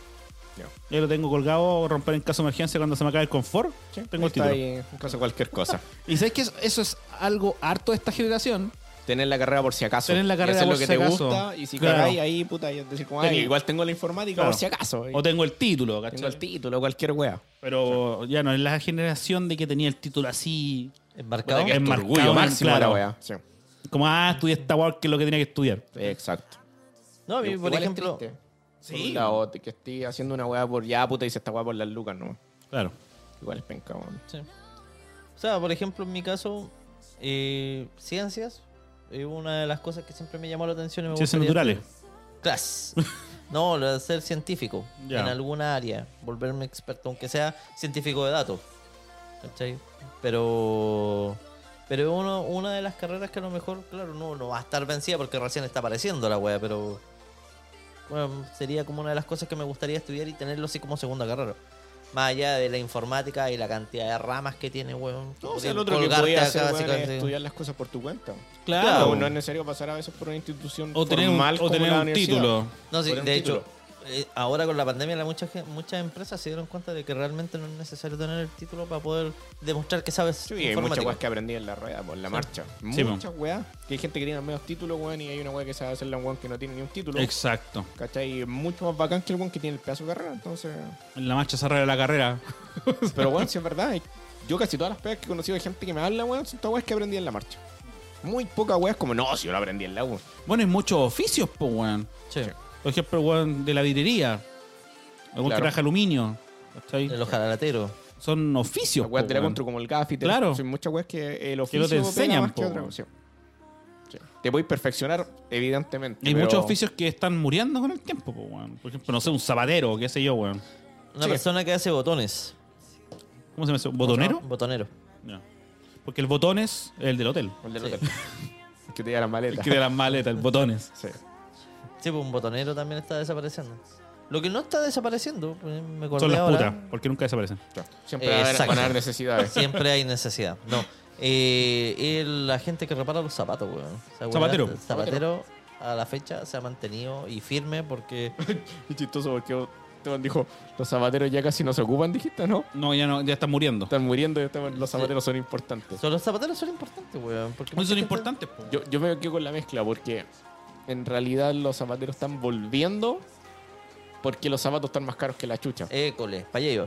Speaker 3: Ya.
Speaker 1: Ya lo tengo colgado, romper en caso de emergencia cuando se me acabe el confort. tengo
Speaker 3: Está
Speaker 1: el título.
Speaker 3: ahí en caso de cualquier cosa.
Speaker 1: Y sabes que eso, eso es algo harto de esta generación.
Speaker 3: Tener la carrera por si acaso.
Speaker 1: Tener la
Speaker 3: Y
Speaker 1: carrera
Speaker 3: hacer
Speaker 1: por
Speaker 3: lo que
Speaker 1: si
Speaker 3: te
Speaker 1: acaso.
Speaker 3: gusta. Y si
Speaker 1: Claro.
Speaker 3: cagáis ahí, puta, y decir como, ay,
Speaker 1: Tení-
Speaker 3: igual tengo la informática
Speaker 1: Claro.
Speaker 3: por si acaso. y
Speaker 1: O tengo el título, ¿cachai?
Speaker 3: tengo el título, cualquier wea.
Speaker 1: Pero ya no, es la generación de que tenía el título así,
Speaker 2: Embarcado.
Speaker 1: Puta, que- Enmarcado
Speaker 3: Tu
Speaker 1: en- claro.
Speaker 3: la wea. Sí.
Speaker 1: como, ah, estudié esta weá que es lo que tenía que estudiar.
Speaker 3: Exacto.
Speaker 2: No, a mí, por
Speaker 3: Igual es
Speaker 2: ejemplo,
Speaker 3: triste. Por un lado, te- que estoy haciendo una wea por ya, puta, hice esta wea por las lucas, ¿no?
Speaker 1: Claro.
Speaker 3: Igual es penca, weón.
Speaker 2: Sí. O sea, por ejemplo, en mi caso, eh, ciencias es una de las cosas que siempre me llamó la atención. Y me
Speaker 1: Ciencias
Speaker 2: gustaría-
Speaker 1: naturales.
Speaker 3: <laughs>
Speaker 2: Clas. No, lo de ser científico
Speaker 1: Ya.
Speaker 2: en alguna área, volverme experto, aunque sea científico de datos. ¿Cachai? Pero. Pero es uno- una de las carreras que a lo mejor, claro, no, no va a estar vencida porque recién está apareciendo la wea, pero. Bueno, sería como una de las cosas que me gustaría estudiar y tenerlo así como segunda carrera. Más allá de la informática y la cantidad de ramas que tiene, weón.
Speaker 3: No, o sea,
Speaker 2: Podrían
Speaker 3: lo otro que
Speaker 2: colgarte
Speaker 3: podía
Speaker 2: acá,
Speaker 3: hacer, weón, es
Speaker 2: básicamente.
Speaker 3: estudiar las cosas por tu cuenta.
Speaker 1: Claro.
Speaker 3: No es necesario pasar a veces por una institución
Speaker 1: O tener un,
Speaker 3: formal
Speaker 1: o
Speaker 3: como
Speaker 1: tener
Speaker 3: la
Speaker 1: un
Speaker 3: universidad.
Speaker 1: título.
Speaker 2: No, sí,
Speaker 3: Por un
Speaker 2: de
Speaker 3: título.
Speaker 2: hecho, eh, ahora con la pandemia la mucha gen- muchas empresas se dieron cuenta de que realmente no es necesario tener el título para poder demostrar que sabes
Speaker 3: Sí, hay muchas
Speaker 2: informática.
Speaker 3: weas que aprendí en la rueda, por la marcha.
Speaker 1: Sí,
Speaker 3: muchas weas. Que hay gente que tiene al menos título, weón, y hay una wea que sabe hacer la weón que no tiene ni un título.
Speaker 1: Exacto.
Speaker 3: ¿Cachai? Y es mucho más bacán que el weón que tiene el pedazo de carrera, entonces.
Speaker 1: En la marcha se arregla la carrera.
Speaker 3: Pero weón, si es verdad, yo casi todas las pegas que he conocido de gente que me habla, weón, son todas weas que aprendí en la marcha. Muy pocas weas como, no, si yo lo aprendí en la U.
Speaker 1: Bueno, hay muchos oficios, po, weón.
Speaker 2: Sí,
Speaker 1: Por ejemplo, weón de la vidrería. Algún que
Speaker 3: Claro.
Speaker 1: trabaja aluminio. ¿cachai?
Speaker 2: el ojalalatero.
Speaker 1: Son oficios,
Speaker 3: Las weas
Speaker 1: po,
Speaker 3: de la
Speaker 1: weón.
Speaker 3: constru como el gaffiter.
Speaker 1: Claro.
Speaker 3: Son muchas weas que el
Speaker 1: Que
Speaker 3: oficio
Speaker 1: no te
Speaker 3: pega
Speaker 1: enseñan,
Speaker 3: más que
Speaker 1: po,
Speaker 3: otra,
Speaker 1: weón.
Speaker 3: sí. Sí. Te podéis perfeccionar, evidentemente.
Speaker 1: Hay
Speaker 3: pero-
Speaker 1: muchos oficios que están muriendo con el tiempo, po, weón. Por ejemplo, no sé, un zapatero, qué sé yo, weón.
Speaker 2: Una
Speaker 3: Sí.
Speaker 2: persona que hace botones.
Speaker 1: ¿Cómo se llama eso? ¿Botonero?
Speaker 2: Botonero.
Speaker 1: No. Porque el botones es el del hotel.
Speaker 3: El del
Speaker 2: Sí.
Speaker 3: hotel. <laughs> que te lleva la
Speaker 1: El
Speaker 3: maleta.
Speaker 1: que de las maletas, el botones.
Speaker 3: <laughs> Sí.
Speaker 2: Sí, pues un botonero también está desapareciendo. Lo que no está desapareciendo, pues, me acordé
Speaker 1: Son las
Speaker 2: ahora,
Speaker 1: putas, porque nunca desaparecen.
Speaker 3: Claro. Siempre va a haber-
Speaker 2: Exacto.
Speaker 3: van a haber necesidades.
Speaker 1: <laughs>
Speaker 2: Siempre hay necesidad. No. Eh, es la gente que repara los zapatos, weón. O sea, weón,
Speaker 1: Zapatero.
Speaker 2: el Zapatero a la fecha se ha mantenido y firme
Speaker 1: <laughs>
Speaker 2: porque
Speaker 3: Es chistoso porque Esteban dijo, los zapateros ya casi no se ocupan, <laughs> dijiste, ¿no?
Speaker 1: No, ya no, ya están muriendo.
Speaker 3: Están muriendo y Esteban, los zapateros son importantes.
Speaker 2: son los zapateros son importantes, weón. Porque mucha
Speaker 1: Son
Speaker 2: gente-
Speaker 1: importantes, po.
Speaker 3: Yo, yo me quedo con la mezcla porque en realidad los zapateros están volviendo porque los zapatos están más caros que la chucha.
Speaker 1: Eh,
Speaker 2: École, para allá iba.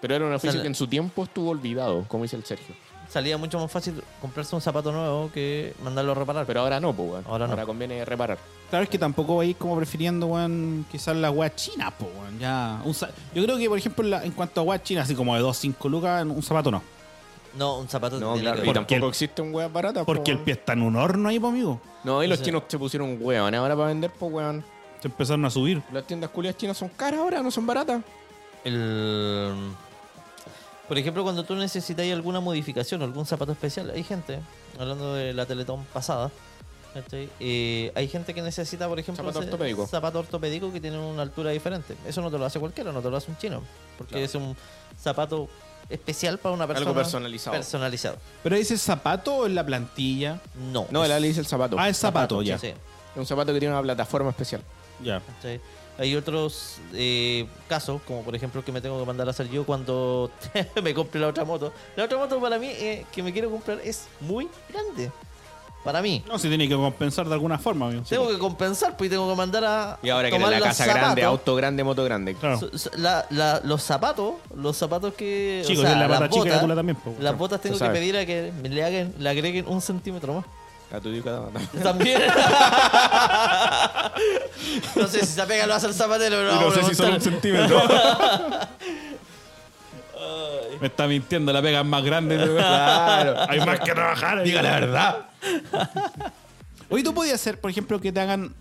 Speaker 3: Pero era un oficio
Speaker 2: Sal-
Speaker 3: que en su tiempo estuvo olvidado, como dice el Sergio.
Speaker 2: salía mucho más fácil comprarse un zapato nuevo que mandarlo a reparar.
Speaker 3: Pero ahora no, pues, weón.
Speaker 2: Ahora no.
Speaker 3: conviene reparar.
Speaker 1: Claro, es que tampoco vais como prefiriendo, weón, quizás la weá china, po, weón. Ya, un za- Yo creo que, por ejemplo, la- en cuanto a weá china, así como de 2, 5 lucas, un zapato no.
Speaker 2: no, un zapato
Speaker 3: No,
Speaker 2: tiene
Speaker 3: claro.
Speaker 2: que
Speaker 3: Y
Speaker 1: Porque
Speaker 2: ver.
Speaker 3: tampoco
Speaker 1: el-
Speaker 3: existen weas baratas. po,
Speaker 1: Porque el
Speaker 3: weón.
Speaker 1: pie está en un horno ahí, po, amigo.
Speaker 3: No, y los
Speaker 2: Sí.
Speaker 3: chinos se pusieron weón ahora para vender, pues, weón.
Speaker 1: Se empezaron a subir.
Speaker 3: Las tiendas culias chinas son caras ahora, no son baratas.
Speaker 2: El- Por ejemplo, cuando tú necesitáis alguna modificación, algún zapato especial, hay gente, hablando de la Teletón pasada, ¿cachai? Eh, hay gente que necesita, por ejemplo,
Speaker 3: Zapato
Speaker 2: ese
Speaker 3: ortopédico.
Speaker 2: zapato ortopédico que tiene una altura diferente. Eso no te lo hace cualquiera, no te lo hace un chino, porque es un zapato especial para una persona.
Speaker 3: Algo personalizado.
Speaker 2: Personalizado.
Speaker 1: Pero dice zapato o en la plantilla.
Speaker 2: No.
Speaker 3: No, el
Speaker 2: es-
Speaker 3: Ali dice el zapato.
Speaker 1: Ah, es zapato, ya.
Speaker 2: Sí.
Speaker 3: Es un zapato que tiene una plataforma especial.
Speaker 1: Ya.
Speaker 2: ¿Cachai? Hay otros eh, casos, como por ejemplo que me tengo que mandar a hacer yo cuando <laughs> me compre la otra moto. La otra moto para mí eh, que me quiero comprar es muy grande. Para mí.
Speaker 1: No, si tiene que compensar de alguna forma, amigo.
Speaker 2: tengo que compensar, pues y tengo que mandar a.
Speaker 3: Y ahora que
Speaker 2: tomar
Speaker 3: en la
Speaker 2: los
Speaker 3: casa
Speaker 2: zapatos.
Speaker 3: grande, auto grande, moto grande.
Speaker 1: Claro.
Speaker 2: So- so- la- la- los zapatos, los zapatos que.
Speaker 1: Chicos, es la
Speaker 2: las
Speaker 1: pata chica
Speaker 2: botas,
Speaker 1: que tú la también, pues, po,
Speaker 2: Las
Speaker 1: claro.
Speaker 2: botas tengo
Speaker 3: Tú
Speaker 2: que
Speaker 3: sabes.
Speaker 2: pedir a que me le, hagan, le agreguen un centímetro
Speaker 1: <laughs>
Speaker 2: más.
Speaker 3: A tu tío cada-
Speaker 2: También. <laughs> no sé si se pega lo hace el zapatero, pero
Speaker 1: no
Speaker 2: vamos
Speaker 1: sé
Speaker 2: a
Speaker 1: si son un
Speaker 2: preguntar.
Speaker 1: centímetro. <laughs> Me está mintiendo, la pega es más grande. Claro. Hay más que trabajar. Diga la verdad. <laughs> Oye, tú podías hacer, por ejemplo, que te hagan.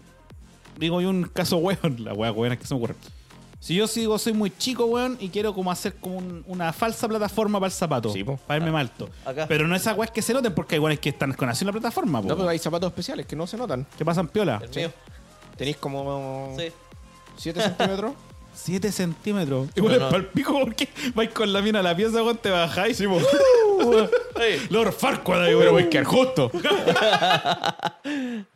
Speaker 1: Digo, yo un caso weón. La wea weón es que se me ocurre. Si yo sigo, soy muy chico, weón, y quiero como hacer como un- una falsa plataforma para el zapato.
Speaker 3: Sí, po.
Speaker 1: Para irme malto.
Speaker 2: acá.
Speaker 1: Pero no esas weas que se noten, porque hay weones que están con así una plataforma, po.
Speaker 3: No, pero hay zapatos especiales que no se notan.
Speaker 1: Que pasan piola.
Speaker 2: El mío,
Speaker 3: Tenéis como
Speaker 2: sí.
Speaker 3: 7 centímetros.
Speaker 1: 7 centímetros. Igual
Speaker 2: no.
Speaker 1: es pa'l pico porque vais con la mina a la pieza, weón, te bajáis
Speaker 3: <laughs>
Speaker 1: y vos. Lord Farquaad, ahí,
Speaker 3: Pero
Speaker 1: weón.
Speaker 3: voy a quedar justo.
Speaker 1: <laughs>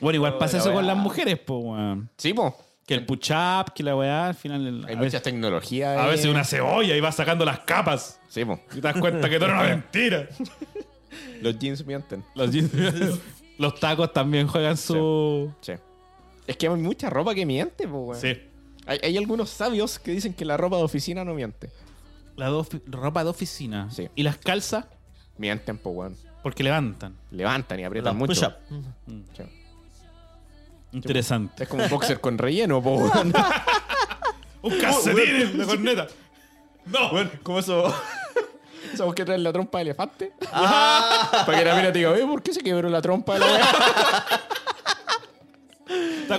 Speaker 1: Bueno, igual
Speaker 3: No,
Speaker 1: pasa
Speaker 3: la
Speaker 1: eso con
Speaker 3: weá.
Speaker 1: las mujeres, po, weón.
Speaker 3: <laughs> Sí, po.
Speaker 1: Que el push-up, que la weá, al final. el-
Speaker 3: Hay
Speaker 1: a,
Speaker 3: muchas
Speaker 1: veces,
Speaker 3: tecnologías.
Speaker 1: a
Speaker 3: eh.
Speaker 1: veces una cebolla y va sacando las capas.
Speaker 3: Sí, po.
Speaker 1: Y te das cuenta que
Speaker 3: <laughs>
Speaker 1: todo era una mentira.
Speaker 3: Los jeans mienten.
Speaker 1: Los, jeans- <laughs> los tacos también juegan su.
Speaker 3: Sí. Es que hay mucha ropa que miente, po, weón.
Speaker 1: Sí.
Speaker 3: Hay, hay algunos sabios que dicen que la ropa de oficina no miente.
Speaker 1: La de ofi- ropa de oficina.
Speaker 3: Sí.
Speaker 1: Y las calzas,
Speaker 3: Mienten, po, weón.
Speaker 1: porque levantan.
Speaker 3: Levantan y
Speaker 2: Los
Speaker 3: aprietan mucho.
Speaker 2: push-up.
Speaker 3: Sí.
Speaker 1: Interesante.
Speaker 3: Es como un boxer con relleno, po, <laughs> weón.
Speaker 1: Un calcetín de corneta. No,
Speaker 3: como eso. Sabemos que traen la trompa de elefante. <laughs> Para que la mina te diga, "Oye, ¿por qué se quebró la trompa de la weá?"
Speaker 1: está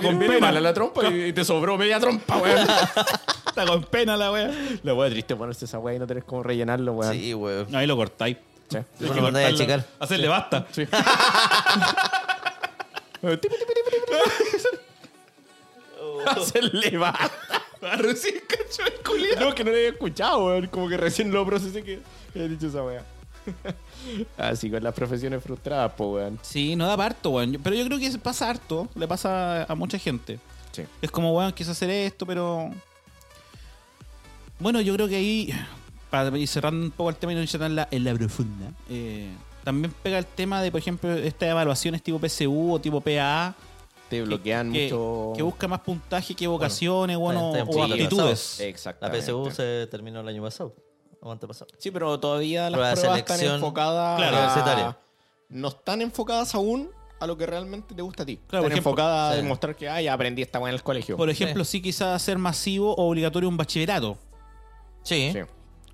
Speaker 3: <laughs> Con
Speaker 1: con pena.
Speaker 3: mala la trompa y y te sobró media trompa, <laughs> weón.
Speaker 1: Está con pena la wea.
Speaker 3: La weá triste ponerse esa weá y no tener cómo rellenarlo, weón.
Speaker 2: Sí, weón.
Speaker 1: No, ahí lo cortáis.
Speaker 3: Sí.
Speaker 2: Tú no lo mandáis a checar.
Speaker 1: Hacerle basta.
Speaker 3: Sí. Hacerle va. Ah, Recién cachó el culiado. No, que no lo había escuchado, weón. Como que recién lo procesé que he dicho esa weá. Así con las profesiones frustradas, po, weón.
Speaker 1: Sí, no da para harto, weón. Yo- Pero yo creo que pasa harto. Le pasa a mucha gente.
Speaker 3: Sí.
Speaker 1: Es como, weón, quise hacer esto, pero. Bueno, yo creo que ahí, para ir cerrando un poco el tema y no irse tan la- en la profunda, eh, también pega el tema de, por ejemplo, estas evaluaciones tipo PSU o tipo PAA,
Speaker 3: Te bloquean
Speaker 1: que,
Speaker 3: mucho.
Speaker 1: que busca más puntaje que vocaciones, bueno,
Speaker 2: está en
Speaker 1: o
Speaker 2: sí,
Speaker 1: aptitudes.
Speaker 2: La
Speaker 3: Exactamente.
Speaker 2: PSU se terminó el año pasado. O antepasado.
Speaker 3: Sí, pero todavía las
Speaker 2: Prueba de
Speaker 3: pruebas están
Speaker 2: selección
Speaker 3: enfocadas
Speaker 1: Claro.
Speaker 2: universitaria.
Speaker 3: a... No están enfocadas aún a lo que realmente te gusta a ti.
Speaker 1: Claro,
Speaker 3: están
Speaker 1: por ejemplo,
Speaker 3: enfocadas a
Speaker 2: sí.
Speaker 3: demostrar que, ay, aprendí esta weá en el colegio.
Speaker 1: Por ejemplo, sí, quizás hacer masivo o obligatorio un bachillerato.
Speaker 2: Sí.
Speaker 3: Sí.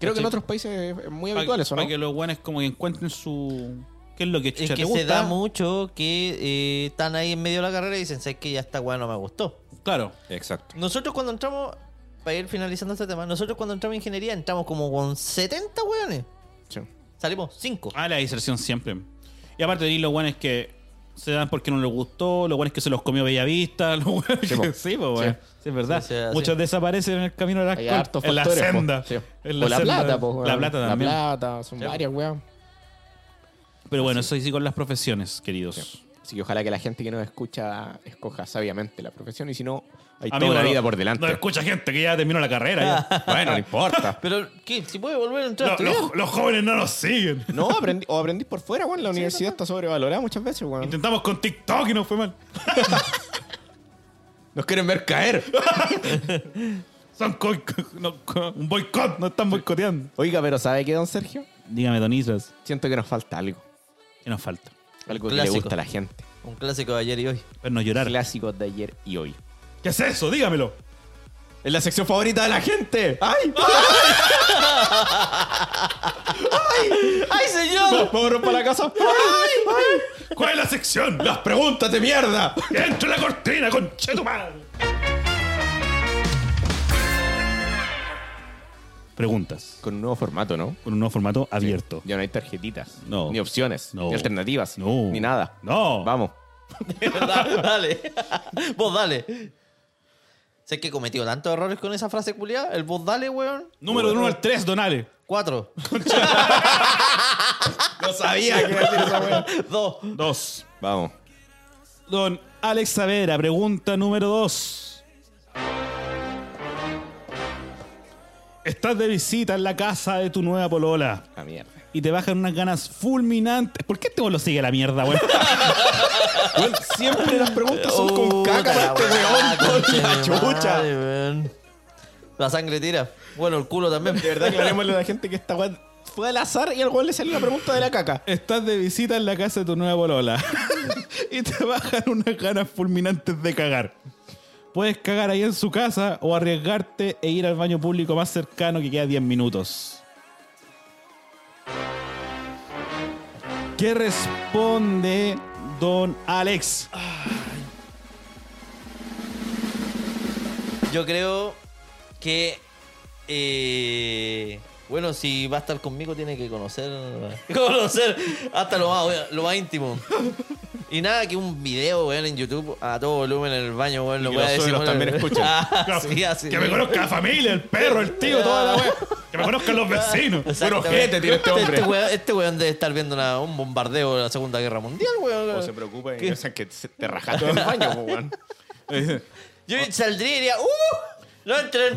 Speaker 3: Creo que en otros países es muy habitual eso, ¿no?
Speaker 1: Para que los buenos como que encuentren su... ¿Qué es lo que
Speaker 2: Es
Speaker 1: chucha
Speaker 2: que
Speaker 1: te gusta?
Speaker 2: se da mucho que eh, están ahí en medio de la carrera y dicen, ¿sabes que Ya esta weá no me gustó.
Speaker 1: Claro.
Speaker 3: Exacto.
Speaker 2: Nosotros cuando entramos, para ir finalizando este tema, nosotros cuando entramos en ingeniería entramos como con 70 weones.
Speaker 3: Sí.
Speaker 2: Salimos 5.
Speaker 1: Ah, la diserción siempre. Y aparte de los buenos que se dan porque no les gustó, los buenos que se los comió Bellavista, <laughs> los buenos que... Sí,
Speaker 3: Sí, po.
Speaker 1: po, weón.
Speaker 3: Sí.
Speaker 1: Sí, es verdad.
Speaker 2: Sí, sí, así.
Speaker 1: Muchos desaparecen en el camino de la
Speaker 3: Hay
Speaker 1: alcohol,
Speaker 3: hartos
Speaker 1: En la
Speaker 3: factores, po.
Speaker 1: senda.
Speaker 3: Sí.
Speaker 1: En
Speaker 3: o la
Speaker 1: senda.
Speaker 3: plata, po, weón.
Speaker 1: La plata también.
Speaker 3: La plata, son
Speaker 2: Sí.
Speaker 3: varias, weón.
Speaker 1: Pero bueno, eso sí con las profesiones, queridos.
Speaker 3: Así que ojalá que la gente que nos escucha escoja sabiamente la profesión y si no, hay
Speaker 1: Amigo,
Speaker 3: toda una
Speaker 1: no-
Speaker 3: vida por delante.
Speaker 1: No escucha gente que ya terminó la carrera. ya.
Speaker 3: <laughs> bueno, no importa.
Speaker 2: Pero, ¿qué? Si puede volver a entrar a
Speaker 1: <laughs> Los-
Speaker 2: estudiar.
Speaker 1: los- los jóvenes no nos siguen.
Speaker 3: No, aprendí, o aprendís por fuera, weón. La universidad está sobrevalorada muchas veces, weón.
Speaker 1: Intentamos con TikTok y no fue mal.
Speaker 3: Nos quieren ver caer.
Speaker 1: Son co- <laughs> co- no, co- un boicot, no están boicoteando.
Speaker 3: Oiga, pero ¿sabe qué, don Sergio?
Speaker 1: Dígame, Don Islas,
Speaker 3: Siento que nos falta algo.
Speaker 1: ¿qué nos falta?
Speaker 3: Algo
Speaker 2: Un
Speaker 3: que le
Speaker 2: clásico.
Speaker 3: gusta a la gente.
Speaker 2: Un clásico de ayer y hoy. <laughs>
Speaker 1: Vernos llorar.
Speaker 3: Clásicos de ayer y hoy.
Speaker 1: ¿Qué es eso? Dígamelo.
Speaker 3: Es la sección favorita de la gente. ¡Ay!
Speaker 2: ¡Ay, señor!
Speaker 3: ¡Vamos para la casa!
Speaker 1: ¿Cuál es la sección?
Speaker 3: ¡Las preguntas de mierda!
Speaker 1: ¡Dentro de la cortina, conche tu madre! Preguntas.
Speaker 3: Con un nuevo formato, ¿no?
Speaker 1: Con un nuevo formato abierto.
Speaker 3: Ya no hay tarjetitas.
Speaker 1: No.
Speaker 3: Ni opciones.
Speaker 1: No.
Speaker 3: Ni alternativas.
Speaker 1: No.
Speaker 3: Ni nada.
Speaker 1: No.
Speaker 3: Vamos.
Speaker 2: Da- dale. <laughs> vos dale. Sé que he cometido tantos errores con esa frase culiada. El vos dale, weón.
Speaker 1: Número de 1 al 3, Donale.
Speaker 2: Cuatro.
Speaker 3: <laughs> No sabía que iba a decir esa weá.
Speaker 2: Dos.
Speaker 1: 2.
Speaker 3: Vamos.
Speaker 1: Don Alex Savera, pregunta número 2. Estás de visita en la casa de tu nueva polola.
Speaker 3: A mierda.
Speaker 1: y te bajan unas ganas fulminantes. ¿Por qué este weón lo sigue a la mierda, weón?
Speaker 3: Weón, siempre las preguntas son con caca para este weón. Con la chucha. De
Speaker 2: La sangre tira. Bueno, el culo también.
Speaker 3: verdad, <laughs> aclarémosle a la gente que esta weón fue al azar y al weón le salió la pregunta de la caca.
Speaker 1: Estás de visita en la casa de tu nueva polola <laughs> y te bajan unas ganas fulminantes de cagar. Puedes cagar ahí en su casa o arriesgarte e ir al baño público más cercano que queda 10 minutos. ¿Qué responde Don Alex?
Speaker 2: Yo creo que. eh, bueno, si va a estar conmigo, tiene que conocer. <laughs> Conocer hasta lo más, lo más íntimo. Y nada, que un video, weón, en YouTube a todo volumen en el baño, weón, lo
Speaker 3: que
Speaker 2: voy a
Speaker 3: los
Speaker 2: decir.
Speaker 3: suegros
Speaker 2: weón.
Speaker 3: también escuchen.
Speaker 2: <laughs> Ah, sí, así.
Speaker 1: Que me conozca la familia, el perro, el tío, toda la wea. Que me conozcan los vecinos.
Speaker 2: Exacto,
Speaker 3: Puro ojete tiene este hombre.
Speaker 2: Este weón, este weón debe estar viendo una- un bombardeo de la Segunda Guerra Mundial, weón.
Speaker 3: O se preocupa y piensan que se- te rajaste del baño, po, weón.
Speaker 2: Yo saldría y diría, ¡uh! ¡No entren!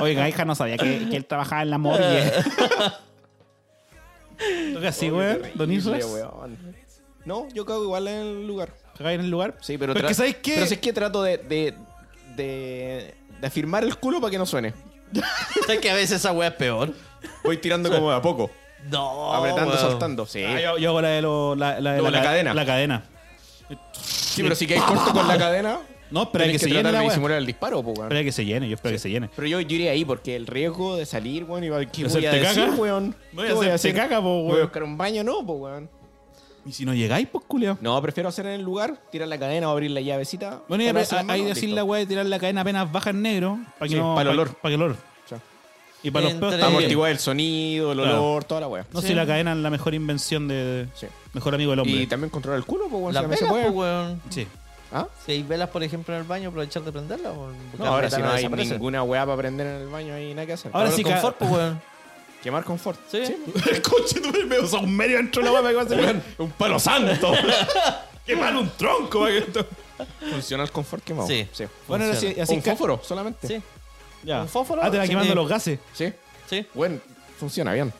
Speaker 1: Oiga, hija, no sabía que, que él trabajaba en la morgue. <laughs> Toca así, weón. Don Islas.
Speaker 3: Horrible, weón. No, yo cago igual en el lugar.
Speaker 1: Cagar en el lugar.
Speaker 3: Sí, pero,
Speaker 1: Pero
Speaker 3: tra-
Speaker 1: es que, ¿sabes qué?
Speaker 3: Pero si es que trato de, de, de, de afirmar el culo para que no suene.
Speaker 2: ¿Sabes que a veces esa weá es peor?
Speaker 3: Voy tirando como de a poco,
Speaker 2: No.
Speaker 3: apretando,
Speaker 2: weón.
Speaker 3: saltando. Sí.
Speaker 1: Ah, yo, yo hago la de lo- la, la, de
Speaker 3: Luego la
Speaker 1: ca-
Speaker 3: cadena.
Speaker 1: La cadena.
Speaker 3: sí, pero si quedáis corto con la cadena,
Speaker 1: No, espera que,
Speaker 3: tenés
Speaker 1: se
Speaker 3: que
Speaker 1: llene
Speaker 3: tratar
Speaker 1: la
Speaker 3: de
Speaker 1: wea.
Speaker 3: disimular el disparo, po, weón.
Speaker 1: Espera que se llene, yo espero que se llene.
Speaker 3: Pero yo, yo iría ahí porque el riesgo de salir, weón, iba ¿qué voy a
Speaker 1: ¿Hacerte
Speaker 3: decir,
Speaker 1: caca?
Speaker 3: weón?
Speaker 1: Voy a
Speaker 3: ¿Qué
Speaker 1: hacerte caca, po,
Speaker 3: ¿Voy a
Speaker 1: weón.
Speaker 3: buscar un baño? No, po, weón.
Speaker 1: Y si no llegáis, pues, culiao.
Speaker 3: No, prefiero hacer en el lugar, tirar la cadena o abrir la llavecita.
Speaker 1: Bueno, y
Speaker 3: ponerse
Speaker 1: apre-
Speaker 3: las manos,
Speaker 1: ahí decir
Speaker 3: listo.
Speaker 1: la weá de tirar la cadena apenas baja en negro. Para que
Speaker 3: Sí,
Speaker 1: no.
Speaker 3: para el olor.
Speaker 1: Para que el olor.
Speaker 3: Chao.
Speaker 1: Y para los
Speaker 2: Entre-
Speaker 1: peos también.
Speaker 3: Amortiguar el sonido, el
Speaker 1: Claro.
Speaker 3: olor, toda la weá.
Speaker 1: No sé
Speaker 2: Sí.
Speaker 1: si la cadena es la mejor invención de.
Speaker 3: Sí.
Speaker 1: Mejor amigo del hombre.
Speaker 3: Y también controlar el culo, po, weón. si
Speaker 2: Las
Speaker 3: también
Speaker 2: velas,
Speaker 3: se puede.
Speaker 2: pues, weón.
Speaker 1: Sí.
Speaker 3: ¿Ah?
Speaker 2: Si hay velas, por ejemplo, en el baño, aprovechar de prenderlas. weón, porque
Speaker 3: No,
Speaker 2: las
Speaker 3: ahora si no
Speaker 2: ventanas
Speaker 3: hay
Speaker 2: desaparecen.
Speaker 3: ninguna weá para prender en el baño, hay nada que hacer.
Speaker 1: Ahora
Speaker 2: Ahora
Speaker 1: sí
Speaker 2: sí
Speaker 1: ca-
Speaker 2: confort, pues,
Speaker 3: <laughs>
Speaker 2: weón.
Speaker 3: Quemar confort.
Speaker 2: Sí.
Speaker 3: <laughs>
Speaker 1: El coche tú me o sea, un medio dentro de la guapa que va a ser un palo <laughs> santo. Qué mal un tronco. va, que esto-
Speaker 3: Funciona el confort quemado.
Speaker 2: Sí.
Speaker 3: Bueno,
Speaker 2: Funciona.
Speaker 3: así,
Speaker 1: así
Speaker 3: así un
Speaker 1: ca-
Speaker 3: fósforo solamente.
Speaker 2: Sí,
Speaker 1: Ya.
Speaker 2: ¿Un fósforo?
Speaker 1: Ah, te va
Speaker 2: Sí.
Speaker 1: quemando los gases.
Speaker 3: Sí.
Speaker 2: sí.
Speaker 3: Bueno, funciona bien.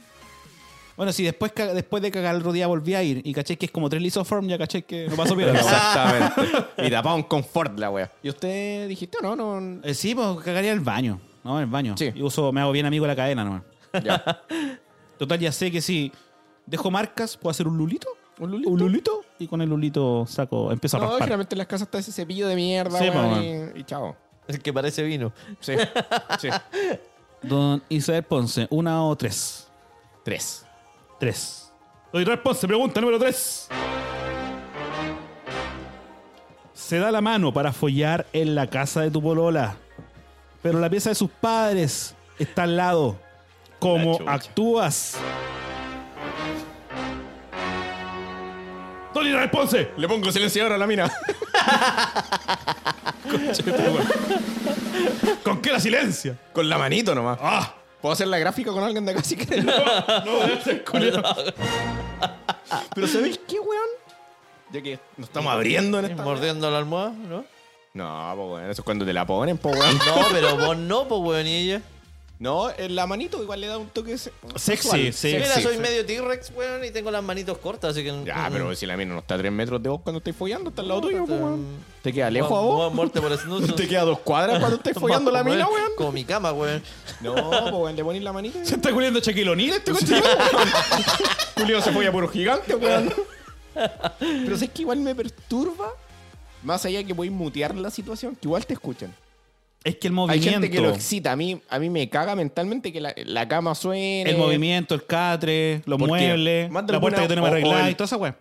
Speaker 1: Bueno, si después, ca- después de cagar el rodilla volví a ir y caché que es como tres lisoform, ya caché que no pasó
Speaker 3: <laughs>
Speaker 1: bien.
Speaker 3: <laughs> Exactamente. y tapaba un confort la wea. ¿Y usted dijiste no? No.
Speaker 1: Eh, sí, pues cagaría el baño. No, en el baño.
Speaker 3: Sí.
Speaker 1: Y uso, me hago bien amigo de la cadena nomás.
Speaker 3: Ya.
Speaker 1: Total, ya sé que si dejo marcas, puedo hacer un lulito.
Speaker 3: <laughs> ¿Un lulito?
Speaker 1: Un lulito. Y con el lulito saco, empiezo a
Speaker 3: No,
Speaker 1: raspar.
Speaker 3: generalmente en las casas está ese cepillo de mierda,
Speaker 1: Sí,
Speaker 3: weón,
Speaker 1: po,
Speaker 3: y, y chao.
Speaker 2: El que parece vino.
Speaker 3: <laughs> Sí. sí.
Speaker 1: Don Isabel Ponce, una o tres.
Speaker 3: Tres.
Speaker 1: Tres. Doy respuesta, pregunta número tres. Se da la mano para follar en la casa de tu polola, pero la pieza de sus padres está al lado. ¿Cómo
Speaker 3: chucha.
Speaker 1: actúas? Don Israel Ponce.
Speaker 3: Le pongo silenciador a la mina. <laughs>
Speaker 1: ¿Con qué la silencia?
Speaker 3: Con la manito nomás.
Speaker 1: ¡Ah!
Speaker 3: ¿Puedo hacer la gráfica con alguien de acá <laughs> si quieres? No, <laughs> Pero ¿sabéis qué, weón? Ya que nos estamos abriendo en esta.
Speaker 2: Mordiendo la almohada, ¿no?
Speaker 3: No, po, weón. Eso es cuando te la ponen, po, weón.
Speaker 2: No, pero vos no, pues, weón, y ella.
Speaker 3: No, en la manito igual le da un toque se-
Speaker 1: Sexy,
Speaker 3: sexual.
Speaker 1: sí.
Speaker 2: Mira,
Speaker 1: Sí,
Speaker 2: soy medio T-Rex, weón, y tengo las manitos cortas, así que.
Speaker 3: Ya, pero si la mina no está a 3 metros de vos cuando estáis follando, está al lado
Speaker 2: No,
Speaker 3: tuyo, po,
Speaker 2: está-
Speaker 3: weón. ¿Te queda lejos a vos?
Speaker 2: Muerte por snus.
Speaker 3: <laughs> ¿Te queda a dos cuadras cuando estáis
Speaker 2: <laughs>
Speaker 3: follando la mina, weón?
Speaker 2: Como mi cama, weón.
Speaker 3: No, po, weón, le ponéis la manita.
Speaker 1: ¿Se está culiando Shaquille O'Neal este coche? <laughs>
Speaker 3: Julio se folla por un gigante, weón. <laughs> Pero es que igual me perturba, más allá de que podéis mutear la situación, que igual te escuchan.
Speaker 1: Es que el
Speaker 3: Hay
Speaker 1: movimiento.
Speaker 3: gente que lo excita. A mí, a mí me caga mentalmente que la, la cama suene.
Speaker 1: El movimiento, el catre, los
Speaker 3: Porque
Speaker 1: muebles,
Speaker 3: más de
Speaker 1: la
Speaker 3: alguna-
Speaker 1: puerta que tenemos
Speaker 3: o- o
Speaker 1: arreglada
Speaker 3: el-
Speaker 1: y toda esa weá.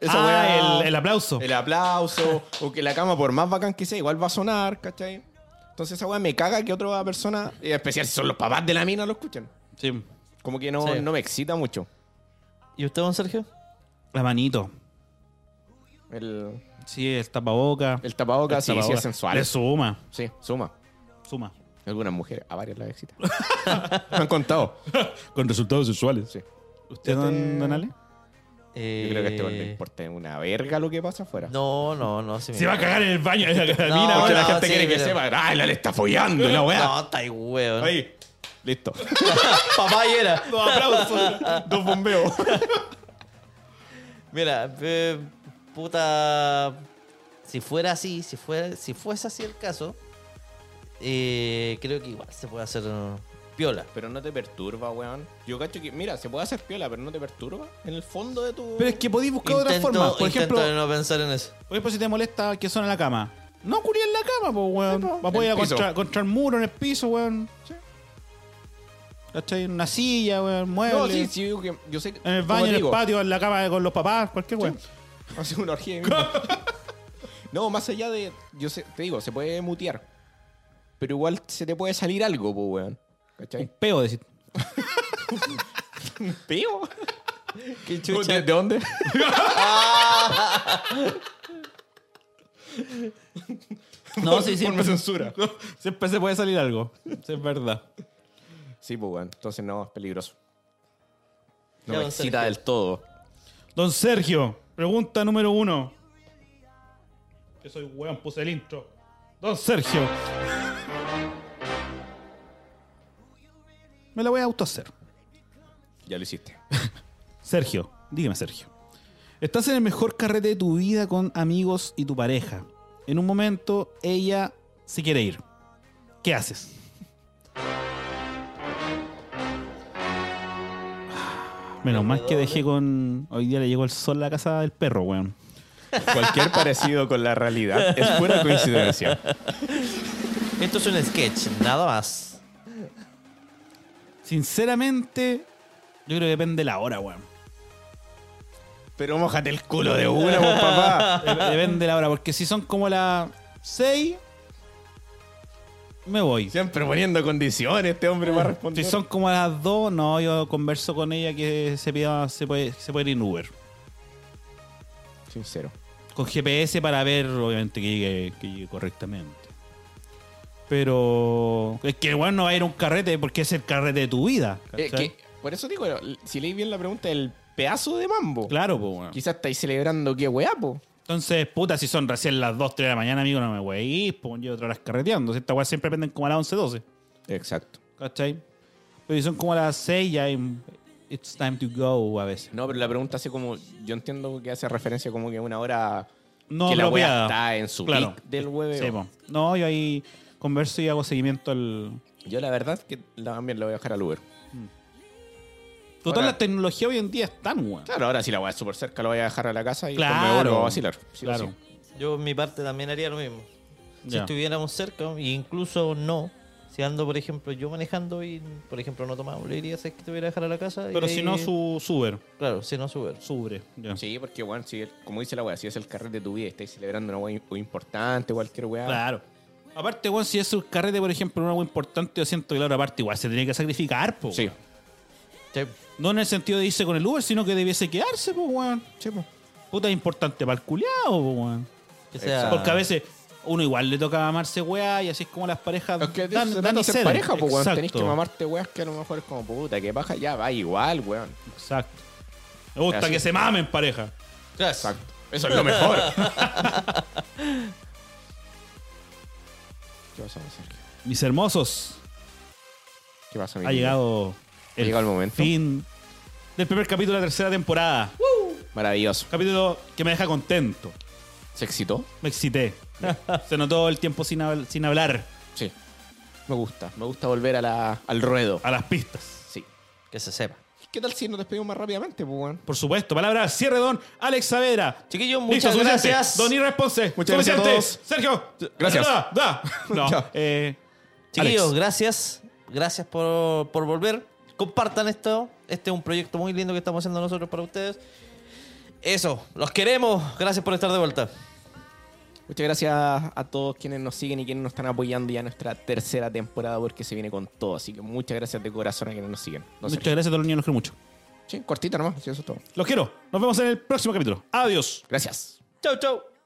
Speaker 3: Esa
Speaker 1: ah,
Speaker 3: weá-
Speaker 1: el, el aplauso.
Speaker 3: el aplauso. o que la cama, por más bacán que sea, igual va a sonar, ¿cachai? Entonces esa weá me caga que otra persona, en especial si son los papás de la mina, lo escuchen.
Speaker 1: Sí.
Speaker 3: Como que no,
Speaker 2: Sí.
Speaker 3: no me excita mucho.
Speaker 2: ¿Y usted, don Sergio?
Speaker 1: La manito.
Speaker 3: El,
Speaker 1: Sí, el tapaboca.
Speaker 3: el tapabocas sí, sí
Speaker 1: tapaboca.
Speaker 3: es sensual.
Speaker 1: Le suma,
Speaker 3: Sí, suma.
Speaker 1: suma.
Speaker 3: Algunas mujeres, a varias las
Speaker 1: <laughs>
Speaker 3: excita. me han contado.
Speaker 1: Con resultados sexuales.
Speaker 3: Sí.
Speaker 1: ¿Usted, don, don Ale?
Speaker 2: Eh...
Speaker 3: Yo creo que a este weón le importa una verga lo que pasa afuera.
Speaker 2: No, no, no. sí me-
Speaker 1: Se va a cagar en <laughs> el baño de la
Speaker 2: No,
Speaker 1: mina.
Speaker 3: Porque la
Speaker 2: no,
Speaker 3: gente
Speaker 2: sí,
Speaker 3: quiere que
Speaker 2: pero-
Speaker 3: sepa, ah, la le está follando, la weá.
Speaker 2: No, está ahí, weón.
Speaker 3: Ahí. Listo.
Speaker 2: <laughs> Papá y era.
Speaker 3: Dos aplausos, dos bombeos.
Speaker 2: Mira, eh, puta. Si fuera así, si, fuera, si fuese así el caso, eh, creo que igual se puede hacer eh, piola.
Speaker 3: Pero no te perturba, weón. Yo cacho que, mira, se puede hacer piola, pero no te perturba. En el fondo de tu.
Speaker 1: Pero es que podéis buscar otra
Speaker 2: Intento,
Speaker 1: forma. Por
Speaker 2: intento
Speaker 1: ejemplo,
Speaker 2: de no pensar en
Speaker 3: <laughs>
Speaker 2: eso.
Speaker 1: por ejemplo, si te molesta que suena la cama. No curía en la cama, pues, weón. Va a poder ir a
Speaker 3: piso.
Speaker 1: contra, contra el muro, en el piso, weón. ¿Cachai? En una silla, weón, mueble.
Speaker 3: No, sí, sí, digo que yo sé que-
Speaker 1: En el
Speaker 3: como
Speaker 1: baño, en el
Speaker 3: digo,
Speaker 1: patio, en la cama con los papás, cualquier weón.
Speaker 3: <laughs> hace una orgía ahí mismo. No, más allá de. Yo sé, te digo, se puede mutear. Pero igual se te puede salir algo, po, weón. ¿Cachai?
Speaker 1: Peo decir.
Speaker 3: ¿Pío? <laughs>
Speaker 2: ¿Qué
Speaker 3: ¿De, de <laughs> dónde?
Speaker 2: No, sí, sí.
Speaker 3: Ponme censura.
Speaker 1: <laughs> Siempre se puede salir algo. Eso es verdad.
Speaker 3: Sí, pues, weón. Entonces no, es peligroso.
Speaker 2: Ya,
Speaker 3: No me
Speaker 2: don
Speaker 3: excita
Speaker 2: Sergio.
Speaker 3: del todo.
Speaker 1: Don Sergio, pregunta número uno. Que soy weón, puse el intro. Don Sergio. Me la voy a autohacer.
Speaker 3: Ya lo hiciste.
Speaker 1: Sergio, dígame Sergio. Estás en el mejor carrete de tu vida con amigos y tu pareja. En un momento ella se quiere ir. ¿Qué haces? Menos mal que dejé con... Hoy día le llegó el sol a la casa del perro, weón.
Speaker 3: Cualquier parecido con la realidad es <laughs> pura coincidencia.
Speaker 2: Esto es un sketch, nada más.
Speaker 1: Sinceramente, yo creo que depende la hora, weón.
Speaker 3: Pero mojate el culo de una, vos, papá. <laughs>
Speaker 1: Dep- Depende la hora, porque si son como las 6, me voy.
Speaker 3: Siempre poniendo condiciones, este hombre va a responder.
Speaker 1: Si son como a las dos, no, yo converso con ella que se pida, se puede, se puede ir en Uber.
Speaker 3: Sincero.
Speaker 1: Con GPS para ver, obviamente, que llegue, que llegue correctamente. Pero es que bueno, no va a ir a un carrete porque es el carrete de tu vida.
Speaker 3: Eh,
Speaker 1: ¿cachai?
Speaker 3: que- por eso digo, si leí bien la pregunta, el pedazo de mambo.
Speaker 1: Claro, pues bueno.
Speaker 3: Quizás estáis celebrando qué weá, po.
Speaker 1: Entonces, puta, si son recién las 2, 3 de la mañana, amigo, no me voy a ir, pues yo otras horas carreteando. Si Esta weá siempre prenden como a las 11, 12.
Speaker 3: Exacto.
Speaker 1: ¿Cachai? Pero si son como a las 6, ya hay- it's time to go a veces.
Speaker 3: No, pero la pregunta hace como. Yo entiendo que hace referencia como que una hora.
Speaker 1: No
Speaker 3: que la weá
Speaker 1: apropiada.
Speaker 3: está en su
Speaker 1: Claro.
Speaker 3: pic del hueveo.
Speaker 1: Sí, po. No, yo ahí converso y hago seguimiento al.
Speaker 3: Yo la verdad que la- también la voy a dejar al Uber.
Speaker 1: Total,
Speaker 3: Ahora-
Speaker 1: la tecnología hoy en día es tan weón.
Speaker 3: Claro, ahora si la weá es súper cerca, la voy a dejar a la casa y después
Speaker 1: Claro.
Speaker 3: me vuelvo a vacilar. Sí,
Speaker 1: claro.
Speaker 3: sí.
Speaker 2: Yo, en mi parte, también haría lo mismo. Si
Speaker 1: Ya.
Speaker 2: estuviéramos cerca, e incluso no. Si ando, por ejemplo, yo manejando y, por ejemplo, no tomaba bolería, sé que te voy a dejar a la casa. y
Speaker 1: Pero si
Speaker 2: ahí-
Speaker 1: no, su Uber.
Speaker 2: Claro, si no, sube.
Speaker 1: Subre. Ya.
Speaker 3: Sí, porque, bueno, si el- como dice la weá, si es el carrete de tu vida y estáis celebrando una weá im- importante, cualquier weá.
Speaker 1: Claro. Aparte, weón, si es un carrete, por ejemplo, una algo importante, yo siento que la otra parte igual se tiene que sacrificar, po.
Speaker 3: Sí.
Speaker 1: weón. No en el sentido de irse con el Uber, sino que debiese quedarse, po, weón.
Speaker 3: Sí, po.
Speaker 1: Puta, es importante para el culiado, po, weón.
Speaker 2: Que sea-
Speaker 1: Porque a veces uno igual le toca mamarse weá y así es como las parejas
Speaker 3: Es que de
Speaker 1: dan,
Speaker 3: eso se
Speaker 1: dan
Speaker 3: trata
Speaker 1: y
Speaker 3: ser
Speaker 1: ceden.
Speaker 3: pareja, pues, weón.
Speaker 1: Exacto.
Speaker 3: Tenés que mamarte, weón, que a lo mejor es como puta, que paja, ya va igual, weón.
Speaker 1: Exacto. Me gusta
Speaker 3: Así.
Speaker 1: que se mamen pareja.
Speaker 2: Gracias.
Speaker 3: Eso es lo mejor. <laughs> ¿Qué pasa, Sergio?
Speaker 1: Mis hermosos,
Speaker 3: ¿Qué pasa, mi
Speaker 1: ha
Speaker 3: niño?
Speaker 1: llegado
Speaker 3: Ha llegado el momento.
Speaker 1: fin del primer capítulo de la tercera temporada.
Speaker 3: Maravilloso.
Speaker 1: Capítulo que me deja contento.
Speaker 3: ¿Se excitó?
Speaker 1: Me excité. Se notó el tiempo sin, habl- sin hablar
Speaker 3: Sí. Me gusta. Me gusta volver a la- al ruedo.
Speaker 1: a las pistas.
Speaker 3: Sí.
Speaker 2: Que se sepa.
Speaker 3: ¿Qué tal si nos despedimos más rápidamente, pues, weón?
Speaker 1: Por supuesto, palabra de cierre, don Alex Saavedra.
Speaker 2: Chiquillos, muchas
Speaker 1: suficiente.
Speaker 2: gracias.
Speaker 1: Don Irresponse.
Speaker 3: Muchas gracias a todos.
Speaker 1: Sergio.
Speaker 3: Gracias.
Speaker 1: Da,
Speaker 3: <laughs>
Speaker 1: Ah, da. No,
Speaker 3: Chao.
Speaker 1: eh,
Speaker 2: Chiquillos,
Speaker 1: Alex.
Speaker 2: gracias. Gracias por, por volver. Compartan esto. Este es un proyecto muy lindo que estamos haciendo nosotros para ustedes. Eso, los queremos. Gracias por estar de vuelta.
Speaker 3: Muchas gracias a todos quienes nos siguen y quienes nos están apoyando ya en nuestra tercera temporada porque se viene con todo. Así que muchas gracias de corazón a quienes nos siguen. Don
Speaker 1: Muchas
Speaker 3: Sergio.
Speaker 1: gracias, don niños Los quiero mucho.
Speaker 3: Sí, cortita nomás. Sí, eso es todo.
Speaker 1: Los quiero. Nos vemos en el próximo capítulo. Adiós.
Speaker 3: Gracias.
Speaker 2: Chau, chau.